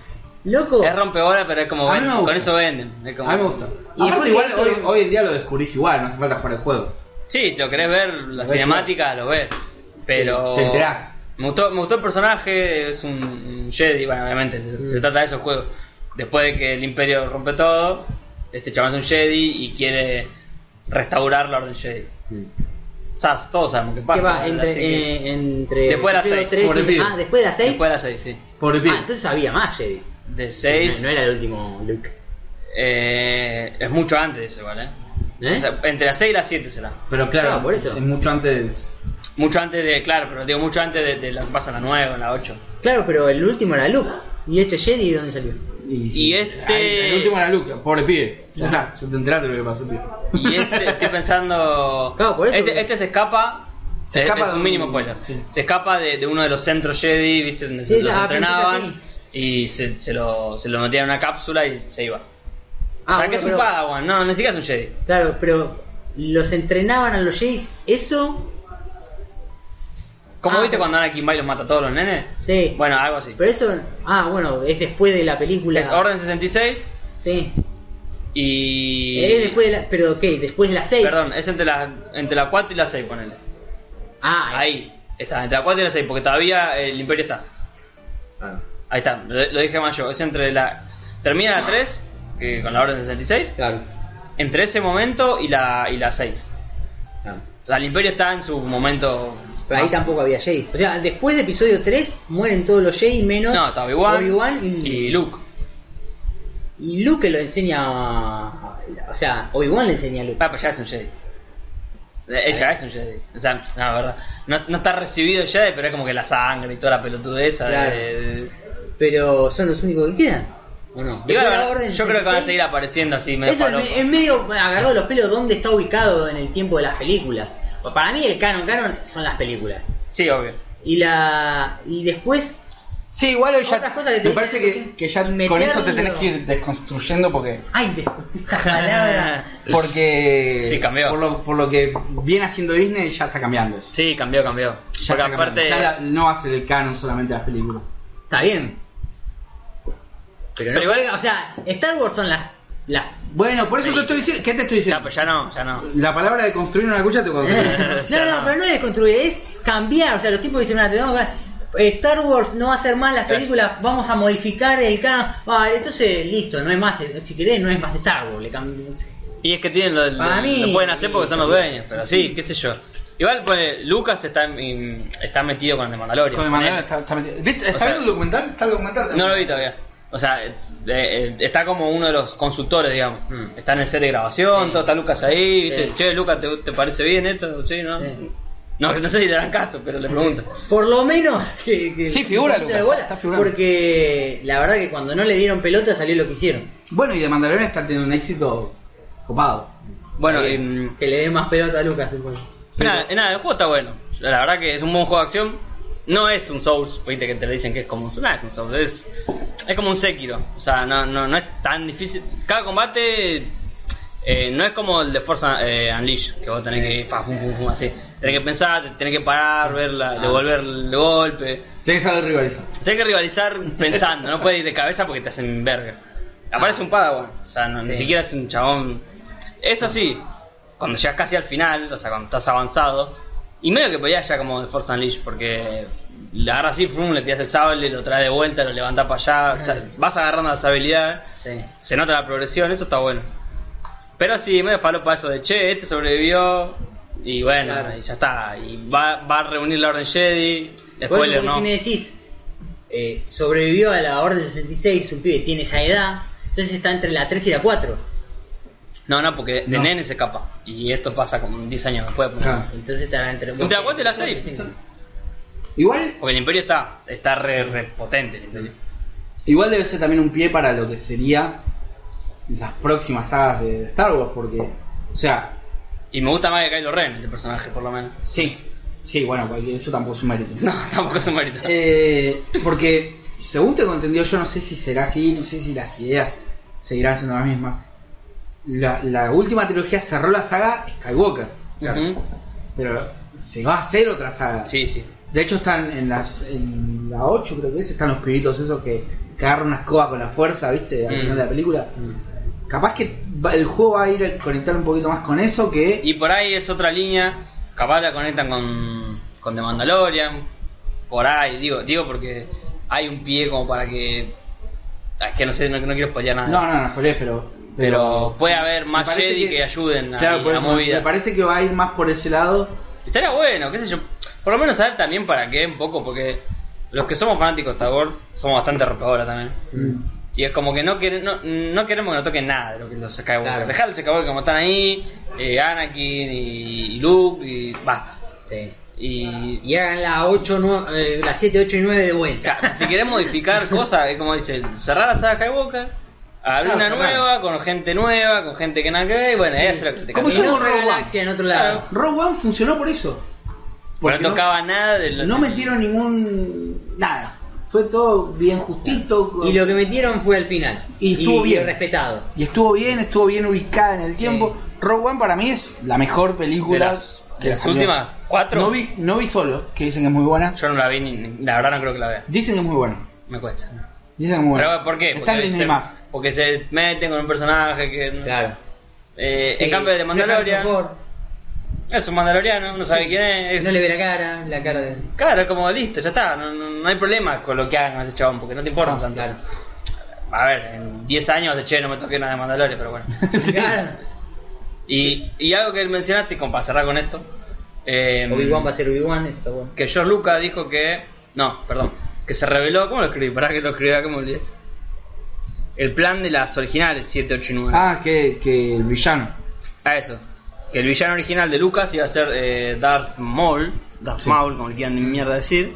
[SPEAKER 1] loco.
[SPEAKER 2] Es rompeola, pero es como
[SPEAKER 4] A mí me
[SPEAKER 2] venden, con
[SPEAKER 4] gusta.
[SPEAKER 2] eso venden. es como-
[SPEAKER 4] A mí me gusta.
[SPEAKER 1] Y
[SPEAKER 4] Aparte,
[SPEAKER 1] después
[SPEAKER 4] igual
[SPEAKER 1] eso-
[SPEAKER 4] hoy, hoy en día lo descubrís igual, no hace falta jugar el juego.
[SPEAKER 2] Sí, si lo querés ver, la
[SPEAKER 4] ves
[SPEAKER 2] cinemática lo ves. Pero.
[SPEAKER 4] Te enterás.
[SPEAKER 2] Me gustó, me gustó el personaje, es un, un Jedi, bueno, obviamente, se-
[SPEAKER 4] Mm.
[SPEAKER 2] se trata de esos juegos. Después de que el Imperio rompe todo, este chaval es un Jedi y quiere restaurar la Orden Jedi. Sas, todos sabemos qué pasa.
[SPEAKER 1] que va
[SPEAKER 2] ¿no?
[SPEAKER 1] entre,
[SPEAKER 2] Así que-
[SPEAKER 1] eh, entre
[SPEAKER 2] Después de las
[SPEAKER 1] episodio
[SPEAKER 2] seis,
[SPEAKER 1] tres
[SPEAKER 4] por
[SPEAKER 1] y-
[SPEAKER 4] el pibe.
[SPEAKER 1] ah, después de las 6.
[SPEAKER 2] Después de las 6, sí.
[SPEAKER 4] Por el pibe.
[SPEAKER 1] Ah, entonces había más Jedi.
[SPEAKER 2] De 6.
[SPEAKER 1] No, no era el último Luke.
[SPEAKER 2] eh, es mucho antes de eso, igual, ¿eh?
[SPEAKER 1] ¿Eh?
[SPEAKER 2] O sea, entre las 6 y las 7 será.
[SPEAKER 4] Pero claro,
[SPEAKER 1] Claro, por eso.
[SPEAKER 4] es mucho antes.
[SPEAKER 2] Mucho antes de, claro, pero digo, mucho antes de, de lo que pasa en la 9 o en la 8.
[SPEAKER 1] claro, pero el último era Luke. ¿Y este Jedi dónde salió?
[SPEAKER 2] Y este-
[SPEAKER 4] El último era Luke, pobre pibe. Ya está, yo te enteraste de lo que pasó, pibe.
[SPEAKER 2] Y este, estoy pensando.
[SPEAKER 1] Claro, por eso
[SPEAKER 2] este,
[SPEAKER 1] que-
[SPEAKER 2] este se escapa.
[SPEAKER 4] Se
[SPEAKER 2] eh,
[SPEAKER 4] escapa
[SPEAKER 2] es
[SPEAKER 4] de
[SPEAKER 2] un
[SPEAKER 4] un-
[SPEAKER 2] mínimo spoiler.
[SPEAKER 4] sí.
[SPEAKER 2] Se escapa de, de uno de los centros Jedi, ¿viste? Donde
[SPEAKER 1] Sí,
[SPEAKER 2] los
[SPEAKER 1] ya, al
[SPEAKER 2] entrenaban.
[SPEAKER 1] principio
[SPEAKER 2] Y se, se lo, se lo metían en una cápsula y se iba.
[SPEAKER 1] Ah,
[SPEAKER 2] o sea,
[SPEAKER 1] bueno,
[SPEAKER 2] que es un
[SPEAKER 1] pero-
[SPEAKER 2] Padawan, no, ni siquiera es un Jedi.
[SPEAKER 1] Claro, pero los entrenaban a los Jays, eso,
[SPEAKER 2] Como
[SPEAKER 1] Ah.
[SPEAKER 2] viste cuando Anakin va y los mata a todos los nenes.
[SPEAKER 1] sí.
[SPEAKER 2] Bueno, algo así.
[SPEAKER 1] Pero eso, ah, bueno, es después de la película.
[SPEAKER 2] Es Orden 66
[SPEAKER 1] Sí.
[SPEAKER 2] y.
[SPEAKER 1] Es Eh, después de la, pero ¿qué? Después de las 6.
[SPEAKER 2] Perdón, es entre las entre la 4 y la 6, ponele.
[SPEAKER 1] Ah,
[SPEAKER 2] Ahí está, entre la 4 y la 6, porque todavía el Imperio está. Ahí está, lo, lo dije más yo. Es entre la. Termina la 3, que con la Orden 66,
[SPEAKER 1] claro.
[SPEAKER 2] entre ese momento y la, y la 6.
[SPEAKER 1] claro.
[SPEAKER 2] O sea, el Imperio está en su momento.
[SPEAKER 1] Ah, Pero ahí
[SPEAKER 2] más-
[SPEAKER 1] tampoco había Jedi. O sea, después de episodio 3 mueren todos los Jedi menos
[SPEAKER 2] No, está Obi-Wan
[SPEAKER 1] Obi-Wan
[SPEAKER 2] y
[SPEAKER 1] y,
[SPEAKER 2] Luke.
[SPEAKER 1] y Luke que lo enseña a- O sea, Obi-Wan le enseña a Luke.
[SPEAKER 2] Ah, pues ya es un Jedi. Eh, Ella es un Jedi. O sea, no, la verdad. No, no está recibido Jedi, pero es como que la sangre y toda la pelotudeza.
[SPEAKER 1] Claro.
[SPEAKER 2] de- de-
[SPEAKER 1] Pero son los únicos que quedan. ¿O no?
[SPEAKER 2] Y
[SPEAKER 1] Después
[SPEAKER 2] bueno,
[SPEAKER 1] de la Orden
[SPEAKER 2] yo creo que van a
[SPEAKER 1] 66,
[SPEAKER 2] seguir apareciendo así, medio
[SPEAKER 1] Eso en,
[SPEAKER 2] falopa.
[SPEAKER 1] en medio agarró los pelos dónde está ubicado en el tiempo de las películas. Pues Para mí el canon canon son las películas.
[SPEAKER 2] Sí, obvio.
[SPEAKER 1] Y la y después
[SPEAKER 4] Sí, igual ya.
[SPEAKER 1] Otras cosas que te
[SPEAKER 4] me
[SPEAKER 1] dicen
[SPEAKER 4] parece que, que ya
[SPEAKER 1] meterlo.
[SPEAKER 4] con eso te tenés que ir desconstruyendo porque.
[SPEAKER 1] ay, después de esa palabra.
[SPEAKER 4] Porque.
[SPEAKER 2] Sí, cambió.
[SPEAKER 4] Por lo, por lo que viene haciendo Disney ya está cambiando eso.
[SPEAKER 2] Sí, cambió, cambió.
[SPEAKER 4] Ya
[SPEAKER 2] Porque
[SPEAKER 4] está cambiando.
[SPEAKER 2] aparte.
[SPEAKER 4] Ya la- no hace el canon solamente las películas.
[SPEAKER 1] Está bien. Pero,
[SPEAKER 2] Pero
[SPEAKER 1] igual,
[SPEAKER 2] igual-
[SPEAKER 1] o sea, Star Wars son las las
[SPEAKER 4] Bueno, por eso
[SPEAKER 2] Sí.
[SPEAKER 4] te estoy diciendo. ¿Qué te estoy
[SPEAKER 2] Ya,
[SPEAKER 4] diciendo?
[SPEAKER 2] pues Eh. ya no, ya no.
[SPEAKER 4] La palabra de construir una cucha te
[SPEAKER 1] no,
[SPEAKER 2] Ya
[SPEAKER 1] no,
[SPEAKER 2] no.
[SPEAKER 1] no, pero no es construir, es cambiar. O sea, los tipos dicen, "Ah, "Mira, tenemos que- eh, Star Wars no va a ser más las
[SPEAKER 2] Gracias.
[SPEAKER 1] películas, vamos a modificar el canon. Ah, entonces, listo, no es más, eh, si querés, no es más Star Wars. Le cam- no sé.
[SPEAKER 2] Y es que tienen lo, lo-
[SPEAKER 1] Para mí-
[SPEAKER 2] lo pueden hacer porque son los
[SPEAKER 1] sí.
[SPEAKER 2] dueños, pero sí, qué sé yo. Igual pues, Lucas está, en- está metido con el Mandalorian.
[SPEAKER 4] Con el Mandalorian
[SPEAKER 2] ponele.
[SPEAKER 4] está, está metido. ¿Viste? ¿Está
[SPEAKER 2] sea,
[SPEAKER 4] viendo el documental? ¿Está el documental?
[SPEAKER 2] No lo vi todavía. O sea, eh, eh, está como uno de los consultores, digamos.
[SPEAKER 1] Mm.
[SPEAKER 2] Está en el set de grabación,
[SPEAKER 1] Sí.
[SPEAKER 2] todo está Lucas ahí. ¿viste?
[SPEAKER 1] Sí.
[SPEAKER 2] Che, Lucas, ¿te, te parece bien esto? Sí, ¿no?
[SPEAKER 1] Sí.
[SPEAKER 2] No, no sé si le dan caso, pero le pregunto.
[SPEAKER 1] Por lo menos que, que-
[SPEAKER 4] Sí, figura,
[SPEAKER 1] un poquito
[SPEAKER 4] Lucas,
[SPEAKER 1] de bola,
[SPEAKER 4] está figurando.
[SPEAKER 1] Porque la verdad que cuando no le dieron pelota salió lo que hicieron.
[SPEAKER 4] Bueno, y de Mandalorian está teniendo un éxito copado.
[SPEAKER 2] Bueno,
[SPEAKER 1] Eh,
[SPEAKER 2] em,
[SPEAKER 1] que le den más pelota a Lucas. es bueno.
[SPEAKER 4] Pero-
[SPEAKER 2] Nada, nada, el juego está bueno. La verdad que es un buen juego de acción. No es un Souls, viste que te le dicen que es como un Souls. No es un Souls, es, es como un Sekiro. O sea, no, no, no es tan difícil. Cada combate eh, no es como el de Forza eh, Unleashed, que vos tenés que fa, fum, fum, fum, así. Tenés que pensar, tenés que parar, ver la- devolver el golpe.
[SPEAKER 4] Tiene que saber rivalizar.
[SPEAKER 2] Tenés que rivalizar pensando, no puedes ir de cabeza porque te hacen verga. Aparece un Padawan, o sea, no- ni
[SPEAKER 1] Sí.
[SPEAKER 2] siquiera es un chabón. Eso sí, cuando llegas casi al final, o sea, cuando estás avanzado, y medio que peleas ya como de Force Unleashed, porque le agarras así, frum, le tiras el sable, lo traes de vuelta, lo levantas para allá, o sea, vas agarrando las habilidades,
[SPEAKER 1] Sí.
[SPEAKER 2] se nota la progresión, eso está bueno. Pero sí, medio falo para eso de che, este sobrevivió, y bueno,
[SPEAKER 1] Claro.
[SPEAKER 2] y ya está. Y va, va a reunir la Orden Jedi,
[SPEAKER 1] Por eso,
[SPEAKER 2] spoiler
[SPEAKER 1] porque
[SPEAKER 2] no.
[SPEAKER 1] si me decís, eh, sobrevivió a la Orden 66, un pibe tiene esa edad, entonces está entre la 3 y la 4.
[SPEAKER 2] No, no, porque de
[SPEAKER 4] No.
[SPEAKER 2] nene se escapa. Y esto pasa como 10 años después. ponele.
[SPEAKER 4] Claro.
[SPEAKER 1] Entonces estará entre,
[SPEAKER 2] Entre la 4 y la 6.
[SPEAKER 1] Sí.
[SPEAKER 4] Igual,
[SPEAKER 2] Porque el imperio está, está re, re potente. El imperio.
[SPEAKER 4] igual debe ser también un pie para lo que sería las próximas sagas de Star Wars, porque, o sea,
[SPEAKER 2] Y me gusta más que Kylo Ren, este personaje, por lo menos.
[SPEAKER 4] sí, sí, bueno, cualquier- eso tampoco es un mérito.
[SPEAKER 2] No, tampoco es un mérito.
[SPEAKER 4] Eh, porque, según tengo entendido, yo no sé si será así, no sé si las ideas seguirán siendo las mismas. La, la última trilogía cerró la saga Skywalker,
[SPEAKER 2] Ujú.
[SPEAKER 4] pero se va a hacer otra saga.
[SPEAKER 2] Sí, sí.
[SPEAKER 4] De hecho están en las en la 8 creo que es, están los pibitos esos que agarran una escoba con la fuerza, ¿viste? Al
[SPEAKER 2] Mm.
[SPEAKER 4] final de la película. Capaz que va- el juego va a ir a conectar un poquito más con eso que
[SPEAKER 2] Y por ahí es otra línea. Capaz la conectan con, con The Mandalorian. Por ahí, digo, digo porque hay un pie como para que. ah, Es que no sé, no, no quiero spoilear nada.
[SPEAKER 4] No, no, no, spoilees, pero
[SPEAKER 2] Pero puede haber
[SPEAKER 4] me
[SPEAKER 2] más
[SPEAKER 4] parece
[SPEAKER 2] Jedi que, ayuden a
[SPEAKER 4] claro,
[SPEAKER 2] a
[SPEAKER 4] por
[SPEAKER 2] la
[SPEAKER 4] eso,
[SPEAKER 2] movida.
[SPEAKER 4] Me parece que va a ir más por ese lado.
[SPEAKER 2] Estaría bueno, qué sé yo. Por lo menos saber también para qué, un poco, porque los que somos fanáticos de Star Wars somos bastante rompedora también.
[SPEAKER 4] Mm.
[SPEAKER 2] Y es como que no, quere- no, no queremos que nos toquen nada de lo que los Skywalker.
[SPEAKER 1] Claro.
[SPEAKER 2] Dejar los Skywalker como están ahí, eh, Anakin y, y Luke, y basta.
[SPEAKER 1] Sí.
[SPEAKER 2] Y
[SPEAKER 1] Y hagan la 8, nue- eh, la 7, 8 y 9 de vuelta.
[SPEAKER 2] claro, si querés modificar cosas, es como dice, cerrar la saga Skywalker, abrir
[SPEAKER 4] Claro,
[SPEAKER 2] una
[SPEAKER 4] cerrar.
[SPEAKER 2] nueva, con gente nueva, con gente que nada que ver, y bueno, ahí hacer lo que te
[SPEAKER 4] Como
[SPEAKER 1] Como
[SPEAKER 2] cante.
[SPEAKER 4] yo
[SPEAKER 1] yo en
[SPEAKER 4] con
[SPEAKER 1] otra
[SPEAKER 4] Rogue One.
[SPEAKER 1] galaxia en otro lado.
[SPEAKER 4] Rogue One funcionó por eso.
[SPEAKER 2] Pero
[SPEAKER 4] Porque
[SPEAKER 2] no tocaba nada de
[SPEAKER 4] no,
[SPEAKER 2] lo-
[SPEAKER 4] no metieron ningún nada. Fue todo bien justito. con-
[SPEAKER 1] Y lo que metieron fue al final.
[SPEAKER 4] Y estuvo bien.
[SPEAKER 1] respetado.
[SPEAKER 4] Y estuvo bien, estuvo bien ubicada en el tiempo. Rogue One para mí es la mejor
[SPEAKER 2] De
[SPEAKER 4] película.
[SPEAKER 2] las,
[SPEAKER 4] que
[SPEAKER 2] de las
[SPEAKER 4] salió.
[SPEAKER 2] últimas cuatro,
[SPEAKER 4] No vi, no vi solo, que dicen que es muy buena.
[SPEAKER 2] yo no la vi, ni, ni- la verdad no creo que la vea.
[SPEAKER 4] Dicen que es muy buena.
[SPEAKER 2] Me cuesta.
[SPEAKER 4] Dicen que es muy buena.
[SPEAKER 2] Pero, ¿Por qué?
[SPEAKER 4] Está en
[SPEAKER 2] porque,
[SPEAKER 4] Disney
[SPEAKER 2] se,
[SPEAKER 4] más.
[SPEAKER 2] porque se meten con un personaje que... no-
[SPEAKER 1] Claro.
[SPEAKER 2] Eh,
[SPEAKER 1] Sí,
[SPEAKER 2] en cambio de
[SPEAKER 1] Harrison
[SPEAKER 2] Mandalorian,
[SPEAKER 1] Ford,
[SPEAKER 2] es un mandaloriano, no sabe quién es.
[SPEAKER 1] No le ve la cara, la cara de.
[SPEAKER 2] Claro, como listo, ya está, no, no- no hay problema con lo que hagan con ese chabón, porque no te importa
[SPEAKER 4] Ah,
[SPEAKER 2] tanto. A ver, en 10 años de che, no me toqué nada de Mandalorian, pero bueno.
[SPEAKER 1] Claro.
[SPEAKER 2] Y, y algo que mencionaste, y con para cerrar con esto, eh,
[SPEAKER 1] Obi-Wan va a ser Obi-Wan, eso está bueno.
[SPEAKER 2] que George Lucas dijo que. No, perdón, que se reveló, ¿cómo lo escribí? Pará que lo escribí acá, me olvidé. El plan de las originales 7, 8 y 9.
[SPEAKER 4] Ah, que, que el villano.
[SPEAKER 2] A eso. Que el villano original de Lucas iba a ser eh, Darth Maul, Darth
[SPEAKER 4] Sí.
[SPEAKER 2] Maul, como le quieran de mierda decir,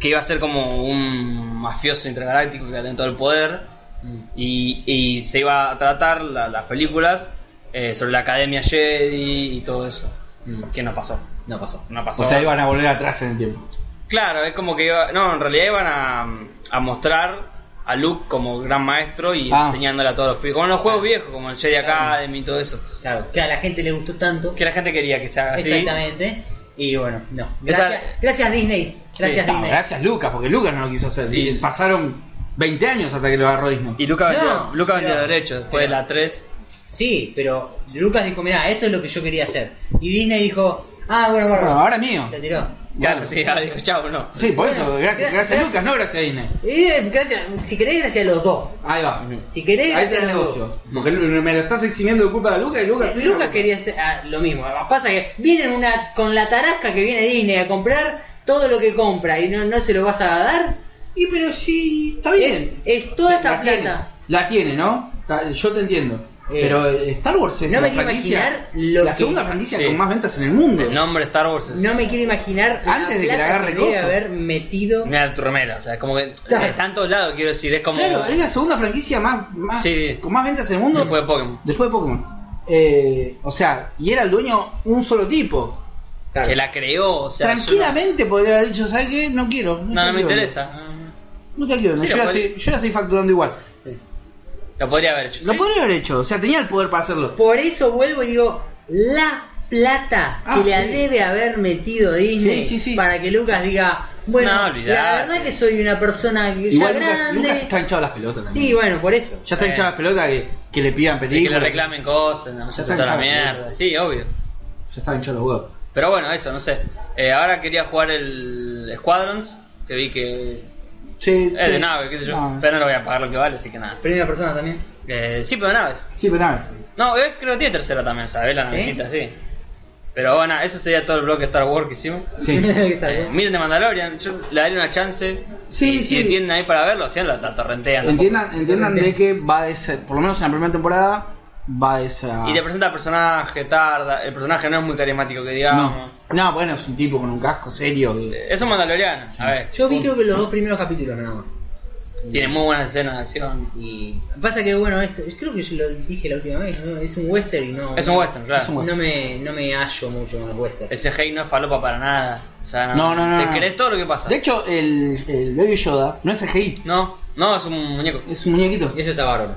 [SPEAKER 2] que iba a ser como un mafioso intergaláctico que iba a tener todo el poder
[SPEAKER 1] Mm.
[SPEAKER 2] y, y se iba a tratar la- las películas eh, sobre la Academia Jedi y todo eso.
[SPEAKER 1] Mm.
[SPEAKER 2] Que no pasó.
[SPEAKER 1] No pasó.
[SPEAKER 2] No
[SPEAKER 4] O
[SPEAKER 2] pasó.
[SPEAKER 4] sea, iban a volver atrás en el tiempo.
[SPEAKER 2] Claro, es como que iba, no, en realidad iban a, a mostrar a Luke como gran maestro y
[SPEAKER 4] Ah.
[SPEAKER 2] enseñándole a todos los pibes, como en los juegos viejos, como el Jedi Academy y todo eso.
[SPEAKER 1] Claro, que a la gente le gustó tanto.
[SPEAKER 2] Que la gente quería que se
[SPEAKER 4] ¿Ah,
[SPEAKER 2] haga así.
[SPEAKER 1] Exactamente. Y bueno, no.
[SPEAKER 2] Esa-
[SPEAKER 1] Gracias, gracias Disney. Gracias
[SPEAKER 2] Sí.
[SPEAKER 4] No,
[SPEAKER 1] Disney.
[SPEAKER 4] gracias Lucas, porque Lucas no lo quiso hacer. Y
[SPEAKER 2] Sí.
[SPEAKER 4] pasaron 20 años hasta que lo agarró Disney.
[SPEAKER 2] Y Luca vendió,
[SPEAKER 1] No,
[SPEAKER 2] Luca vendió
[SPEAKER 1] pero-
[SPEAKER 2] derecho después de
[SPEAKER 1] pero-
[SPEAKER 2] la 3.
[SPEAKER 1] Sí, pero Lucas dijo, mirá, esto es lo que yo quería hacer. Y Disney dijo, ah, bueno,
[SPEAKER 4] Bueno,
[SPEAKER 1] bueno.
[SPEAKER 4] ahora es mío.
[SPEAKER 1] Lo tiró.
[SPEAKER 2] Claro,
[SPEAKER 4] Bueno.
[SPEAKER 2] sí, ahora dijo, chavo, no.
[SPEAKER 4] Sí, por eso,
[SPEAKER 1] Bueno,
[SPEAKER 4] gracias,
[SPEAKER 1] gra-
[SPEAKER 4] gracias
[SPEAKER 1] gracias.
[SPEAKER 4] Lucas, no gracias Disney.
[SPEAKER 1] Eh, gracias, si querés, gracias a los dos.
[SPEAKER 4] Ahí va.
[SPEAKER 1] Si querés,
[SPEAKER 4] Ahí
[SPEAKER 1] gracias
[SPEAKER 4] está el
[SPEAKER 1] a los dos.
[SPEAKER 4] negocio. Porque Lu- me lo estás eximiendo de culpa de Lucas y Lucas.
[SPEAKER 1] Eh, Lucas quería hacer ah, lo mismo. Pasa que vienen una, con la tarasca que viene Disney a comprar todo lo que compra y no, no se lo vas a dar.
[SPEAKER 4] Y pero sí, está
[SPEAKER 1] Es,
[SPEAKER 4] bien.
[SPEAKER 1] es toda esta
[SPEAKER 4] tiene,
[SPEAKER 1] plata.
[SPEAKER 4] la tiene, ¿no? Ta- Yo te entiendo. Pero eh, Star Wars es
[SPEAKER 1] no
[SPEAKER 4] la
[SPEAKER 1] me quiero
[SPEAKER 4] franquicia-
[SPEAKER 1] imaginar lo
[SPEAKER 4] la
[SPEAKER 1] que-
[SPEAKER 4] segunda franquicia
[SPEAKER 2] Sí.
[SPEAKER 4] con más ventas en el mundo.
[SPEAKER 2] El nombre Star Wars es.
[SPEAKER 1] No me quiero imaginar
[SPEAKER 4] Antes de que
[SPEAKER 1] la
[SPEAKER 4] le
[SPEAKER 1] plata
[SPEAKER 4] agarre
[SPEAKER 1] debe
[SPEAKER 4] coso.
[SPEAKER 1] haber metido.
[SPEAKER 2] Mira tu remera, o sea, como que.
[SPEAKER 1] Claro.
[SPEAKER 2] Está en todos lados, quiero decir, es como.
[SPEAKER 4] Claro, es la segunda franquicia más, más
[SPEAKER 2] Sí.
[SPEAKER 4] con más ventas en el mundo
[SPEAKER 2] Después de Pokémon.
[SPEAKER 4] después de Pokémon. Eh, o sea, y era el dueño un solo tipo.
[SPEAKER 1] Claro.
[SPEAKER 2] Que la creó, o sea. yo no-
[SPEAKER 4] Tranquilamente podría haber dicho, ¿sabes qué? No quiero.
[SPEAKER 2] No, no,
[SPEAKER 4] No, te
[SPEAKER 2] me
[SPEAKER 4] quiero.
[SPEAKER 2] interesa.
[SPEAKER 4] No te quiero.
[SPEAKER 2] Sí,
[SPEAKER 4] yo,
[SPEAKER 2] lo
[SPEAKER 4] ya
[SPEAKER 2] podría-
[SPEAKER 4] soy- yo ya soy facturando igual.
[SPEAKER 2] Lo podría haber hecho.
[SPEAKER 4] Lo
[SPEAKER 2] ¿sí?
[SPEAKER 4] podría haber hecho. O sea, tenía el poder para hacerlo.
[SPEAKER 1] Por eso vuelvo y digo, la plata
[SPEAKER 4] Ah,
[SPEAKER 1] que la
[SPEAKER 4] sí.
[SPEAKER 1] debe haber metido Disney
[SPEAKER 4] Sí, sí, sí.
[SPEAKER 1] para que Lucas diga, bueno,
[SPEAKER 2] No,
[SPEAKER 1] la
[SPEAKER 2] olvidate.
[SPEAKER 1] verdad que soy una persona que ya
[SPEAKER 4] Igual Lucas,
[SPEAKER 1] grande.
[SPEAKER 4] Lucas está hinchado las pelotas también.
[SPEAKER 1] Sí, bueno, por eso.
[SPEAKER 4] Ya está hinchado las pelotas que, que le pidan
[SPEAKER 2] Y Eh. que le
[SPEAKER 4] películas.
[SPEAKER 2] reclamen cosas, no,
[SPEAKER 4] Ya
[SPEAKER 2] ya
[SPEAKER 4] está
[SPEAKER 2] toda la
[SPEAKER 4] hinchado,
[SPEAKER 2] mierda. Sí, obvio.
[SPEAKER 4] Ya está hinchado los huevos.
[SPEAKER 2] Pero bueno, eso, no sé. Eh, ahora quería jugar el Squadrons, que vi que.
[SPEAKER 4] Sí,
[SPEAKER 2] Es
[SPEAKER 4] sí.
[SPEAKER 2] de nave, qué sé yo.
[SPEAKER 4] No.
[SPEAKER 2] Pero no lo voy a pagar lo que vale, así que nada.
[SPEAKER 1] Primera persona también.
[SPEAKER 2] Eh, sí, pero de naves.
[SPEAKER 4] Sí, pero nave.
[SPEAKER 2] No, eh, creo que tiene tercera también, ¿sabes? La
[SPEAKER 1] ¿Sí?
[SPEAKER 2] navecita, sí. Pero bueno, eso sería todo el bloque Star Wars que hicimos.
[SPEAKER 4] Sí.
[SPEAKER 1] Está
[SPEAKER 2] Eh,
[SPEAKER 1] bien.
[SPEAKER 2] miren de Mandalorian, yo le daré una chance.
[SPEAKER 4] Sí,
[SPEAKER 2] si,
[SPEAKER 4] sí.
[SPEAKER 2] Si tienen ahí para verlo, si no, la, la torrentean.
[SPEAKER 4] entiendan entiendan de que va de ese, por lo menos en la primera temporada, va de esa...
[SPEAKER 2] Y te presenta personaje, tarda. El personaje no es muy carismático, que digamos.
[SPEAKER 4] no. no, bueno, es un tipo con un casco serio. que-
[SPEAKER 2] Eh, Es un mandaloriano, a
[SPEAKER 4] Eh,
[SPEAKER 2] ver.
[SPEAKER 1] Yo vi creo que los dos primeros capítulos nada más.
[SPEAKER 2] Tiene muy buenas escenas de acción.
[SPEAKER 1] Y pasa que bueno, esto, creo que yo lo dije la última vez, ¿no? es un western y no.
[SPEAKER 2] Es un western, claro.
[SPEAKER 4] Es un western.
[SPEAKER 1] No me, no me hallo mucho con los westerns.
[SPEAKER 2] El CGI no es falopa para nada. O sea, no.
[SPEAKER 4] No, no, no,
[SPEAKER 2] Te
[SPEAKER 4] no.
[SPEAKER 2] crees todo lo que pasa.
[SPEAKER 4] De hecho, el, el Baby Yoda no es CGI,
[SPEAKER 2] No, no, es un muñeco.
[SPEAKER 4] es un muñequito.
[SPEAKER 1] Y eso está bárbaro.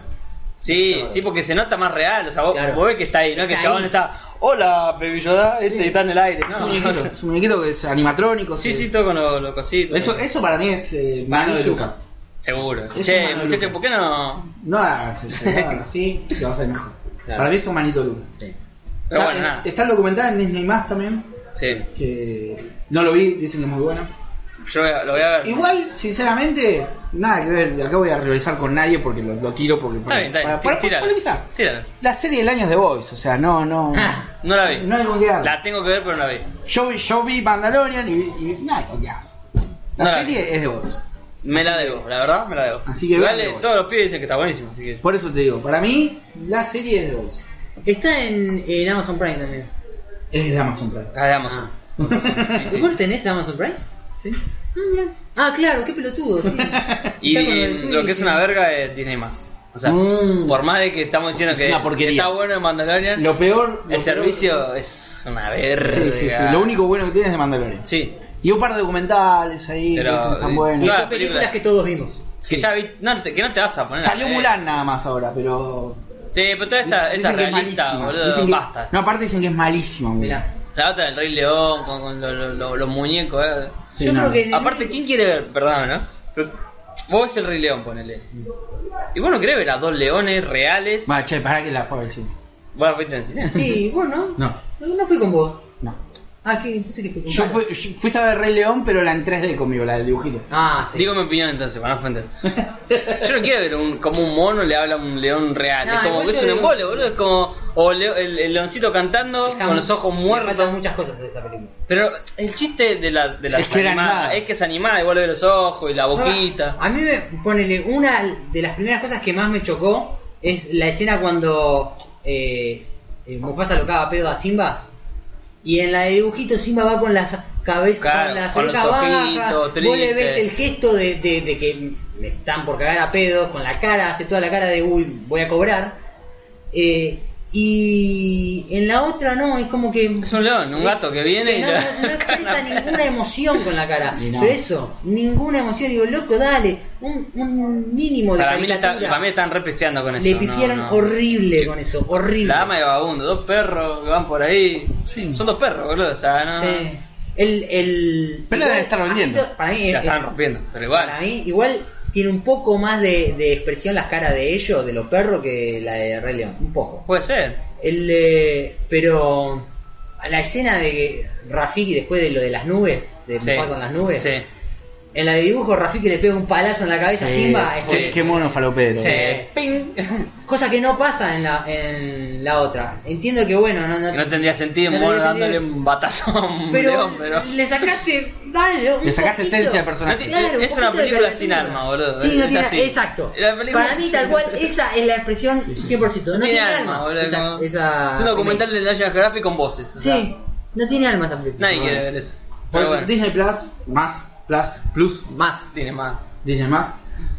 [SPEAKER 2] Sí, sí, porque se nota más real. O sea, vos,
[SPEAKER 1] Claro.
[SPEAKER 2] vos ves que está ahí, no es que el
[SPEAKER 1] Está
[SPEAKER 2] chabón
[SPEAKER 1] ahí.
[SPEAKER 2] está. Hola, Baby Yoda", este está en el aire.
[SPEAKER 4] Es
[SPEAKER 2] No,
[SPEAKER 4] un muñequito, es un muñequito que es animatrónico.
[SPEAKER 2] Sí,
[SPEAKER 4] que-
[SPEAKER 2] sí, todo con los lo cositos.
[SPEAKER 4] Eso, eso para mí es eh, mano de Lucas.
[SPEAKER 2] Seguro.
[SPEAKER 4] Eso
[SPEAKER 2] che,
[SPEAKER 4] Manuel
[SPEAKER 2] muchachos,
[SPEAKER 4] Lucas.
[SPEAKER 2] ¿por qué no.?
[SPEAKER 4] No hagas eso, no hagas así, te vas a ir mejor.
[SPEAKER 1] Claro.
[SPEAKER 4] Para mí es un manito de Lucas.
[SPEAKER 1] Sí.
[SPEAKER 2] Pero
[SPEAKER 4] está,
[SPEAKER 2] bueno,
[SPEAKER 4] eh,
[SPEAKER 2] nada.
[SPEAKER 4] está el documental en Disney Más también,
[SPEAKER 2] Sí,
[SPEAKER 4] que no lo vi, dicen que es muy bueno.
[SPEAKER 2] yo voy a- lo voy a ver.
[SPEAKER 4] Igual, sinceramente, nada que ver, acá voy a revisar con nadie porque lo, lo tiro porque
[SPEAKER 2] Está bien, está bien.
[SPEAKER 4] para, para-
[SPEAKER 2] Tíralo.
[SPEAKER 4] para revisar.
[SPEAKER 2] Tíralo.
[SPEAKER 4] La serie del año es The Voice, o sea, no, no.
[SPEAKER 1] Ah,
[SPEAKER 2] No la vi.
[SPEAKER 4] No hay mundial.
[SPEAKER 2] La tengo que ver, pero no la vi.
[SPEAKER 4] Yo, yo vi Mandalorian y, y nada, ya.
[SPEAKER 2] No
[SPEAKER 4] La
[SPEAKER 2] la
[SPEAKER 4] serie es de vos.
[SPEAKER 2] Me la debo, la verdad, me la debo.
[SPEAKER 4] Así que
[SPEAKER 2] Igual
[SPEAKER 4] vean,
[SPEAKER 2] eh,
[SPEAKER 4] vos.
[SPEAKER 2] todos los pibes dicen que está buenísimo. Así que...
[SPEAKER 4] Por eso te digo, para mí, la serie es de vos.
[SPEAKER 1] Está en, en Amazon Prime también.
[SPEAKER 4] Es de Amazon Prime.
[SPEAKER 2] Ah, de Amazon. Con razón, sí, sí.
[SPEAKER 1] ¿Vos tenés Amazon Prime?
[SPEAKER 4] ¿Sí?
[SPEAKER 1] Ah, mirá. Ah, claro, qué pelotudo, sí. Está
[SPEAKER 2] Y
[SPEAKER 1] con del
[SPEAKER 2] lo que
[SPEAKER 1] Twitch,
[SPEAKER 2] es una
[SPEAKER 1] sí.
[SPEAKER 2] verga es Disney más. O sea,
[SPEAKER 4] Mm.
[SPEAKER 2] por más de que estamos diciendo
[SPEAKER 4] Es
[SPEAKER 2] que
[SPEAKER 4] una porquería.
[SPEAKER 2] está bueno el Mandalorian,
[SPEAKER 4] Lo peor. lo
[SPEAKER 2] el
[SPEAKER 4] peor-
[SPEAKER 2] servicio es una verga.
[SPEAKER 4] Sí, sí, sí. Lo único bueno que tiene es de Mandalorian.
[SPEAKER 2] Sí,
[SPEAKER 4] Y un par de documentales ahí
[SPEAKER 2] Pero,
[SPEAKER 4] que dicen que están
[SPEAKER 2] eh,
[SPEAKER 4] buenos.
[SPEAKER 1] Y
[SPEAKER 2] claro,
[SPEAKER 1] son películas
[SPEAKER 2] película.
[SPEAKER 1] que todos vimos.
[SPEAKER 2] Que ya vi- no, te, que no te vas a poner. a
[SPEAKER 4] Salió
[SPEAKER 2] ver.
[SPEAKER 4] Mulan nada más ahora, pero.
[SPEAKER 2] Sí, pero toda esa, esa
[SPEAKER 4] dicen que es
[SPEAKER 2] realista,
[SPEAKER 4] malísima.
[SPEAKER 2] boludo,
[SPEAKER 4] Dicen que-
[SPEAKER 2] basta.
[SPEAKER 4] No, aparte dicen que es malísima, Mulan.
[SPEAKER 1] Mirá.
[SPEAKER 2] La otra del Rey León, con, con lo- lo- lo- los muñecos. eh.
[SPEAKER 4] Sí,
[SPEAKER 1] Yo
[SPEAKER 4] no.
[SPEAKER 1] creo que.
[SPEAKER 2] Aparte, ¿quién quiere ver? Perdón, ¿no? Pero vos ves el Rey León, ponele. Y vos no querés ver a dos leones reales.
[SPEAKER 4] Va, che, pará que la fue al cine.
[SPEAKER 2] Bueno, fuiste en cine.
[SPEAKER 1] Sí, vos no.
[SPEAKER 4] No,
[SPEAKER 1] No, no fui con vos.
[SPEAKER 4] no.
[SPEAKER 1] Ah, ¿qué? Entonces que fui con
[SPEAKER 4] Yo
[SPEAKER 1] Caro.
[SPEAKER 4] fui, yo- fuiste a ver Rey León, pero la en 3D conmigo, la del dibujito.
[SPEAKER 1] Ah, sí.
[SPEAKER 2] Digo mi opinión entonces, para no ofender. Yo no quiero ver un, como un mono le habla a un león real.
[SPEAKER 1] No,
[SPEAKER 2] es como
[SPEAKER 1] igual
[SPEAKER 2] que es
[SPEAKER 1] yo
[SPEAKER 2] un
[SPEAKER 1] digo-
[SPEAKER 2] embole, boludo. Es como. O leo- el, el leoncito cantando
[SPEAKER 1] Está
[SPEAKER 2] con
[SPEAKER 1] mu-
[SPEAKER 2] los ojos
[SPEAKER 1] Le
[SPEAKER 2] muertos.
[SPEAKER 1] faltan muchas cosas de esa película.
[SPEAKER 2] Pero el chiste de la, de la
[SPEAKER 4] Es que era animada.
[SPEAKER 2] es que es animada, igual ver los ojos y
[SPEAKER 1] Ah.
[SPEAKER 2] la boquita.
[SPEAKER 1] A mí me ponele una de las primeras cosas que más me chocó es la escena cuando eh, eh, Mufasa lo caga a pedo a Simba y en la de dibujito Simba va con las cabezas
[SPEAKER 2] Claro,
[SPEAKER 1] con las
[SPEAKER 2] con los
[SPEAKER 1] orejas bajas,
[SPEAKER 2] ojitos,
[SPEAKER 1] vos le
[SPEAKER 2] triste.
[SPEAKER 1] ves el gesto de, de- de que le están por cagar a pedos con la cara, hace toda la cara de uy voy a cobrar eh, y en la otra no, es como que
[SPEAKER 2] Es un león, un gato que viene y
[SPEAKER 1] no,
[SPEAKER 2] la-
[SPEAKER 1] no- no expresa ninguna emoción con la cara.
[SPEAKER 4] Y no.
[SPEAKER 1] Pero eso, ninguna emoción. Digo, loco, dale, un, un mínimo de
[SPEAKER 2] Para mí, le está-
[SPEAKER 1] caricatura.
[SPEAKER 2] para mí le están repeteando con eso.
[SPEAKER 1] Le
[SPEAKER 2] no,
[SPEAKER 1] pifiaron
[SPEAKER 2] no.
[SPEAKER 1] horrible con eso, horrible.
[SPEAKER 2] La dama de vagabundo, dos perros que van por ahí.
[SPEAKER 4] Sí.
[SPEAKER 2] Son dos perros, boludo. O sea, no.
[SPEAKER 1] Sí. El, el,
[SPEAKER 4] Pero la
[SPEAKER 1] igual,
[SPEAKER 4] deben estar vendiendo.
[SPEAKER 1] así to- Para mí,
[SPEAKER 2] La
[SPEAKER 1] eh,
[SPEAKER 2] están
[SPEAKER 1] eh,
[SPEAKER 2] rompiendo, pero
[SPEAKER 1] para
[SPEAKER 2] igual.
[SPEAKER 1] mí, igual tiene un poco más de, de expresión las caras de ellos, de los perros, que la de Rey León. Un poco.
[SPEAKER 2] Puede ser.
[SPEAKER 1] El, eh, pero la escena de Rafiki después de lo de las nubes, de
[SPEAKER 2] Sí.
[SPEAKER 1] Mufasa en las nubes,
[SPEAKER 2] Sí.
[SPEAKER 1] En la de dibujo, Rafiki le pega un palazo en la cabeza a Simba.
[SPEAKER 4] Eh,
[SPEAKER 1] es-
[SPEAKER 4] qué- Qué mono falopero.
[SPEAKER 2] Sí.
[SPEAKER 1] Eh,
[SPEAKER 2] Ping.
[SPEAKER 1] Cosa que no pasa en la, en la otra. Entiendo que, bueno, no, no-
[SPEAKER 2] No tendría sentido
[SPEAKER 1] No
[SPEAKER 2] un mono
[SPEAKER 1] tendría sentido.
[SPEAKER 2] dándole un batazo a un
[SPEAKER 1] pero,
[SPEAKER 2] león, pero.
[SPEAKER 1] le sacaste. Dale, un
[SPEAKER 4] Le sacaste
[SPEAKER 1] poquito.
[SPEAKER 4] esencia al
[SPEAKER 2] No
[SPEAKER 4] personaje.
[SPEAKER 2] ti-
[SPEAKER 1] Claro, un
[SPEAKER 2] es una
[SPEAKER 1] poquito de
[SPEAKER 2] película
[SPEAKER 1] caricatura.
[SPEAKER 2] sin arma, boludo.
[SPEAKER 1] Sí, no
[SPEAKER 2] Es
[SPEAKER 1] tiene-
[SPEAKER 2] así.
[SPEAKER 1] exacto.
[SPEAKER 2] La película
[SPEAKER 1] Para mí,
[SPEAKER 2] sin-
[SPEAKER 1] tal cual, esa es la expresión 100%. No,
[SPEAKER 2] No
[SPEAKER 1] tiene alma,
[SPEAKER 2] boludo.
[SPEAKER 1] esa-
[SPEAKER 2] como-
[SPEAKER 1] esa-
[SPEAKER 2] un documental de National Geographic con voces. o sea,
[SPEAKER 1] Sí, no tiene alma esa película.
[SPEAKER 2] nadie quiere ver eso.
[SPEAKER 4] Por
[SPEAKER 2] Pero
[SPEAKER 4] eso
[SPEAKER 2] bueno,
[SPEAKER 4] Disney Plus, más, Plus, Plus,
[SPEAKER 2] más tiene más.
[SPEAKER 4] Disney más.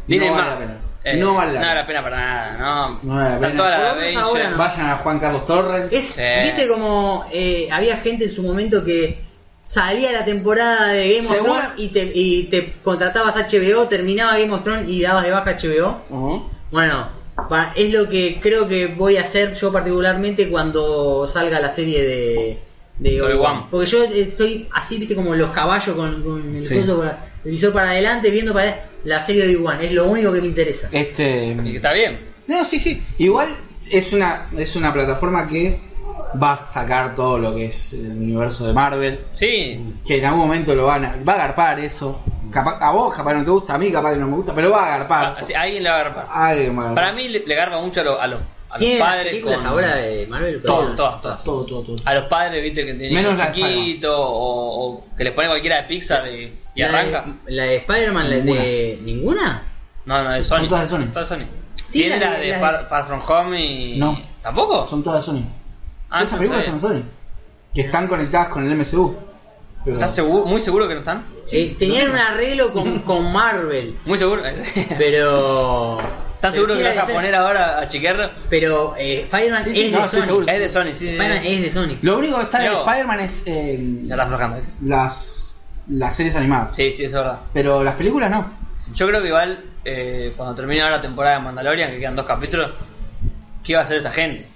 [SPEAKER 2] Disney
[SPEAKER 4] no
[SPEAKER 2] más.
[SPEAKER 4] Vale la pena.
[SPEAKER 2] Eh,
[SPEAKER 4] no vale la
[SPEAKER 2] no
[SPEAKER 4] pena.
[SPEAKER 2] vale para nada, no.
[SPEAKER 4] No vale la
[SPEAKER 2] Están
[SPEAKER 4] pena.
[SPEAKER 2] todas las
[SPEAKER 1] Por lo menos
[SPEAKER 2] Avengers.
[SPEAKER 1] ahora no.
[SPEAKER 4] Vayan a Juan Carlos Torres.
[SPEAKER 1] Es,
[SPEAKER 2] Sí.
[SPEAKER 1] viste como eh, había gente en su momento que salía la temporada de Game of
[SPEAKER 4] Seguro-
[SPEAKER 1] Thrones y te, y te contratabas HBO, terminaba Game of Thrones y dabas de baja HBO.
[SPEAKER 4] Ujú.
[SPEAKER 1] Bueno, va- es lo que creo que voy a hacer yo particularmente cuando salga la serie de, de
[SPEAKER 2] Obi-Wan.
[SPEAKER 1] Porque yo eh, soy así, viste, como los caballos con, con el,
[SPEAKER 4] Sí.
[SPEAKER 1] coso para- el visor para adelante, viendo para la serie de Obi-Wan. Es lo único que me interesa.
[SPEAKER 4] Este.
[SPEAKER 2] Y que está bien.
[SPEAKER 4] No, sí, sí. Igual es una, es una plataforma que va a sacar todo lo que es el universo de Marvel.
[SPEAKER 2] Sí.
[SPEAKER 4] Que en algún momento lo van a. Va a agarpar eso. Capaz- a vos capaz no te gusta, a mí capaz que no me gusta, pero va a
[SPEAKER 2] Ah,
[SPEAKER 4] agarpar.
[SPEAKER 2] así, alguien le va a agarrar.
[SPEAKER 4] Alguien va a agarpar.
[SPEAKER 2] Para mí le, le garba mucho a, los- a los- a
[SPEAKER 1] Tiene
[SPEAKER 2] los
[SPEAKER 1] las
[SPEAKER 2] padres.
[SPEAKER 1] películas
[SPEAKER 2] Con,
[SPEAKER 1] ahora de Marvel?
[SPEAKER 2] Todo,
[SPEAKER 1] Todas.
[SPEAKER 2] todas, todas.
[SPEAKER 4] Todo, todo, todo.
[SPEAKER 2] A los padres, viste, que tienen
[SPEAKER 4] Menos
[SPEAKER 2] hijos
[SPEAKER 4] la de
[SPEAKER 2] chiquitos o, o que les pone cualquiera de Pixar y,
[SPEAKER 4] Eh,
[SPEAKER 2] y
[SPEAKER 1] La de-
[SPEAKER 2] arranca.
[SPEAKER 1] ¿La de Spider-Man? ¿La de ninguna?
[SPEAKER 2] No, no, de Sony.
[SPEAKER 4] Son todas de Sony.
[SPEAKER 2] Todas de Sony.
[SPEAKER 1] Sí,
[SPEAKER 2] Tiene
[SPEAKER 1] las
[SPEAKER 2] la
[SPEAKER 1] de-
[SPEAKER 2] de
[SPEAKER 1] las
[SPEAKER 2] Far, Far From Home y.
[SPEAKER 4] No.
[SPEAKER 2] ¿Tampoco?
[SPEAKER 4] Son todas Sony.
[SPEAKER 2] Ah,
[SPEAKER 4] Esas
[SPEAKER 2] no
[SPEAKER 4] películas
[SPEAKER 2] sabía.
[SPEAKER 4] son Sony. Que están conectadas con el MCU. Pero-
[SPEAKER 2] ¿Estás seguro, muy seguro que no están?
[SPEAKER 1] Eh, tenían un arreglo con, con Marvel,
[SPEAKER 2] Muy seguro.
[SPEAKER 1] pero.
[SPEAKER 2] ¿Estás seguro que
[SPEAKER 1] pero
[SPEAKER 2] vas
[SPEAKER 1] sí
[SPEAKER 2] a
[SPEAKER 1] era de
[SPEAKER 2] poner ahora a chequearlo?
[SPEAKER 1] Pero eh, Spider-Man
[SPEAKER 4] Sí, sí,
[SPEAKER 1] es,
[SPEAKER 4] no,
[SPEAKER 1] de
[SPEAKER 4] estoy
[SPEAKER 1] Sony.
[SPEAKER 4] seguro.
[SPEAKER 2] Es de Sony, sí, sí.
[SPEAKER 1] Spider-Man
[SPEAKER 2] sí.
[SPEAKER 1] es de Sony.
[SPEAKER 4] Lo único que está de
[SPEAKER 2] Leo.
[SPEAKER 4] Spider-man es eh,
[SPEAKER 2] Ya la aflojando. ¿viste?
[SPEAKER 4] las, las series animadas.
[SPEAKER 2] Sí, sí, es verdad.
[SPEAKER 4] Pero las películas no.
[SPEAKER 2] Yo creo que igual, eh, cuando termine ahora la temporada de Mandalorian, que quedan dos capítulos, ¿qué va a hacer esta gente?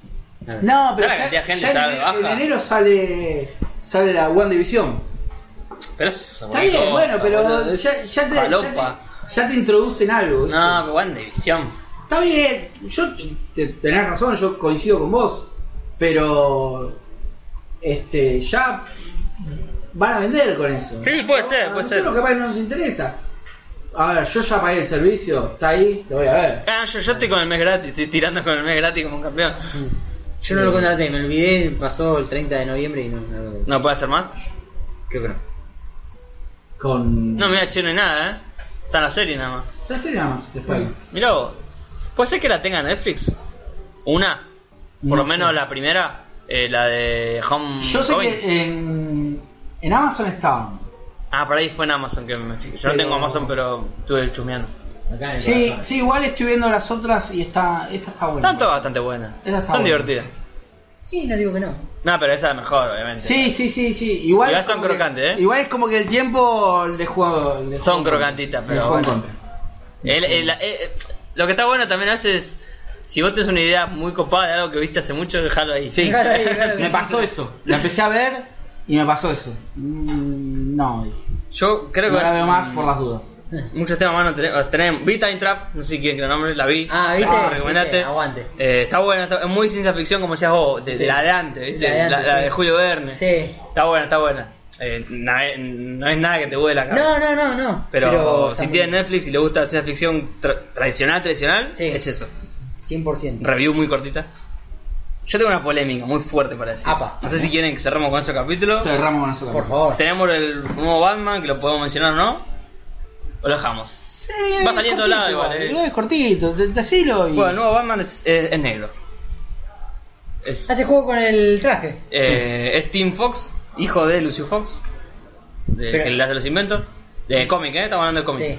[SPEAKER 4] No, pero
[SPEAKER 2] ¿Sabes la cantidad de
[SPEAKER 4] ya,
[SPEAKER 2] gente
[SPEAKER 4] ya
[SPEAKER 2] sale
[SPEAKER 4] en,
[SPEAKER 2] baja?
[SPEAKER 4] en enero sale sale la One Division.
[SPEAKER 2] Pero eso
[SPEAKER 4] Está bien, bueno, pero ya, ya te, ya,
[SPEAKER 2] Palopa.
[SPEAKER 4] te, ya te introducen algo. ¿viste?
[SPEAKER 2] No, pero One División.
[SPEAKER 4] Está bien, yo te- te- tenés razón, yo coincido con vos, pero este ya van a vender con eso.
[SPEAKER 2] Sí, puede ser,
[SPEAKER 4] A
[SPEAKER 2] puede
[SPEAKER 4] nosotros
[SPEAKER 2] ser.
[SPEAKER 4] capaz no nos interesa. A ver, yo ya pagué el servicio, está ahí, lo voy a ver.
[SPEAKER 2] Ah, yo, yo estoy con el mes gratis, estoy tirando con el mes gratis como un campeón.
[SPEAKER 4] Mm.
[SPEAKER 1] Yo no lo contraté, me olvidé, pasó el 30 de noviembre y no. no lo-
[SPEAKER 2] ¿No puede hacer más?
[SPEAKER 1] creo que no.
[SPEAKER 4] Con
[SPEAKER 2] No, mira, che, no hay nada, ¿eh? Está en la serie nada más.
[SPEAKER 4] Está así nada más, después.
[SPEAKER 2] Mirá vos. ¿Puede ser que la tenga Netflix? ¿Una? Por
[SPEAKER 4] No
[SPEAKER 2] lo menos
[SPEAKER 4] sé.
[SPEAKER 2] la primera, eh, la de Home.
[SPEAKER 4] Yo sé
[SPEAKER 2] Coming.
[SPEAKER 4] que eh, en, en Amazon estaban.
[SPEAKER 2] Ah, por ahí fue en Amazon que me fijé. Yo
[SPEAKER 4] Pero-
[SPEAKER 2] no tengo Amazon, pero estuve chusmeando.
[SPEAKER 1] Acá en el
[SPEAKER 4] Sí,
[SPEAKER 1] corazón.
[SPEAKER 4] sí, igual estoy viendo las otras y está, esta está buena.
[SPEAKER 2] Están todas bastante buenas.
[SPEAKER 4] Esa está
[SPEAKER 2] Están
[SPEAKER 4] buena.
[SPEAKER 2] divertidas.
[SPEAKER 1] Sí, no digo que no.
[SPEAKER 2] No, pero esa es la mejor, obviamente.
[SPEAKER 4] Sí, sí, sí, sí. Igual,
[SPEAKER 2] Igual
[SPEAKER 4] es
[SPEAKER 2] son
[SPEAKER 4] como
[SPEAKER 2] crocantes,
[SPEAKER 4] que-
[SPEAKER 2] ¿eh?
[SPEAKER 4] Igual es como que el tiempo le juega. le
[SPEAKER 2] Son
[SPEAKER 4] juega-
[SPEAKER 2] crocantitas,
[SPEAKER 4] le
[SPEAKER 2] pero
[SPEAKER 4] juega en
[SPEAKER 2] bueno.
[SPEAKER 4] contra.
[SPEAKER 2] El- el- eh, lo que está bueno también a veces, si vos tenés una idea muy copada de algo que viste hace mucho, dejalo ahí.
[SPEAKER 4] Sí,
[SPEAKER 1] Claro, ahí, claro.
[SPEAKER 4] me pasó eso. La empecé a ver y me pasó eso. Mm, No,
[SPEAKER 2] Yo creo que
[SPEAKER 4] no la veo más por las dudas.
[SPEAKER 2] muchos temas más no tenemos. tenemos- vi Time Trap, no sé quién que lo nombre, la vi.
[SPEAKER 1] Ah, ¿viste?
[SPEAKER 2] La recomendaste.
[SPEAKER 1] Viste, aguante.
[SPEAKER 2] Eh, está buena, está- es muy ciencia ficción, como decías vos, de,
[SPEAKER 1] Sí.
[SPEAKER 2] la de antes, ¿viste?
[SPEAKER 1] La de antes,
[SPEAKER 2] la
[SPEAKER 1] sí.
[SPEAKER 2] de Julio Verne.
[SPEAKER 1] Sí.
[SPEAKER 2] Está buena, está buena. Eh, na- no es nada que te vuele la cabeza.
[SPEAKER 1] No, no, no, no.
[SPEAKER 2] Pero, si
[SPEAKER 1] también,
[SPEAKER 2] tiene Netflix y le gusta la ciencia ficción tra- tradicional, tradicional,
[SPEAKER 1] Sí.
[SPEAKER 2] es eso.
[SPEAKER 1] 100%.
[SPEAKER 2] Review muy cortita. Yo tengo una polémica muy fuerte para decir.
[SPEAKER 1] Apa.
[SPEAKER 2] No sé si quieren que cerremos con ese capítulo.
[SPEAKER 4] Cerramos con eso.
[SPEAKER 1] Por favor.
[SPEAKER 2] Tenemos el nuevo Batman, que lo podemos mencionar o no. O lo dejamos.
[SPEAKER 4] Sí,
[SPEAKER 2] Va saliendo
[SPEAKER 4] cortito,
[SPEAKER 2] lado igual, eh.
[SPEAKER 4] igual Es cortito, te, te hacelo y.
[SPEAKER 2] Bueno, el nuevo Batman es, es- es negro. Es,
[SPEAKER 1] Hace juego con el traje.
[SPEAKER 2] eh, es Tim Fox, hijo de Lucio Fox, de
[SPEAKER 1] Pero- Mm.
[SPEAKER 2] que le hace los inventos. De cómic, ¿eh? Estamos hablando de cómic.
[SPEAKER 1] Sí.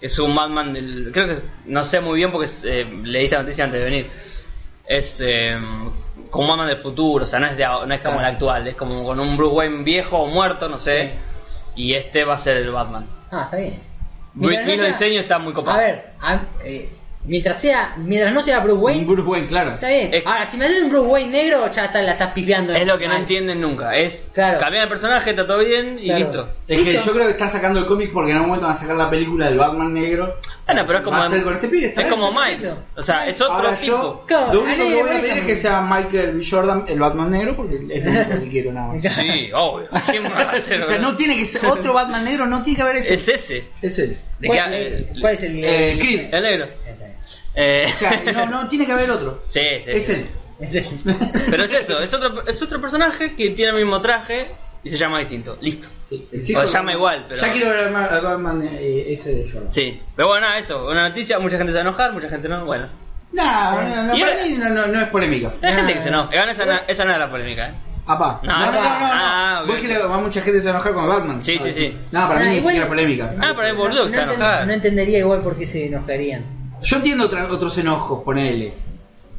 [SPEAKER 2] Es un Batman del. Creo que. No sé muy bien porque eh, leí esta noticia antes de venir. Es eh, como un Batman del futuro, o sea, no es, de, ahora- no es como
[SPEAKER 1] Claro.
[SPEAKER 2] el actual, es como con un Bruce Wayne viejo o muerto, no sé. Y este va a ser el Batman.
[SPEAKER 1] Ah, está bien.
[SPEAKER 2] Mi,
[SPEAKER 1] Mientras no sea-
[SPEAKER 2] diseño está muy copado.
[SPEAKER 1] A ver, a- eh, mientras sea, mientras no sea Bruce Wayne,
[SPEAKER 4] Un Bruce Wayne, claro.
[SPEAKER 1] está bien.
[SPEAKER 2] Es-
[SPEAKER 1] Ahora, si me haces un Bruce Wayne negro, ya está, la estás pifiando.
[SPEAKER 2] Es lo que no
[SPEAKER 1] Ah,
[SPEAKER 2] entienden nunca. Es
[SPEAKER 1] Claro.
[SPEAKER 2] cambiar el personaje, está todo bien y
[SPEAKER 1] Claro.
[SPEAKER 2] listo.
[SPEAKER 4] Es que
[SPEAKER 1] Listo.
[SPEAKER 4] yo creo que está sacando el cómic porque en algún momento van a sacar la película del Batman negro.
[SPEAKER 2] Bueno, pero es como.
[SPEAKER 4] Va a ser con este pibe, está
[SPEAKER 2] es
[SPEAKER 4] bien,
[SPEAKER 2] como
[SPEAKER 4] está
[SPEAKER 2] Miles.
[SPEAKER 1] perfecto.
[SPEAKER 2] O sea, es otro
[SPEAKER 4] Ahora yo-
[SPEAKER 2] tipo.
[SPEAKER 1] Claro,
[SPEAKER 4] Lo único
[SPEAKER 1] Ale,
[SPEAKER 4] que voy a pedir
[SPEAKER 1] Michael.
[SPEAKER 4] es que sea Michael B. Jordan el Batman negro porque es lo único que quiero nada más.
[SPEAKER 2] Sí, obvio. ¿Quién más va a ser,
[SPEAKER 4] o sea, no
[SPEAKER 2] verdad?
[SPEAKER 4] tiene que ser otro Batman negro, no tiene que haber ese.
[SPEAKER 2] Es ese.
[SPEAKER 4] Es él.
[SPEAKER 2] De
[SPEAKER 1] ¿Cuál,
[SPEAKER 2] que-
[SPEAKER 1] eh,
[SPEAKER 2] el-
[SPEAKER 1] cuál es el,
[SPEAKER 4] Eh,
[SPEAKER 1] el-
[SPEAKER 4] Creed.
[SPEAKER 2] El negro.
[SPEAKER 1] Está bien.
[SPEAKER 2] Eh,
[SPEAKER 4] O sea, no, no tiene que haber otro.
[SPEAKER 2] sí, sí.
[SPEAKER 4] es
[SPEAKER 2] sí.
[SPEAKER 4] él.
[SPEAKER 1] Es el-
[SPEAKER 2] Pero es eso, es otro, es otro personaje que tiene el mismo traje y se llama distinto. Listo.
[SPEAKER 4] El
[SPEAKER 2] O
[SPEAKER 4] hijo
[SPEAKER 2] llama
[SPEAKER 4] de-
[SPEAKER 2] igual, pero-
[SPEAKER 4] Ya quiero ver al Mar- al Batman eh, ese de Jordan.
[SPEAKER 2] Sí. Pero bueno, nada, eso. Una noticia, mucha gente se va a enojar, mucha gente no. Bueno.
[SPEAKER 4] No, no, no,
[SPEAKER 2] Y
[SPEAKER 4] para
[SPEAKER 2] ahora-
[SPEAKER 4] mí no, no, no es polémica.
[SPEAKER 2] Hay gente que se enoja. Igual esa, no- esa no es la polémica, ¿eh?
[SPEAKER 4] Apá.
[SPEAKER 2] No,
[SPEAKER 4] no, no,
[SPEAKER 2] no,
[SPEAKER 4] no. no,
[SPEAKER 2] ah,
[SPEAKER 4] Vos
[SPEAKER 2] ok.
[SPEAKER 4] que le- va mucha gente se va a enojar con Batman.
[SPEAKER 2] Sí, sí, sí.
[SPEAKER 4] No, para
[SPEAKER 1] Ah,
[SPEAKER 4] mí ni
[SPEAKER 1] igual-
[SPEAKER 4] siquiera polémica.
[SPEAKER 2] Ah, pero hay boludo que se va a
[SPEAKER 1] enten-
[SPEAKER 2] enojar.
[SPEAKER 1] no entendería igual por qué se enojarían.
[SPEAKER 4] Yo entiendo otra- otros enojos, ponele.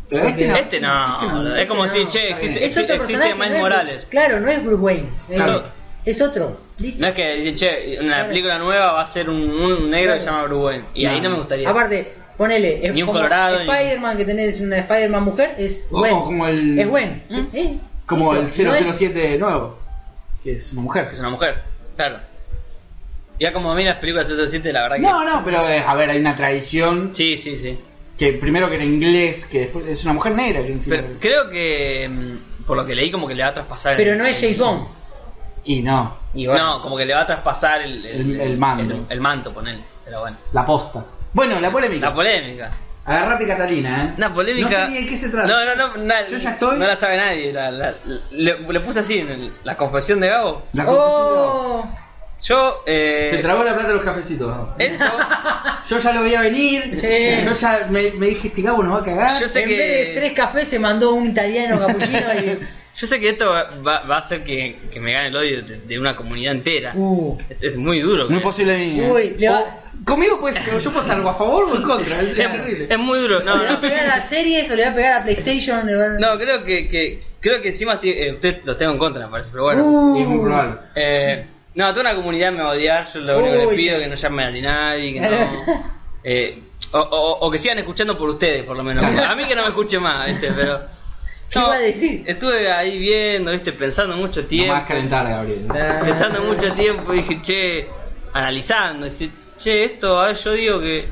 [SPEAKER 4] Pero este no.
[SPEAKER 2] Este no, boludo. es como
[SPEAKER 4] Este
[SPEAKER 2] decir,
[SPEAKER 4] no,
[SPEAKER 2] che,
[SPEAKER 4] está bien.
[SPEAKER 2] existe, existe,
[SPEAKER 1] personaje,
[SPEAKER 2] Miles
[SPEAKER 1] no es Bru-
[SPEAKER 2] Morales.
[SPEAKER 1] Claro, no es Bruce Wayne. Es,
[SPEAKER 4] Claro.
[SPEAKER 1] es otro. ¿listo?
[SPEAKER 2] No es que dicen, che, una
[SPEAKER 1] Claro.
[SPEAKER 2] película nueva va a ser un, un negro que se llama Bruce Wayne. Y ahí no me gustaría.
[SPEAKER 1] Aparte, ponele. es
[SPEAKER 2] Ni un
[SPEAKER 1] como
[SPEAKER 2] colorado, ni-
[SPEAKER 1] Spider-Man que tenés una Spider-Man mujer es
[SPEAKER 4] O
[SPEAKER 1] Gwen.
[SPEAKER 4] Oh, como el-
[SPEAKER 1] Es Gwen.
[SPEAKER 2] ¿Mm?
[SPEAKER 1] Eh,
[SPEAKER 4] Como el
[SPEAKER 1] listo, no es-
[SPEAKER 4] 007 de nuevo. Que es una mujer.
[SPEAKER 2] que es una mujer, claro. Ya como a mí las películas de 007, la verdad que.
[SPEAKER 4] No, no, pero eh, a ver, hay una tradición
[SPEAKER 2] Sí, sí, sí.
[SPEAKER 4] que primero que era inglés, que después es una mujer negra. que encima-
[SPEAKER 2] Pero creo que. mm, Por lo que leí, como que le va a traspasar. el-
[SPEAKER 1] Pero no es James Bond.
[SPEAKER 4] Y no,
[SPEAKER 1] Y bueno,
[SPEAKER 2] No, como que le va a traspasar el,
[SPEAKER 4] El- el mando.
[SPEAKER 2] El, el manto, ponele. Pero bueno.
[SPEAKER 4] la posta. Bueno, la polémica.
[SPEAKER 2] La polémica.
[SPEAKER 4] Agarrate Catalina, ¿eh?
[SPEAKER 2] Una polémica.
[SPEAKER 4] No sé ni de qué se trata.
[SPEAKER 2] No, no, no. na-
[SPEAKER 4] Yo ya estoy.
[SPEAKER 2] No la sabe nadie. la- la- le, le puse así en el- la confesión de Gabo.
[SPEAKER 4] La confusión.
[SPEAKER 1] ¡Oh!
[SPEAKER 2] Yo. Eh,
[SPEAKER 4] Se trabó la plata de los cafecitos.
[SPEAKER 2] esto-
[SPEAKER 4] Yo ya lo veía venir.
[SPEAKER 1] Sí.
[SPEAKER 4] Yo ya me, me dije, este Gabo nos va a cagar.
[SPEAKER 2] Yo sé
[SPEAKER 1] en
[SPEAKER 2] que-
[SPEAKER 1] vez de tres cafés se mandó un italiano capuchino y.
[SPEAKER 2] Yo sé que esto va, va- va a hacer que, que me gane el odio de, de una comunidad entera.
[SPEAKER 1] Uh,
[SPEAKER 2] Es, es muy duro.
[SPEAKER 4] Muy
[SPEAKER 2] creo.
[SPEAKER 4] posible de mí. ¿eh?
[SPEAKER 1] Uy, le va-
[SPEAKER 4] O- Conmigo pues yo puedo estar o a favor o en contra. Es terrible.
[SPEAKER 2] Es, es muy duro. No,
[SPEAKER 1] ¿Le va a
[SPEAKER 2] no.
[SPEAKER 1] pegar a series o le va a pegar a PlayStation? Le va-
[SPEAKER 2] No, creo que, que- creo que encima estoy- eh, usted lo tengo en contra, me parece, pero bueno.
[SPEAKER 1] Uh.
[SPEAKER 4] Y es muy probable.
[SPEAKER 2] Eh, no, toda una comunidad me va a odiar, yo lo único que
[SPEAKER 1] Uy,
[SPEAKER 2] les pido
[SPEAKER 1] sí.
[SPEAKER 2] es que no llamen a nadie, que no... eh, o, o- o que sigan escuchando por ustedes, por lo menos. A mí que no me escuche más, este, pero...
[SPEAKER 1] ¿Qué iba a decir?
[SPEAKER 2] Estuve ahí viendo, viste, pensando mucho
[SPEAKER 4] No
[SPEAKER 2] tiempo.
[SPEAKER 4] vas a calentar, Gabriel.
[SPEAKER 2] pensando mucho tiempo y dije, che, analizando, dice, che, esto, a ver, yo digo que.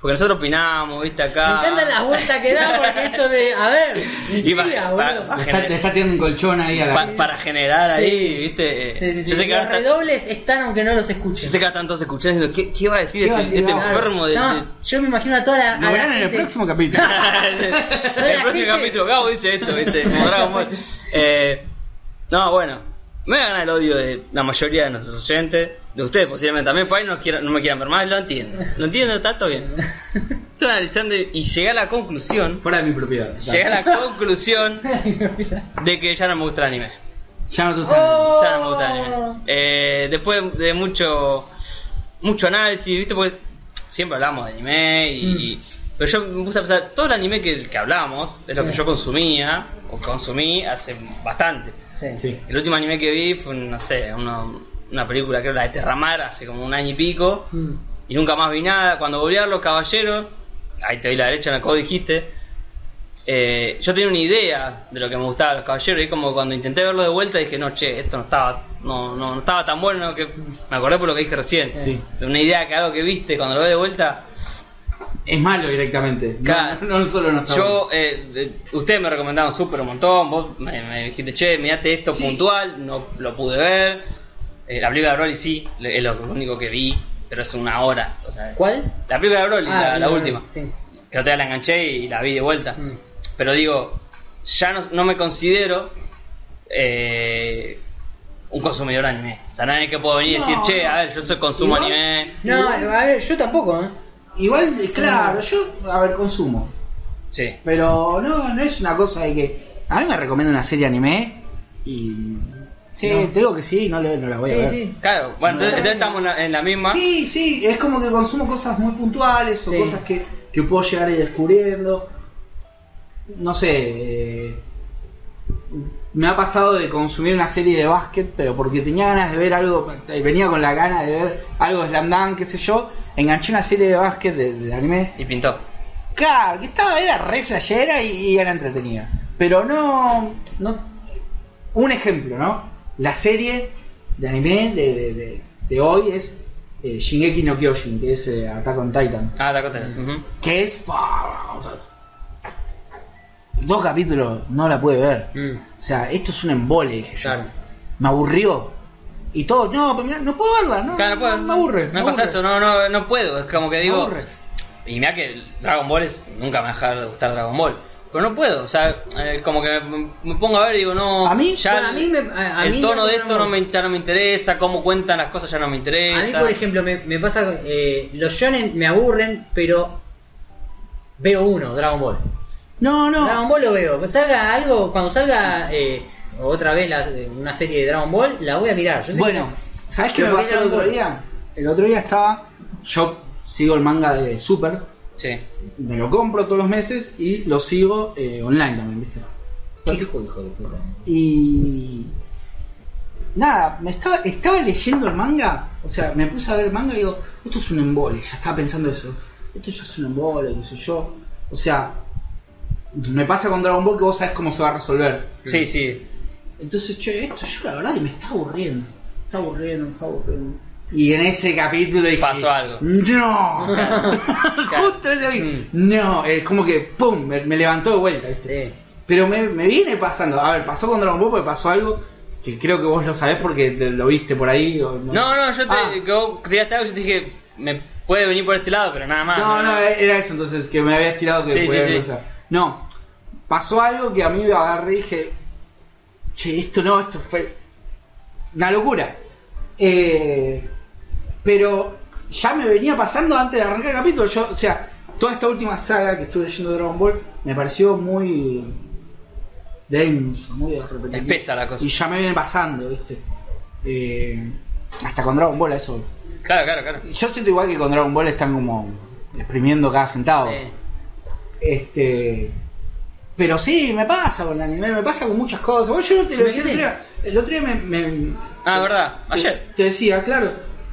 [SPEAKER 2] Porque nosotros opinamos, viste,
[SPEAKER 1] Me
[SPEAKER 2] acá.
[SPEAKER 1] encantan las vueltas que da porque esto de. A ver.
[SPEAKER 2] Y va-
[SPEAKER 1] mentira,
[SPEAKER 2] va-
[SPEAKER 1] boludo.
[SPEAKER 2] va-
[SPEAKER 4] Le está, te está tirando un colchón ahí a la.
[SPEAKER 2] Pa- para generar
[SPEAKER 1] Sí.
[SPEAKER 2] ahí, viste. eh,
[SPEAKER 1] Sí, sí, sí.
[SPEAKER 2] Yo, sé que
[SPEAKER 1] Los
[SPEAKER 2] ahora está-
[SPEAKER 1] redobles están aunque no los
[SPEAKER 2] yo
[SPEAKER 1] escuchen.
[SPEAKER 2] sé que ahora están todos escuchando diciendo, ¿qué, qué va a decir
[SPEAKER 4] ¿Qué va a
[SPEAKER 2] este,
[SPEAKER 4] decir?
[SPEAKER 2] este
[SPEAKER 4] Ah,
[SPEAKER 2] enfermo de.?
[SPEAKER 1] No,
[SPEAKER 2] de-
[SPEAKER 1] yo me imagino a toda la.
[SPEAKER 4] Lo
[SPEAKER 1] a la
[SPEAKER 4] verán en el
[SPEAKER 1] gente-
[SPEAKER 4] próximo capítulo.
[SPEAKER 2] el próximo
[SPEAKER 1] gente-
[SPEAKER 2] capítulo, Gabo dice esto, viste, como Dragon Ball. Eh, no, bueno, me voy a ganar el odio de la mayoría de nuestros oyentes, de ustedes posiblemente también, por ahí no, quieran, no me quieran ver más, lo entiendo, lo entiendo, está todo bien. Estoy analizando y y llegué a la conclusión,
[SPEAKER 4] Fuera de mi propiedad.
[SPEAKER 2] llegué a la conclusión de que ya no me gusta el anime.
[SPEAKER 4] Ya no te
[SPEAKER 1] Oh.
[SPEAKER 2] Ya no me gusta el anime. Eh, después de mucho mucho análisis, ¿viste? Porque siempre hablamos de
[SPEAKER 1] Mm.
[SPEAKER 2] anime y. Pero yo me puse a pensar, todo el anime que, que hablamos, de lo que
[SPEAKER 1] Sí.
[SPEAKER 2] yo consumía, o consumí hace bastante.
[SPEAKER 1] Sí.
[SPEAKER 4] Sí.
[SPEAKER 2] El último anime que vi fue, no sé, una, una película, creo, la de Terramar, hace como un año y pico.
[SPEAKER 3] Mm.
[SPEAKER 2] Y nunca más vi nada. Cuando volví a ver Los Caballeros, ahí te vi la derecha en el código dijiste. eh, yo tenía una idea de lo que me gustaba de Los Caballeros. Y como cuando intenté verlo de vuelta, dije, no, che, esto no estaba, no, no, no estaba tan bueno. que Me acordé por lo que dije recién.
[SPEAKER 4] Sí.
[SPEAKER 2] De una idea que algo que viste, cuando lo ves de vuelta,
[SPEAKER 4] Es malo directamente. No,
[SPEAKER 2] Claro.
[SPEAKER 4] no, no solo no está bueno.
[SPEAKER 2] Yo, eh, eh, ustedes me recomendaron súper un montón, vos me, me dijiste, che, mirate esto puntual, no lo pude ver. Eh, la película de Broly sí, le- es lo único que vi, pero es una hora. o sea,
[SPEAKER 3] ¿Cuál?
[SPEAKER 2] La película de Broly,
[SPEAKER 3] Ah,
[SPEAKER 2] la, la
[SPEAKER 3] no,
[SPEAKER 2] última.
[SPEAKER 3] Sí.
[SPEAKER 2] Que otra vez la enganché y la vi de vuelta.
[SPEAKER 3] Mm.
[SPEAKER 2] Pero digo, ya no, no me considero eh, un consumidor anime. O sea, nadie que pueda venir y
[SPEAKER 4] No,
[SPEAKER 2] decir, che,
[SPEAKER 4] no.
[SPEAKER 2] a ver, yo soy consumo
[SPEAKER 4] Igual-
[SPEAKER 2] anime.
[SPEAKER 3] No, a ver, yo tampoco, ¿eh?
[SPEAKER 4] Igual, eh, claro, yo, a ver, consumo.
[SPEAKER 2] Sí.
[SPEAKER 4] Pero no, no es una cosa de que. A mí me recomienda una serie anime y. Sí,
[SPEAKER 3] No.
[SPEAKER 4] te digo que sí, no, le- no la voy a
[SPEAKER 3] Sí,
[SPEAKER 4] ver.
[SPEAKER 3] sí.
[SPEAKER 2] Claro, bueno, entonces,
[SPEAKER 4] No.
[SPEAKER 2] entonces estamos en la, en la misma.
[SPEAKER 4] Sí, sí, es como que consumo cosas muy puntuales
[SPEAKER 3] Sí.
[SPEAKER 4] o cosas que, que puedo llegar a ir descubriendo. No sé, eh, me ha pasado de consumir una serie de básquet, pero porque tenía ganas de ver algo, eh, venía con la gana de ver algo de Slam Dunk, qué sé yo, enganché una serie de básquet de, de anime.
[SPEAKER 2] Y pintó.
[SPEAKER 4] Claro, que estaba, era re flashera y, y era entretenida. Pero no, no. Un ejemplo, ¿no? La serie de anime de, de- de- de hoy es eh, Shingeki no Kyojin, que es eh, Attack on Titan.
[SPEAKER 2] Ah, Dakota. ujú.
[SPEAKER 4] Que es. Dos capítulos no la pude ver.
[SPEAKER 3] Mm.
[SPEAKER 4] O sea, esto es un embole, dije yo.
[SPEAKER 3] Claro.
[SPEAKER 4] Me aburrió. Y todo, no, pero mirá, no puedo verla, no,
[SPEAKER 2] Claro, no puedo.
[SPEAKER 4] me aburre.
[SPEAKER 2] Me,
[SPEAKER 4] me
[SPEAKER 2] pasa
[SPEAKER 4] aburre,
[SPEAKER 2] eso, no, no, no puedo. Es como que
[SPEAKER 4] me
[SPEAKER 2] digo.
[SPEAKER 4] aburre.
[SPEAKER 2] Y mira que Dragon Ball es. Nunca me va a dejar de gustar Dragon Ball. Pero no puedo, o sea, eh, como que me, me pongo a ver y digo, no.
[SPEAKER 4] A mí,
[SPEAKER 2] ya
[SPEAKER 3] Bueno, a
[SPEAKER 2] el-
[SPEAKER 3] mí me- a- a
[SPEAKER 2] el
[SPEAKER 3] mí
[SPEAKER 2] tono
[SPEAKER 3] no
[SPEAKER 2] de
[SPEAKER 3] me-
[SPEAKER 2] esto no me, ya no me interesa, cómo cuentan las cosas ya no me interesa.
[SPEAKER 3] A mí, por ejemplo, me, me pasa. con- Eh, los shonen me aburren, pero. Veo uno, Dragon Ball.
[SPEAKER 4] No, no.
[SPEAKER 3] Dragon Ball lo veo. Salga algo, cuando salga eh, otra vez la- eh, una serie de Dragon Ball, la voy a mirar. Yo sé
[SPEAKER 4] Bueno, ¿sabes qué me
[SPEAKER 3] Pero
[SPEAKER 4] pasó el
[SPEAKER 3] Dragon
[SPEAKER 4] otro
[SPEAKER 3] Ball.
[SPEAKER 4] día? El otro día estaba. Yo sigo el manga de Super,
[SPEAKER 2] Sí.
[SPEAKER 4] me lo compro todos los meses y lo sigo eh, online también, ¿viste?
[SPEAKER 3] que- ¿Qué juego, hijo de puta?
[SPEAKER 4] Y. Nada, me estaba, estaba leyendo el manga, o sea, me puse a ver el manga y digo, esto es un embole, ya estaba pensando eso. Esto ya es un embole, qué sé yo. O sea, me pasa con Dragon Ball que vos sabés cómo se va a resolver.
[SPEAKER 2] Sí, sí.
[SPEAKER 4] Entonces, che, esto yo la verdad me está aburriendo. Me está aburriendo, me está aburriendo. Y en ese capítulo dije,
[SPEAKER 2] Pasó algo.
[SPEAKER 4] ¡No! Justo eso dije,
[SPEAKER 2] Mm.
[SPEAKER 4] No, es como que ¡pum! Me, me levantó de vuelta, ¿viste?
[SPEAKER 3] Sí.
[SPEAKER 4] Pero me, me viene pasando. A ver, pasó con Dragon Ball porque pasó algo que creo que vos lo sabés porque te lo viste por ahí. o
[SPEAKER 2] No, no, yo te,
[SPEAKER 4] Ah.
[SPEAKER 2] que vos tiraste algo y yo te dije, me puede venir por este lado, pero nada más.
[SPEAKER 4] No, no,
[SPEAKER 3] eh,
[SPEAKER 4] era eso entonces, que me habías tirado que
[SPEAKER 2] Sí, sí,
[SPEAKER 4] podía
[SPEAKER 2] sí.
[SPEAKER 4] pasar. No, pasó algo que a mí me agarré y dije, che, esto no, esto fue una locura. Eh, pero ya me venía pasando antes de arrancar el capítulo. Yo, o sea, toda esta última saga que estuve leyendo de Dragon Ball me pareció muy denso, muy repetitivo.
[SPEAKER 2] Espesa la cosa.
[SPEAKER 4] Y ya me viene pasando, ¿viste? Eh, hasta con Dragon Ball a eso
[SPEAKER 2] Claro, claro, claro.
[SPEAKER 4] yo siento igual que con Dragon Ball están como exprimiendo cada centavo. Este. Pero sí, me pasa con el anime, me pasa con muchas cosas. Bueno, yo te lo decía el otro día. El otro día me. me-
[SPEAKER 2] Ah, verdad,
[SPEAKER 4] te-
[SPEAKER 2] ayer.
[SPEAKER 4] Te, decía, claro,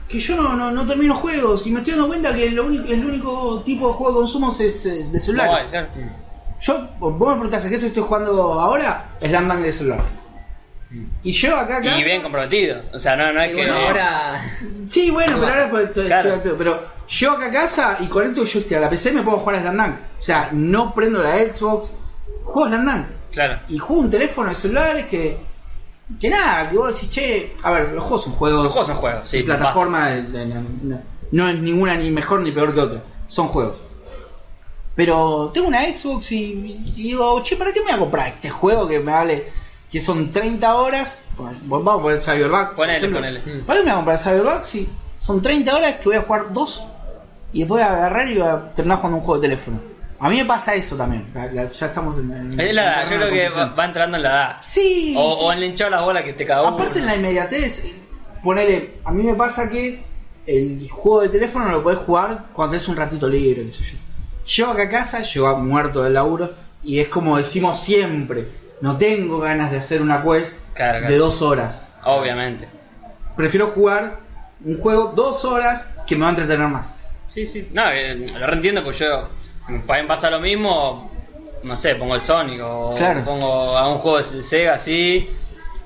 [SPEAKER 4] que yo no, no, no termino juegos y me estoy dando cuenta que lo único, el único tipo de juego que consumo es, es de celulares.
[SPEAKER 2] Mobile, claro.
[SPEAKER 4] Yo, vos me preguntás, ¿qué estoy jugando ahora? Es la manga de celular. Y yo acá. a
[SPEAKER 2] Mm. Y
[SPEAKER 4] casa-
[SPEAKER 2] bien comprometido. O sea, no, no es
[SPEAKER 3] Y
[SPEAKER 2] que.
[SPEAKER 3] bueno, ahora.
[SPEAKER 4] Sí, bueno, pero ahora estoy- estoy-
[SPEAKER 2] Claro.
[SPEAKER 4] estoy al pedo. Pero yo acá a casa y conecto el joystick a la PC me puedo jugar a Slam Dunk. O sea, no prendo la Xbox, juego Slam Dunk.
[SPEAKER 2] Claro.
[SPEAKER 4] Y juego un teléfono de celulares que. Que nada, que vos decís, che. A ver, los juegos son juegos.
[SPEAKER 2] Los juegos son juegos, sí.
[SPEAKER 4] plataforma de- de- de- no, no es ninguna ni mejor ni peor que otra. Son juegos. Pero tengo una Xbox y, y digo, che, ¿para qué me voy a comprar este juego que me vale? Que son 30 horas. Bueno, Vamos a poner Cyberpunk. por
[SPEAKER 2] Ponele,
[SPEAKER 4] ejemplo.
[SPEAKER 2] ponele. mm.
[SPEAKER 4] ¿Para qué me voy a comprar Cyberpunk? Sí. Son 30 horas que voy a jugar dos y después voy a agarrar y voy a terminar jugando un juego de teléfono. A mí me pasa eso también. La- la- ya estamos en. en-
[SPEAKER 2] Es
[SPEAKER 4] en
[SPEAKER 2] la edad,
[SPEAKER 4] torno
[SPEAKER 2] yo
[SPEAKER 4] a la
[SPEAKER 2] creo que va,
[SPEAKER 4] confusión.
[SPEAKER 2] va entrando en la edad.
[SPEAKER 4] Sí.
[SPEAKER 2] O,
[SPEAKER 4] sí.
[SPEAKER 2] o han hinchado las bolas que te cada uno.
[SPEAKER 4] Aparte en la inmediatez, ponele, a mí me pasa que el juego de teléfono lo podés jugar cuando tenés un ratito libre, qué sé yo. Llego acá a casa, llego muerto del laburo, y es como decimos siempre, No tengo ganas de hacer una quest
[SPEAKER 2] Claro, claro.
[SPEAKER 4] de dos horas.
[SPEAKER 2] Obviamente.
[SPEAKER 4] Prefiero jugar un juego dos horas que me va a entretener más.
[SPEAKER 2] Sí, sí. No, eh, lo reentiendo porque yo. Para mí pasa lo mismo. No sé, pongo el Sonic o
[SPEAKER 4] Claro.
[SPEAKER 2] pongo a un juego de Sega así.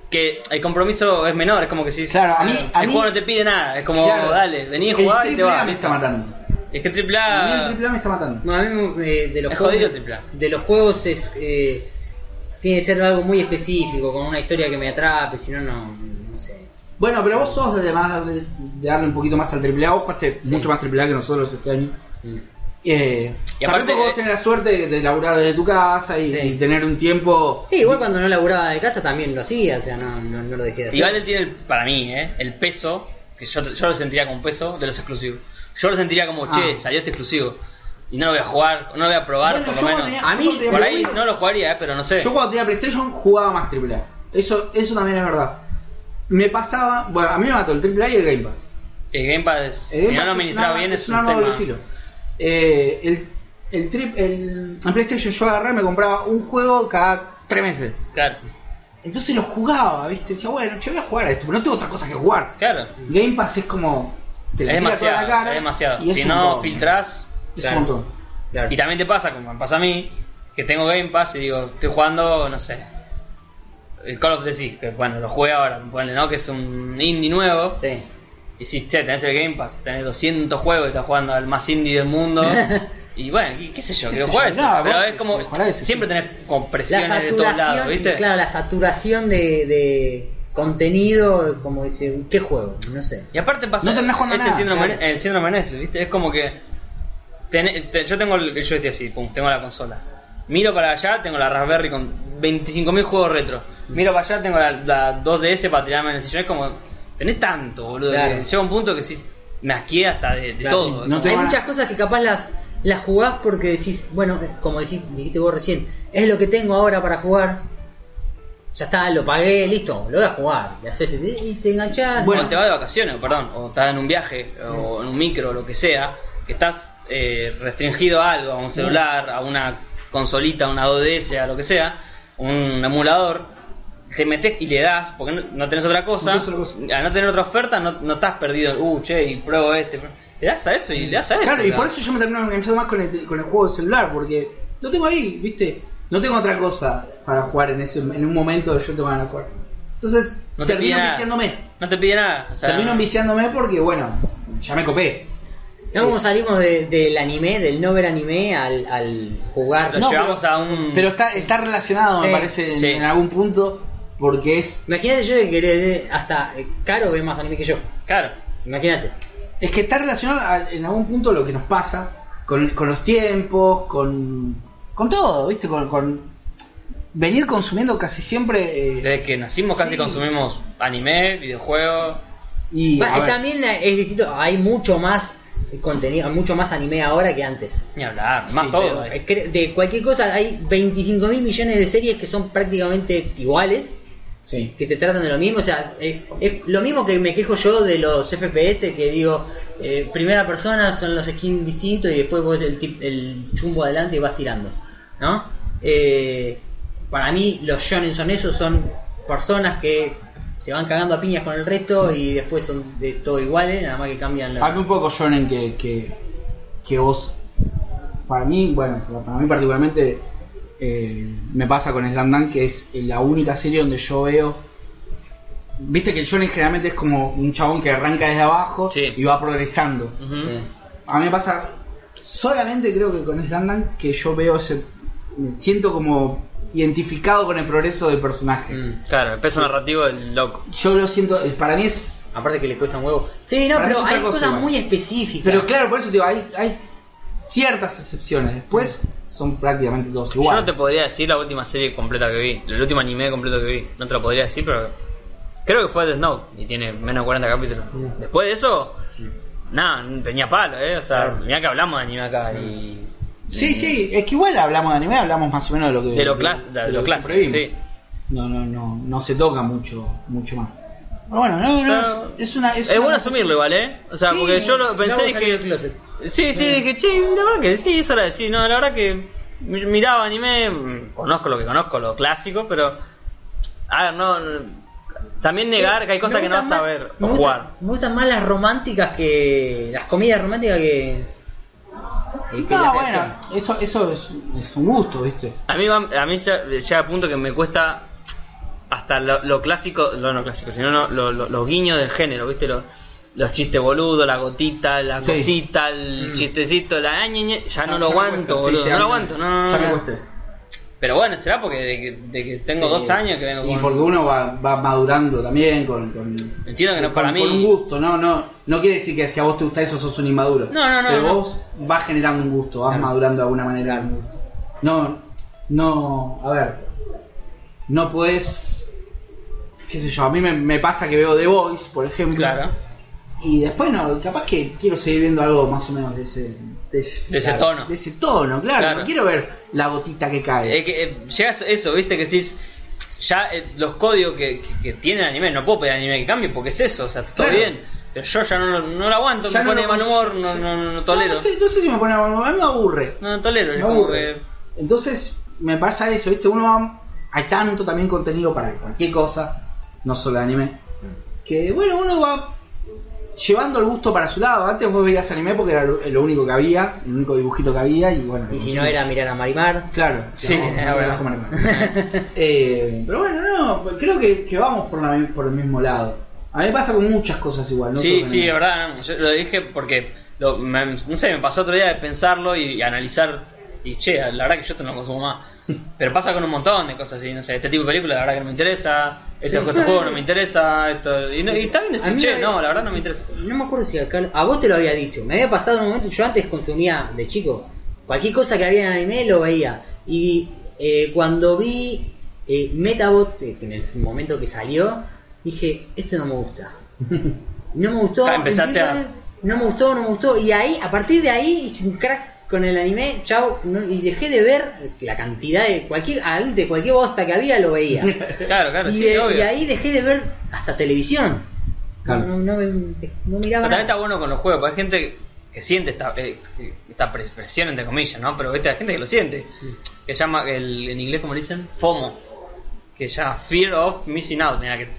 [SPEAKER 2] Que el compromiso es menor, es como que si.
[SPEAKER 4] Claro, a mí-
[SPEAKER 2] el
[SPEAKER 4] a mí-
[SPEAKER 2] juego no te pide nada, es como,
[SPEAKER 4] Claro.
[SPEAKER 2] dale, vení a
[SPEAKER 4] El
[SPEAKER 2] jugar y te Ah.
[SPEAKER 4] triple A
[SPEAKER 2] vas.
[SPEAKER 4] me está matando.
[SPEAKER 2] Es que triple
[SPEAKER 4] A mí
[SPEAKER 2] A.
[SPEAKER 4] el triple A me está matando.
[SPEAKER 1] No, a mí eh, de los
[SPEAKER 2] Es jodido este
[SPEAKER 1] juegos.
[SPEAKER 2] el triple A.
[SPEAKER 1] De los juegos es. eh, tiene que ser algo muy específico, con una historia que me atrape, si no, no. No sé.
[SPEAKER 4] Bueno, pero vos sos de más darle, de darle un poquito más al triple A. Vos jugaste
[SPEAKER 1] Sí.
[SPEAKER 4] mucho más triple A que nosotros este año.
[SPEAKER 1] Mm.
[SPEAKER 4] Eh,
[SPEAKER 2] Y
[SPEAKER 4] también
[SPEAKER 2] aparte-
[SPEAKER 4] porque vos tenés la suerte de, de laburar desde tu casa y,
[SPEAKER 1] Sí.
[SPEAKER 4] y tener un tiempo.
[SPEAKER 1] Sí, igual cuando no laburaba de casa también lo hacía, o sea, no, no, no lo dejé de hacer.
[SPEAKER 2] Igual él tiene, el- para mí, ¿eh? el peso, que yo, yo lo sentiría como peso de los exclusivos. Yo lo sentiría como, che,
[SPEAKER 4] Ah.
[SPEAKER 2] salió este exclusivo. Y no lo voy a jugar, no lo voy a probar,
[SPEAKER 4] Bueno,
[SPEAKER 2] por
[SPEAKER 4] yo
[SPEAKER 2] lo menos.
[SPEAKER 4] tenía-
[SPEAKER 1] A
[SPEAKER 4] yo
[SPEAKER 1] mí,
[SPEAKER 4] cuando tenía
[SPEAKER 2] por ahí
[SPEAKER 4] Play-
[SPEAKER 2] no lo jugaría, ¿eh? pero no sé.
[SPEAKER 4] Yo cuando tenía PlayStation jugaba más triple A. Eso, eso también es verdad. Me pasaba. Bueno, a mí me mató el triple A y el Game Pass.
[SPEAKER 2] El Eh, Game Pass,
[SPEAKER 4] El
[SPEAKER 2] si
[SPEAKER 4] Game
[SPEAKER 2] no
[SPEAKER 4] Pass
[SPEAKER 2] lo administraba
[SPEAKER 4] una-
[SPEAKER 2] bien, es un
[SPEAKER 4] una arma de
[SPEAKER 2] tema.
[SPEAKER 4] doble filo. Eh, el, el trip, el, en PlayStation yo agarré, me compraba un juego cada tres meses.
[SPEAKER 2] Claro,
[SPEAKER 4] Entonces lo jugaba, ¿viste? Decía, bueno, yo voy a jugar a esto, pero no tengo otra cosa que jugar.
[SPEAKER 2] claro.
[SPEAKER 4] Game Pass es como. Te la
[SPEAKER 2] Es
[SPEAKER 4] tira toda la
[SPEAKER 2] demasiado,
[SPEAKER 4] cara
[SPEAKER 2] es demasiado.
[SPEAKER 4] y es
[SPEAKER 2] si
[SPEAKER 4] un
[SPEAKER 2] no
[SPEAKER 4] montón.
[SPEAKER 2] filtrás.
[SPEAKER 4] Es
[SPEAKER 2] claro.
[SPEAKER 4] un montón.
[SPEAKER 1] Claro.
[SPEAKER 2] Y también te pasa, como me pasa a mí, que tengo Game Pass y digo, estoy jugando, no sé, el Call of Duty, que bueno, lo jugué ahora, ponele, ¿no? Que es un indie nuevo.
[SPEAKER 1] Sí.
[SPEAKER 2] Y si, che, tenés el Game Pass, tenés 200 juegos y estás jugando al más indie del mundo. y bueno, y qué sé yo,
[SPEAKER 4] Qué
[SPEAKER 2] quiero
[SPEAKER 4] sé
[SPEAKER 2] jugar
[SPEAKER 4] yo,
[SPEAKER 2] eso.
[SPEAKER 4] no,
[SPEAKER 2] pero
[SPEAKER 4] vos-
[SPEAKER 2] es como,
[SPEAKER 4] ojalá ese,
[SPEAKER 2] siempre
[SPEAKER 4] sí.
[SPEAKER 2] tenés como
[SPEAKER 1] La
[SPEAKER 2] presiones de todos lados,
[SPEAKER 1] saturación,
[SPEAKER 2] ¿viste?
[SPEAKER 1] claro, la saturación de, de contenido, como dice, ¿qué juego? No sé.
[SPEAKER 2] Y aparte pasa,
[SPEAKER 4] No terminás jugando
[SPEAKER 2] es el
[SPEAKER 4] nada,
[SPEAKER 2] síndrome,
[SPEAKER 4] claro.
[SPEAKER 2] el síndrome Netflix, ¿viste? Es como que, tenés- te- yo tengo el el joystick así, pum, tengo la consola. Miro para allá, tengo la Raspberry con 25.000 juegos retro.
[SPEAKER 4] Mm.
[SPEAKER 2] Miro para allá, tengo la, la 2DS para tirarme en el sillón. Es como, tenés tanto, boludo.
[SPEAKER 1] Claro.
[SPEAKER 2] que llega un punto que sí, me asqué hasta de, de
[SPEAKER 1] Claro,
[SPEAKER 2] todo.
[SPEAKER 4] no
[SPEAKER 2] Es como-
[SPEAKER 4] te
[SPEAKER 1] Hay
[SPEAKER 4] van a-
[SPEAKER 1] muchas cosas que capaz las, las jugás porque decís, bueno, como decís, dijiste vos recién, es lo que tengo ahora para jugar. Ya está, lo pagué, listo, lo voy a jugar. Y, haces- y te enganchás.
[SPEAKER 2] Bueno, te vas de vacaciones, perdón, o estás en un viaje, o en un micro, lo que sea, que estás eh, restringido a algo, a un celular, a una consolita, a una 2DS, a lo que sea, un emulador, te metes y le das, porque no, no tenés otra cosa,
[SPEAKER 4] No tenés otra cosa.
[SPEAKER 2] al no tener otra oferta, no, no estás perdido, uh, che, y pruebo este, pruebo-". le das a eso y le das a eso.
[SPEAKER 4] Claro, y
[SPEAKER 2] claro.
[SPEAKER 4] por eso yo me termino enganchando más con el, con el juego de celular, porque lo tengo ahí, ¿viste? No tengo otra cosa para jugar en ese en un momento yo tengo ganas de jugar. Entonces,
[SPEAKER 2] No te pide
[SPEAKER 4] termino
[SPEAKER 2] nada.
[SPEAKER 4] viciándome.
[SPEAKER 2] No te pide nada, o sea,
[SPEAKER 4] termino viciándome porque, bueno, ya me copé.
[SPEAKER 1] ¿No? Como salimos de- del anime, del no ver anime, al, al jugar.
[SPEAKER 2] lo
[SPEAKER 4] No,
[SPEAKER 2] llevamos
[SPEAKER 4] pero-
[SPEAKER 2] a un...
[SPEAKER 4] Pero está, está relacionado,
[SPEAKER 1] Sí,
[SPEAKER 4] me parece, en-
[SPEAKER 2] Mm. sí.
[SPEAKER 4] en, algún punto, porque es.
[SPEAKER 1] Imagínate yo de que de- hasta eh, Caro ve más anime que yo.
[SPEAKER 2] Claro,
[SPEAKER 1] Imagínate.
[SPEAKER 4] Es que está relacionado a- en algún punto lo que nos pasa con, con los tiempos, con. con todo, ¿viste? Con. con venir consumiendo casi siempre. eh,
[SPEAKER 2] desde que nacimos casi
[SPEAKER 4] Sí.
[SPEAKER 2] consumimos anime, videojuegos,
[SPEAKER 4] y,
[SPEAKER 1] Va,
[SPEAKER 4] a ver,
[SPEAKER 1] También es distinto, hay mucho más contenido, mucho más anime ahora que antes.
[SPEAKER 2] ni hablar, más
[SPEAKER 4] Sí,
[SPEAKER 2] todo.
[SPEAKER 4] pero-
[SPEAKER 2] eh.
[SPEAKER 1] Es que De cualquier cosa, hay 25 mil millones de series que son prácticamente iguales,
[SPEAKER 4] sí.
[SPEAKER 1] que se tratan de lo mismo. O sea, es, es lo mismo que me quejo yo de los FPS, que digo, eh, primera persona son los skins distintos y después vos el, tip- el chumbo adelante y vas tirando. ¿No? Eh, para mí, los shonen son eso, son personas que se van cagando a piñas con el resto y después son de todo iguales, nada más que cambian la.
[SPEAKER 4] Habla un poco, Shonen, que, que, que vos. Para mí, bueno, para mí particularmente eh, me pasa con Slam Dunk, que es la única serie donde yo veo. Viste que el Shonen generalmente es como un chabón que arranca desde abajo
[SPEAKER 2] Sí.
[SPEAKER 4] y va progresando.
[SPEAKER 2] Ujú.
[SPEAKER 1] Sí.
[SPEAKER 4] A mí me pasa solamente creo que con Slam Dunk que yo veo ese. Me siento como identificado con el progreso del personaje.
[SPEAKER 1] Mm.
[SPEAKER 2] Claro, el peso narrativo del loco.
[SPEAKER 4] Yo lo siento, para mí es
[SPEAKER 1] Aparte que le cuesta un huevo. Sí, no,
[SPEAKER 4] Para
[SPEAKER 1] pero
[SPEAKER 4] eso es
[SPEAKER 1] hay
[SPEAKER 4] otra cosa
[SPEAKER 1] cosas
[SPEAKER 4] igual.
[SPEAKER 1] muy específicas.
[SPEAKER 4] Pero claro, por eso te digo, hay, hay ciertas excepciones. Después son prácticamente todos
[SPEAKER 2] Mm. Yo
[SPEAKER 4] iguales.
[SPEAKER 2] no te podría decir la última serie completa que vi, el último anime completo que vi. No te lo podría decir, pero creo que fue Death Note y tiene menos de 40 capítulos.
[SPEAKER 4] Mm.
[SPEAKER 2] Después de eso, nada, tenía palo, ¿eh? O sea,
[SPEAKER 1] Claro.
[SPEAKER 2] mirá que hablamos de anime acá y.
[SPEAKER 4] Sí, sí, es que igual hablamos de anime, hablamos más o menos de lo que.
[SPEAKER 2] De lo, clas- de
[SPEAKER 4] de
[SPEAKER 2] lo
[SPEAKER 4] que
[SPEAKER 2] clásico,
[SPEAKER 4] siempre vimos.
[SPEAKER 2] sí.
[SPEAKER 4] No, no, no, no se toca mucho, mucho más. Pero bueno, no, no,
[SPEAKER 2] Pero-
[SPEAKER 4] es, es una.
[SPEAKER 2] Ah. Es
[SPEAKER 4] una
[SPEAKER 2] bueno
[SPEAKER 4] cosa-
[SPEAKER 2] asumirlo igual, ¿eh? O sea,
[SPEAKER 4] Sí,
[SPEAKER 2] porque yo lo
[SPEAKER 1] No
[SPEAKER 2] pensé
[SPEAKER 1] vamos
[SPEAKER 2] y
[SPEAKER 1] a salir
[SPEAKER 2] dije.
[SPEAKER 1] del closet. Eh.
[SPEAKER 2] Sí, sí, dije, che, la verdad que sí, eso era decir, no, la verdad que mi- miraba anime, mm, conozco lo que conozco, lo clásico, pero. A ver, no. no- También negar que hay cosas
[SPEAKER 3] Me
[SPEAKER 2] que no vas
[SPEAKER 3] gustan
[SPEAKER 2] a
[SPEAKER 3] más-
[SPEAKER 2] ver
[SPEAKER 3] me
[SPEAKER 2] o
[SPEAKER 3] gusta-
[SPEAKER 2] jugar.
[SPEAKER 3] Me gustan más las románticas que. las comedias románticas que. eh, que
[SPEAKER 4] No,
[SPEAKER 3] las de
[SPEAKER 4] Ah, bueno,
[SPEAKER 3] acción.
[SPEAKER 4] eso, eso es, es un gusto, ¿viste?
[SPEAKER 2] A mí, va- a mí ya- llega a punto que me cuesta hasta lo, lo clásico, lo no clásico, sino no, lo- lo- los guiños del género, ¿viste? Los, los chistes boludos, la gotita, la
[SPEAKER 4] Sí.
[SPEAKER 2] cosita, el
[SPEAKER 4] Mm.
[SPEAKER 2] chistecito, la ñe, ñe, ya,
[SPEAKER 4] Ya-
[SPEAKER 2] Ah, no lo
[SPEAKER 4] ya me
[SPEAKER 2] aguanto,
[SPEAKER 4] cuesta, sí,
[SPEAKER 2] boludo,
[SPEAKER 4] ya
[SPEAKER 2] no lo
[SPEAKER 4] me-
[SPEAKER 2] aguanto, no, no,
[SPEAKER 4] ya me
[SPEAKER 2] no.
[SPEAKER 4] cuesta eso.
[SPEAKER 2] Pero bueno, será porque de que, de que tengo
[SPEAKER 4] Sí.
[SPEAKER 2] dos años que vengo
[SPEAKER 4] Y
[SPEAKER 2] con...
[SPEAKER 4] porque uno va, va madurando también con, con-
[SPEAKER 2] Entiendo que no es
[SPEAKER 4] con-
[SPEAKER 2] para mí.
[SPEAKER 4] con un gusto, no, no, no quiere decir que si a vos te gusta eso sos un inmaduro.
[SPEAKER 2] No, no, no,
[SPEAKER 4] Pero
[SPEAKER 2] no.
[SPEAKER 4] vos vas generando un gusto, vas
[SPEAKER 2] Claro.
[SPEAKER 4] madurando de alguna manera. el gusto. No, no, a ver, no podés, qué sé yo, a mí me, me pasa que veo The Voice, por ejemplo.
[SPEAKER 2] Claro,
[SPEAKER 4] Y después no, capaz que quiero seguir viendo algo más o menos de ese, de ese,
[SPEAKER 2] De ese tono.
[SPEAKER 4] De ese tono, claro.
[SPEAKER 2] Claro.
[SPEAKER 4] No quiero ver la gotita que cae.
[SPEAKER 2] Es que, eh, llegas a eso, ¿viste? Que decís, ya eh, los códigos que, que, que tiene el anime, no puedo pedir al anime que cambie porque es eso, o sea, todo
[SPEAKER 4] Claro.
[SPEAKER 2] bien. Pero yo ya no, lo- no lo aguanto,
[SPEAKER 4] Ya
[SPEAKER 2] me
[SPEAKER 4] no
[SPEAKER 2] pone
[SPEAKER 4] lo
[SPEAKER 2] mal
[SPEAKER 4] cons-
[SPEAKER 2] humor, no, no, no, no
[SPEAKER 4] No,
[SPEAKER 2] tolero.
[SPEAKER 4] no sé, no sé si me pone mal humor, a mí me aburre.
[SPEAKER 2] No, no tolero,
[SPEAKER 4] Me
[SPEAKER 2] es como que.
[SPEAKER 4] aburre. Entonces, me pasa eso, ¿viste? Uno va- Hay tanto también contenido para cualquier cosa, no solo de anime, que bueno, uno va llevando el gusto para su lado. Antes vos veías anime porque era lo, lo único que había, el único dibujito que había, y bueno.
[SPEAKER 3] Y si
[SPEAKER 4] consumías.
[SPEAKER 3] no era mirar a Marimar.
[SPEAKER 4] Claro,
[SPEAKER 3] Sí,
[SPEAKER 4] no,
[SPEAKER 3] es
[SPEAKER 4] no,
[SPEAKER 3] verdad.
[SPEAKER 4] bajo Marimar. Eh, pero bueno, no, creo que, que vamos por, la- por el mismo lado. A mí me pasa con muchas cosas igual, ¿no?
[SPEAKER 2] sí,
[SPEAKER 4] solo con
[SPEAKER 2] sí,
[SPEAKER 4] el-
[SPEAKER 2] es verdad, yo lo dije porque. lo- me- no sé, me pasó otro día de pensarlo y, y analizar. Y che, la verdad que yo esto no lo consumo más. Pero pasa con un montón de cosas así, no sé, este tipo de película la verdad que no me interesa, este,
[SPEAKER 3] Sí.
[SPEAKER 2] este juego no me interesa, esto. Y, no, y está bien
[SPEAKER 3] A
[SPEAKER 2] decir,
[SPEAKER 3] mí
[SPEAKER 2] che,
[SPEAKER 3] me-
[SPEAKER 2] no, la verdad no me interesa.
[SPEAKER 3] No me acuerdo si acá. A vos te lo había dicho. Me había pasado un momento. Yo antes consumía de chico. Cualquier cosa que había en anime lo veía. Y eh, cuando vi eh, Metabot, eh, que en el momento que salió, dije: Esto no me gusta. No me gustó.
[SPEAKER 2] Ah, empezaste a-
[SPEAKER 3] empiezo No me gustó, no me gustó. Y ahí, a partir de ahí, hice un crack con el anime. Chau. no- y dejé de ver la cantidad de cualquier. al- De cualquier bosta que había lo veía.
[SPEAKER 2] Claro, claro,
[SPEAKER 3] y,
[SPEAKER 2] sí,
[SPEAKER 1] eh,
[SPEAKER 3] de-
[SPEAKER 2] obvio.
[SPEAKER 3] y ahí dejé de ver hasta televisión.
[SPEAKER 4] Claro.
[SPEAKER 3] No, no, me- no miraba
[SPEAKER 2] Pero también está
[SPEAKER 3] nada.
[SPEAKER 2] bueno con los juegos, porque hay gente que siente esta, eh, que- esta pres- presión, entre comillas, ¿no? Pero viste, hay gente que lo siente, que llama, el, en inglés como le dicen, FOMO, que llama Fear of Missing Out, mirá que,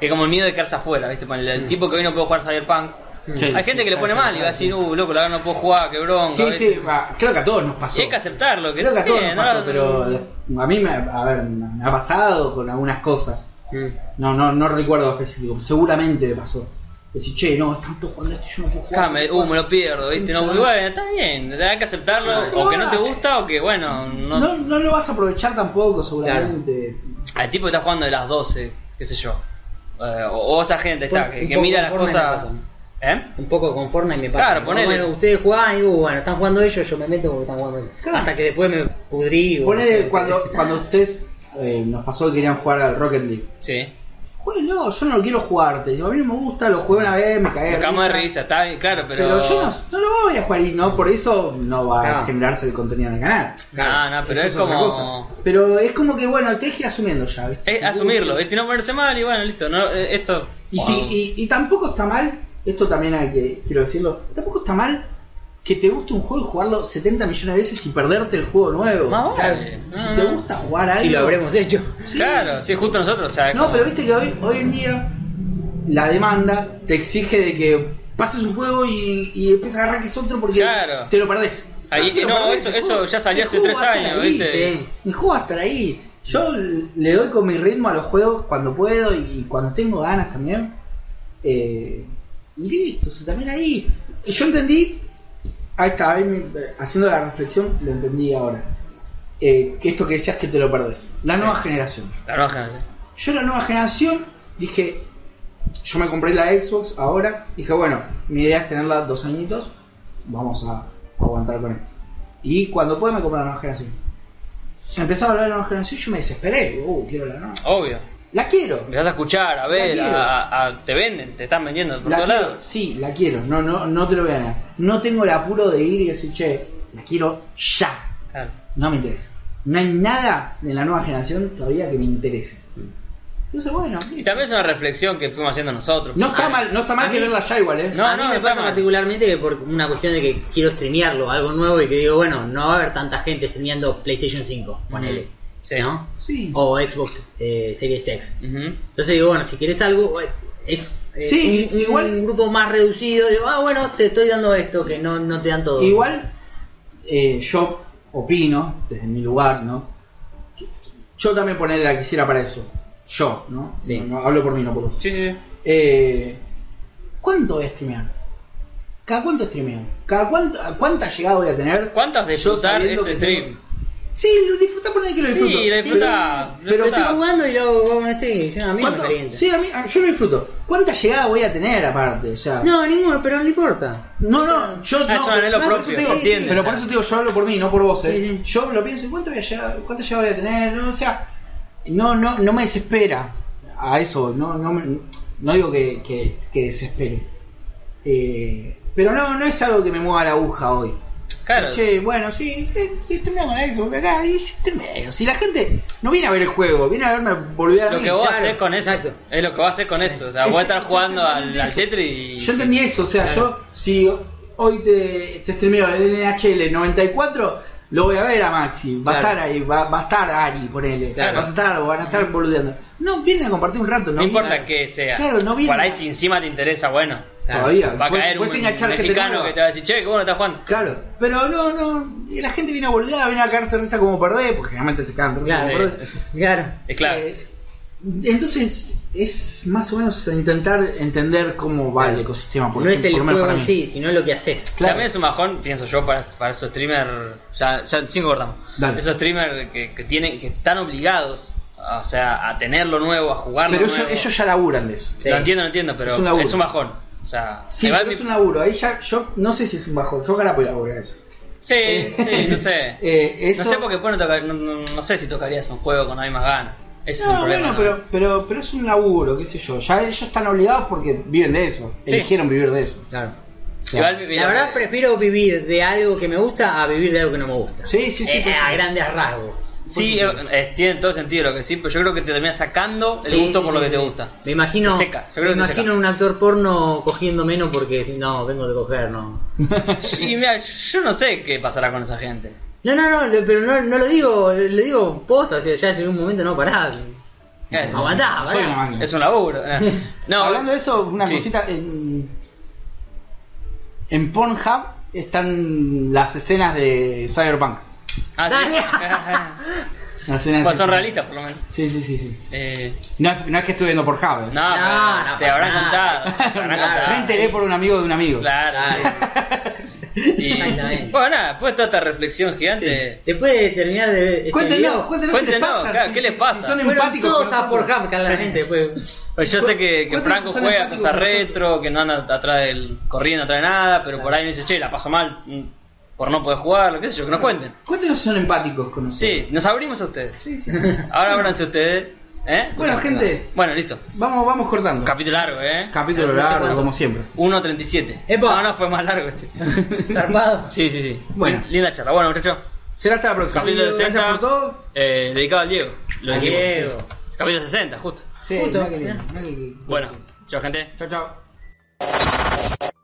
[SPEAKER 2] que como el miedo de quedarse afuera, viste, Ponele, el, tipo que hoy no puede jugar Cyberpunk.
[SPEAKER 4] Mm. Sí,
[SPEAKER 2] hay gente
[SPEAKER 4] sí,
[SPEAKER 2] que le
[SPEAKER 4] sí,
[SPEAKER 2] pone
[SPEAKER 4] sí,
[SPEAKER 2] mal
[SPEAKER 4] sí.
[SPEAKER 2] y va a decir, uh, loco, la verdad no puedo jugar, qué bronca.
[SPEAKER 4] Sí,
[SPEAKER 2] ¿viste?
[SPEAKER 4] sí, va, creo que a todos nos pasó.
[SPEAKER 2] Y hay que aceptarlo, que
[SPEAKER 4] Creo que a todos
[SPEAKER 2] bien,
[SPEAKER 4] nos pasó,
[SPEAKER 2] ¿no?
[SPEAKER 4] pero a mí me, a ver, me ha pasado con algunas cosas.
[SPEAKER 3] Mm.
[SPEAKER 4] No, no, no recuerdo específico, seguramente me pasó. Decir, che, no, están todos jugando esto, yo no puedo jugar.
[SPEAKER 2] Ah, me- uh, me lo pierdo, ¿viste? No, y bueno, está bien, hay que aceptarlo,
[SPEAKER 4] No,
[SPEAKER 2] o que no te
[SPEAKER 4] no,
[SPEAKER 2] gusta, o que bueno, no,
[SPEAKER 4] no, no lo vas a aprovechar tampoco, seguramente.
[SPEAKER 2] Al tipo que está jugando de las 12, qué sé yo. Eh, o, o esa gente está,
[SPEAKER 3] Un
[SPEAKER 4] Pues,
[SPEAKER 2] que, que
[SPEAKER 3] poco
[SPEAKER 2] mira las
[SPEAKER 3] conforme
[SPEAKER 2] cosas.
[SPEAKER 3] me
[SPEAKER 2] ¿Eh?
[SPEAKER 3] Un poco con Fortnite me pasa.
[SPEAKER 2] Claro,
[SPEAKER 3] Como,
[SPEAKER 2] ponele.
[SPEAKER 3] Bueno, ustedes jugaban y digo, "Uh, bueno, están jugando ellos, yo me meto porque están jugando ellos.
[SPEAKER 4] Claro.
[SPEAKER 3] Hasta que después me pudrí. o-
[SPEAKER 4] Ponele cuando, cuando ustedes eh, nos pasó que querían jugar al Rocket League.
[SPEAKER 2] Sí.
[SPEAKER 4] Bueno, no, yo no lo quiero jugarte. A mí no me gusta, lo jugué una vez, me cagué.
[SPEAKER 2] Me cama de risa, está bien, claro, pero.
[SPEAKER 4] Pero yo no, no lo voy a jugar y no, por eso no va
[SPEAKER 3] No.
[SPEAKER 4] a generarse el contenido en el canal.
[SPEAKER 2] No, no, pero
[SPEAKER 4] Eso
[SPEAKER 2] es
[SPEAKER 4] otra
[SPEAKER 2] como-
[SPEAKER 4] cosa. Pero es como que, bueno, tenés que ir asumiendo ya, ¿viste?
[SPEAKER 2] Es asumirlo, ¿viste? No ponerse mal y bueno, listo. No, eh, esto.
[SPEAKER 4] Y, si,
[SPEAKER 2] Wow.
[SPEAKER 4] y, y tampoco está mal, esto también hay que, quiero decirlo, tampoco está mal que te guste un juego y jugarlo 70 millones de veces y perderte el juego nuevo.
[SPEAKER 2] Más
[SPEAKER 4] Claro,
[SPEAKER 2] vale.
[SPEAKER 4] Si
[SPEAKER 2] No,
[SPEAKER 4] te
[SPEAKER 2] no.
[SPEAKER 4] gusta jugar algo...
[SPEAKER 3] Y lo habremos hecho.
[SPEAKER 2] Claro, sí, justo nosotros, o sea.
[SPEAKER 4] No,
[SPEAKER 2] como-
[SPEAKER 4] pero viste que hoy, hoy en día la demanda te exige de que pases un juego y, y empieces a agarrar que es otro porque
[SPEAKER 2] Claro.
[SPEAKER 4] te lo perdés.
[SPEAKER 2] Ahí-
[SPEAKER 4] Te lo
[SPEAKER 2] no,
[SPEAKER 4] perdés,
[SPEAKER 2] eso-
[SPEAKER 4] el
[SPEAKER 2] eso ya salió
[SPEAKER 4] el
[SPEAKER 2] hace
[SPEAKER 4] juego
[SPEAKER 2] tres
[SPEAKER 4] va a estar
[SPEAKER 2] años,
[SPEAKER 4] ahí,
[SPEAKER 2] ¿viste?
[SPEAKER 4] sí. El juego va a estar ahí. Yo le doy con mi ritmo a los juegos cuando puedo y cuando tengo ganas también. Eh, y listo, o sea, también ahí. Y Yo entendí, ahí está, ahí me- haciendo la reflexión, lo entendí ahora. Eh, que esto que decías que te lo perdés. La
[SPEAKER 2] Sí.
[SPEAKER 4] nueva generación.
[SPEAKER 2] La roja, no sé.
[SPEAKER 4] Yo la nueva generación dije, yo me compré la Xbox ahora, dije, bueno, mi idea es tenerla dos añitos, vamos a aguantar con esto. Y cuando pueda me compré la nueva generación. Se empezaba a hablar de la nueva generación, yo me desesperé, digo, uh, quiero la nueva.
[SPEAKER 2] Obvio.
[SPEAKER 4] La quiero.
[SPEAKER 2] Empezás a escuchar, a ver,
[SPEAKER 4] La quiero.
[SPEAKER 2] a, a- te venden, te están vendiendo por
[SPEAKER 4] La
[SPEAKER 2] todos
[SPEAKER 4] quiero,
[SPEAKER 2] lados.
[SPEAKER 4] sí, la quiero, no, no, no te lo voy a negar. No tengo el apuro de ir y decir, che, la quiero ya.
[SPEAKER 2] Claro.
[SPEAKER 4] No me interesa. No hay nada de la nueva generación todavía que me interese. Entonces, bueno.
[SPEAKER 2] Y también es una reflexión que fuimos haciendo nosotros.
[SPEAKER 4] No está
[SPEAKER 1] Ah,
[SPEAKER 4] mal, no está mal
[SPEAKER 1] a
[SPEAKER 4] que
[SPEAKER 1] mí-
[SPEAKER 4] verla ya igual, eh.
[SPEAKER 2] No,
[SPEAKER 1] a mí
[SPEAKER 2] no,
[SPEAKER 1] me
[SPEAKER 2] está
[SPEAKER 1] pasa
[SPEAKER 2] mal.
[SPEAKER 1] particularmente que por una cuestión de que quiero streamearlo, algo nuevo, y que digo, bueno, no va a haber tanta gente streameando PlayStation 5, ponele,
[SPEAKER 2] Sí.
[SPEAKER 1] ¿no?
[SPEAKER 4] Sí.
[SPEAKER 1] O Xbox eh, Series X.
[SPEAKER 2] Ujú.
[SPEAKER 1] Entonces digo, bueno, si querés algo, eh, es eh,
[SPEAKER 4] Sí,
[SPEAKER 1] un, un
[SPEAKER 4] igual-
[SPEAKER 1] grupo más reducido, digo, ah, bueno, te estoy dando esto, que no, no te dan todo.
[SPEAKER 4] Igual, eh, yo opino, desde mi lugar, ¿no? Que- Yo también poner la quisiera para eso. Yo, ¿no?
[SPEAKER 1] Sí.
[SPEAKER 4] No, no, hablo por mí, no por vos.
[SPEAKER 2] Sí, sí, sí.
[SPEAKER 4] Eh, ¿Cuánto voy a streamear? ¿Cada cuánto streameo? ¿Cada cuánto, ¿Cuánta llegada voy a tener?
[SPEAKER 2] ¿Cuántas
[SPEAKER 4] Yo
[SPEAKER 2] disfrutar
[SPEAKER 4] sabiendo
[SPEAKER 2] ese
[SPEAKER 4] que tengo-
[SPEAKER 2] stream?
[SPEAKER 4] Sí, lo disfruta por ahí que lo
[SPEAKER 2] Sí,
[SPEAKER 4] disfruto.
[SPEAKER 2] lo disfrutá,
[SPEAKER 4] pero-
[SPEAKER 2] lo
[SPEAKER 4] pero
[SPEAKER 1] Lo estoy
[SPEAKER 2] disfrutá.
[SPEAKER 1] jugando y lo hago con un stream, yo- a mí no me
[SPEAKER 4] ¿cuánto-
[SPEAKER 1] calienta.
[SPEAKER 4] Sí, a mí, a- yo lo disfruto. ¿Cuánta llegada voy a tener aparte? O sea,
[SPEAKER 1] No, ninguno, pero no importa.
[SPEAKER 4] No, no, yo
[SPEAKER 2] Ah,
[SPEAKER 4] no,
[SPEAKER 2] es un anhelo
[SPEAKER 4] no, por eso
[SPEAKER 2] propio,
[SPEAKER 4] te digo,
[SPEAKER 2] se entiende,
[SPEAKER 4] Pero
[SPEAKER 2] o
[SPEAKER 4] por
[SPEAKER 2] sea.
[SPEAKER 4] eso te digo, yo hablo por mí, no por vos, eh.
[SPEAKER 1] Sí, sí.
[SPEAKER 4] Yo lo pienso, ¿cuánto voy a llegar, cuánto llegada voy a tener? No, o sea, no, no, no me desespera a eso, no, no, me- no digo que, que, que desespere. Eh, pero no, no es algo que me mueva la aguja hoy.
[SPEAKER 2] Claro.
[SPEAKER 4] Che, bueno, sí, eh, sí, terminamos con Xbox acá, y sí, terminamos. Si la gente no viene a ver el juego, viene a verme volver a
[SPEAKER 2] Lo
[SPEAKER 4] mí,
[SPEAKER 2] que vos
[SPEAKER 4] claro.
[SPEAKER 2] haces con eso.
[SPEAKER 1] exacto.
[SPEAKER 2] Es lo que vos haces con eso. O sea,
[SPEAKER 4] Es-
[SPEAKER 2] voy a estar
[SPEAKER 4] es
[SPEAKER 2] jugando al,
[SPEAKER 4] exactamente
[SPEAKER 2] al
[SPEAKER 4] eso.
[SPEAKER 2] Tetris y.
[SPEAKER 4] Yo entendí eso, o sea,
[SPEAKER 2] Claro.
[SPEAKER 4] yo si hoy te, te streameo el NHL 94, lo voy a ver a Maxi, va
[SPEAKER 2] Claro.
[SPEAKER 4] a estar ahí, va, va a estar Ari, ponele,
[SPEAKER 2] Claro.
[SPEAKER 4] vas a estar, o van a estar boludeando. No, vienen a compartir un rato,
[SPEAKER 2] No,
[SPEAKER 4] no,
[SPEAKER 2] importa
[SPEAKER 4] vienen-
[SPEAKER 2] que sea.
[SPEAKER 4] Claro, no viene.
[SPEAKER 2] Por ahí si encima te interesa, bueno.
[SPEAKER 4] Todavía.
[SPEAKER 2] Va a
[SPEAKER 4] Puedes-
[SPEAKER 2] caer un
[SPEAKER 4] puedes enganchar gente
[SPEAKER 2] mexicano
[SPEAKER 4] nueva.
[SPEAKER 2] que te va a decir, che, qué bueno estás jugando.
[SPEAKER 4] Claro, pero no, no, y la gente viene a boludear, viene a caerse de risa como perder, porque generalmente se caen de risa
[SPEAKER 2] Claro,
[SPEAKER 4] como
[SPEAKER 2] sí.
[SPEAKER 4] perder.
[SPEAKER 1] Claro.
[SPEAKER 2] Es claro.
[SPEAKER 4] Eh, entonces, es más o menos intentar entender cómo va el ecosistema. Por
[SPEAKER 1] no es
[SPEAKER 4] ejemplo,
[SPEAKER 1] el
[SPEAKER 4] por lo menos
[SPEAKER 1] juego en
[SPEAKER 4] para mí.
[SPEAKER 1] sí, sino lo que haces.
[SPEAKER 4] claro.
[SPEAKER 2] También es un bajón, pienso yo, para, para esos streamers. Ya, ya cinco cortamos.
[SPEAKER 4] Dale.
[SPEAKER 2] Esos streamers que, que tienen, que están obligados, o sea, a tener lo nuevo, a jugar
[SPEAKER 4] Pero
[SPEAKER 2] lo
[SPEAKER 4] ellos,
[SPEAKER 2] nuevo.
[SPEAKER 4] ellos ya laburan de eso.
[SPEAKER 1] Sí.
[SPEAKER 2] Lo entiendo, lo entiendo, pero
[SPEAKER 4] Es un laburo.
[SPEAKER 2] es un bajón. O sea,
[SPEAKER 4] Sí,
[SPEAKER 2] se va
[SPEAKER 4] pero
[SPEAKER 2] mi-
[SPEAKER 4] es un laburo. Ahí ya, yo no sé si es un bajón. Yo ahora voy a laburar eso.
[SPEAKER 2] Sí, sí, no sé.
[SPEAKER 4] Eh, eso-
[SPEAKER 2] No sé por qué después no, toca- no, no- no sé si tocarías un juego con la misma gana. Ese es
[SPEAKER 4] No,
[SPEAKER 2] el problema.
[SPEAKER 4] bueno,
[SPEAKER 2] ¿no?
[SPEAKER 4] pero, pero, pero es un laburo, qué sé yo. Ya ellos están obligados porque viven de eso.
[SPEAKER 2] Sí.
[SPEAKER 4] Eligieron vivir de eso.
[SPEAKER 1] Claro.
[SPEAKER 4] O sea,
[SPEAKER 2] Igual, mira, eh,
[SPEAKER 1] La verdad prefiero vivir de algo que me gusta a vivir de algo que no me gusta.
[SPEAKER 4] Sí, sí, sí.
[SPEAKER 1] Eh,
[SPEAKER 4] por
[SPEAKER 1] a
[SPEAKER 4] supuesto.
[SPEAKER 1] grandes rasgos.
[SPEAKER 2] Sí, eh, eh, tiene todo sentido lo que sí, pero yo creo que te terminas sacando el
[SPEAKER 1] Sí,
[SPEAKER 2] gusto
[SPEAKER 1] sí,
[SPEAKER 2] por lo
[SPEAKER 1] sí,
[SPEAKER 2] que te
[SPEAKER 1] sí.
[SPEAKER 2] gusta.
[SPEAKER 1] Me imagino,
[SPEAKER 2] Te seca, yo creo
[SPEAKER 1] me
[SPEAKER 2] que te
[SPEAKER 1] imagino
[SPEAKER 2] seca.
[SPEAKER 1] un actor porno cogiendo menos porque si no, vengo de coger, no.
[SPEAKER 2] Y mira, yo no sé qué pasará con esa gente.
[SPEAKER 1] No, no, no, lo- pero no, no lo digo, lo digo posta, o sea, ya llegó un momento, no, pará.
[SPEAKER 2] Eh,
[SPEAKER 1] Aguantá,
[SPEAKER 4] Soy una
[SPEAKER 1] pará.
[SPEAKER 4] máquina.
[SPEAKER 2] Es un laburo. eh. No,
[SPEAKER 4] Hablando de eso, una
[SPEAKER 2] Sí.
[SPEAKER 4] cosita. En, en Pornhub están las escenas de Cyberpunk.
[SPEAKER 2] Ah, sí.
[SPEAKER 1] Dale.
[SPEAKER 4] Las escenas de
[SPEAKER 2] Pues son
[SPEAKER 4] Cyberpunk.
[SPEAKER 2] realistas, por lo menos.
[SPEAKER 4] Sí, sí, sí. sí.
[SPEAKER 2] Eh,
[SPEAKER 4] No, es- no es que estuve viendo Pornhub. eh.
[SPEAKER 2] no,
[SPEAKER 1] No,
[SPEAKER 2] pero
[SPEAKER 1] no,
[SPEAKER 2] te
[SPEAKER 1] para
[SPEAKER 2] habrán
[SPEAKER 1] nada.
[SPEAKER 2] contado. Te habrán
[SPEAKER 1] Claro,
[SPEAKER 2] contado.
[SPEAKER 4] Me enteré por un amigo de un amigo.
[SPEAKER 2] Claro. Y,
[SPEAKER 1] Exactamente.
[SPEAKER 2] bueno, nada, después toda esta reflexión gigante.
[SPEAKER 1] Después de terminar de ver este
[SPEAKER 4] Cuéntenos,
[SPEAKER 1] video,
[SPEAKER 4] cuéntenos, qué les
[SPEAKER 2] Cuéntenos,
[SPEAKER 4] pasa.
[SPEAKER 2] claro,
[SPEAKER 4] si-
[SPEAKER 2] ¿qué les
[SPEAKER 4] si-
[SPEAKER 2] pasa?
[SPEAKER 4] si son
[SPEAKER 1] fueron
[SPEAKER 4] empáticos
[SPEAKER 1] todos
[SPEAKER 4] con
[SPEAKER 1] a
[SPEAKER 4] nosotros.
[SPEAKER 1] Pornhub, cada la gente, pues.
[SPEAKER 2] Pues yo sé que, que
[SPEAKER 4] ¿Cuántos
[SPEAKER 2] Franco
[SPEAKER 4] son
[SPEAKER 2] juega
[SPEAKER 4] empáticos
[SPEAKER 2] cosas
[SPEAKER 4] con nosotros?
[SPEAKER 2] retro, que no anda atrás del corriendo, atrás de nada, pero por ahí me dice, che, la paso mal mm, por no poder jugar, lo que sé yo, que nos cuenten.
[SPEAKER 4] Cuéntenos si son empáticos con nosotros.
[SPEAKER 2] Sí, nos abrimos a ustedes.
[SPEAKER 4] Sí, sí, sí.
[SPEAKER 2] Ahora ábranse ustedes. ¿eh?
[SPEAKER 4] Bueno,
[SPEAKER 2] No,
[SPEAKER 4] gente.
[SPEAKER 2] no. Bueno, listo.
[SPEAKER 4] Vamos, vamos cortando.
[SPEAKER 2] Capítulo largo, ¿eh?
[SPEAKER 4] Capítulo
[SPEAKER 2] No sé
[SPEAKER 4] largo,
[SPEAKER 2] cuánto.
[SPEAKER 4] como siempre.
[SPEAKER 2] 1.37.
[SPEAKER 1] Epa.
[SPEAKER 2] No, no, fue más largo este.
[SPEAKER 1] Zarpado.
[SPEAKER 2] Sí, sí, sí.
[SPEAKER 4] Bueno.
[SPEAKER 2] Linda charla. Bueno, muchachos.
[SPEAKER 4] Será hasta la próxima.
[SPEAKER 2] Capítulo
[SPEAKER 4] Adiós. Gracias
[SPEAKER 2] 60.
[SPEAKER 4] por todo.
[SPEAKER 2] Eh, dedicado al Diego. Lo
[SPEAKER 1] A
[SPEAKER 2] dijimos.
[SPEAKER 1] Diego.
[SPEAKER 2] Capítulo 60, justo.
[SPEAKER 4] Sí,
[SPEAKER 1] Justo.
[SPEAKER 4] mirá que bien, mirá que bien.
[SPEAKER 2] Bueno, chao, gente.
[SPEAKER 4] Chao, chao.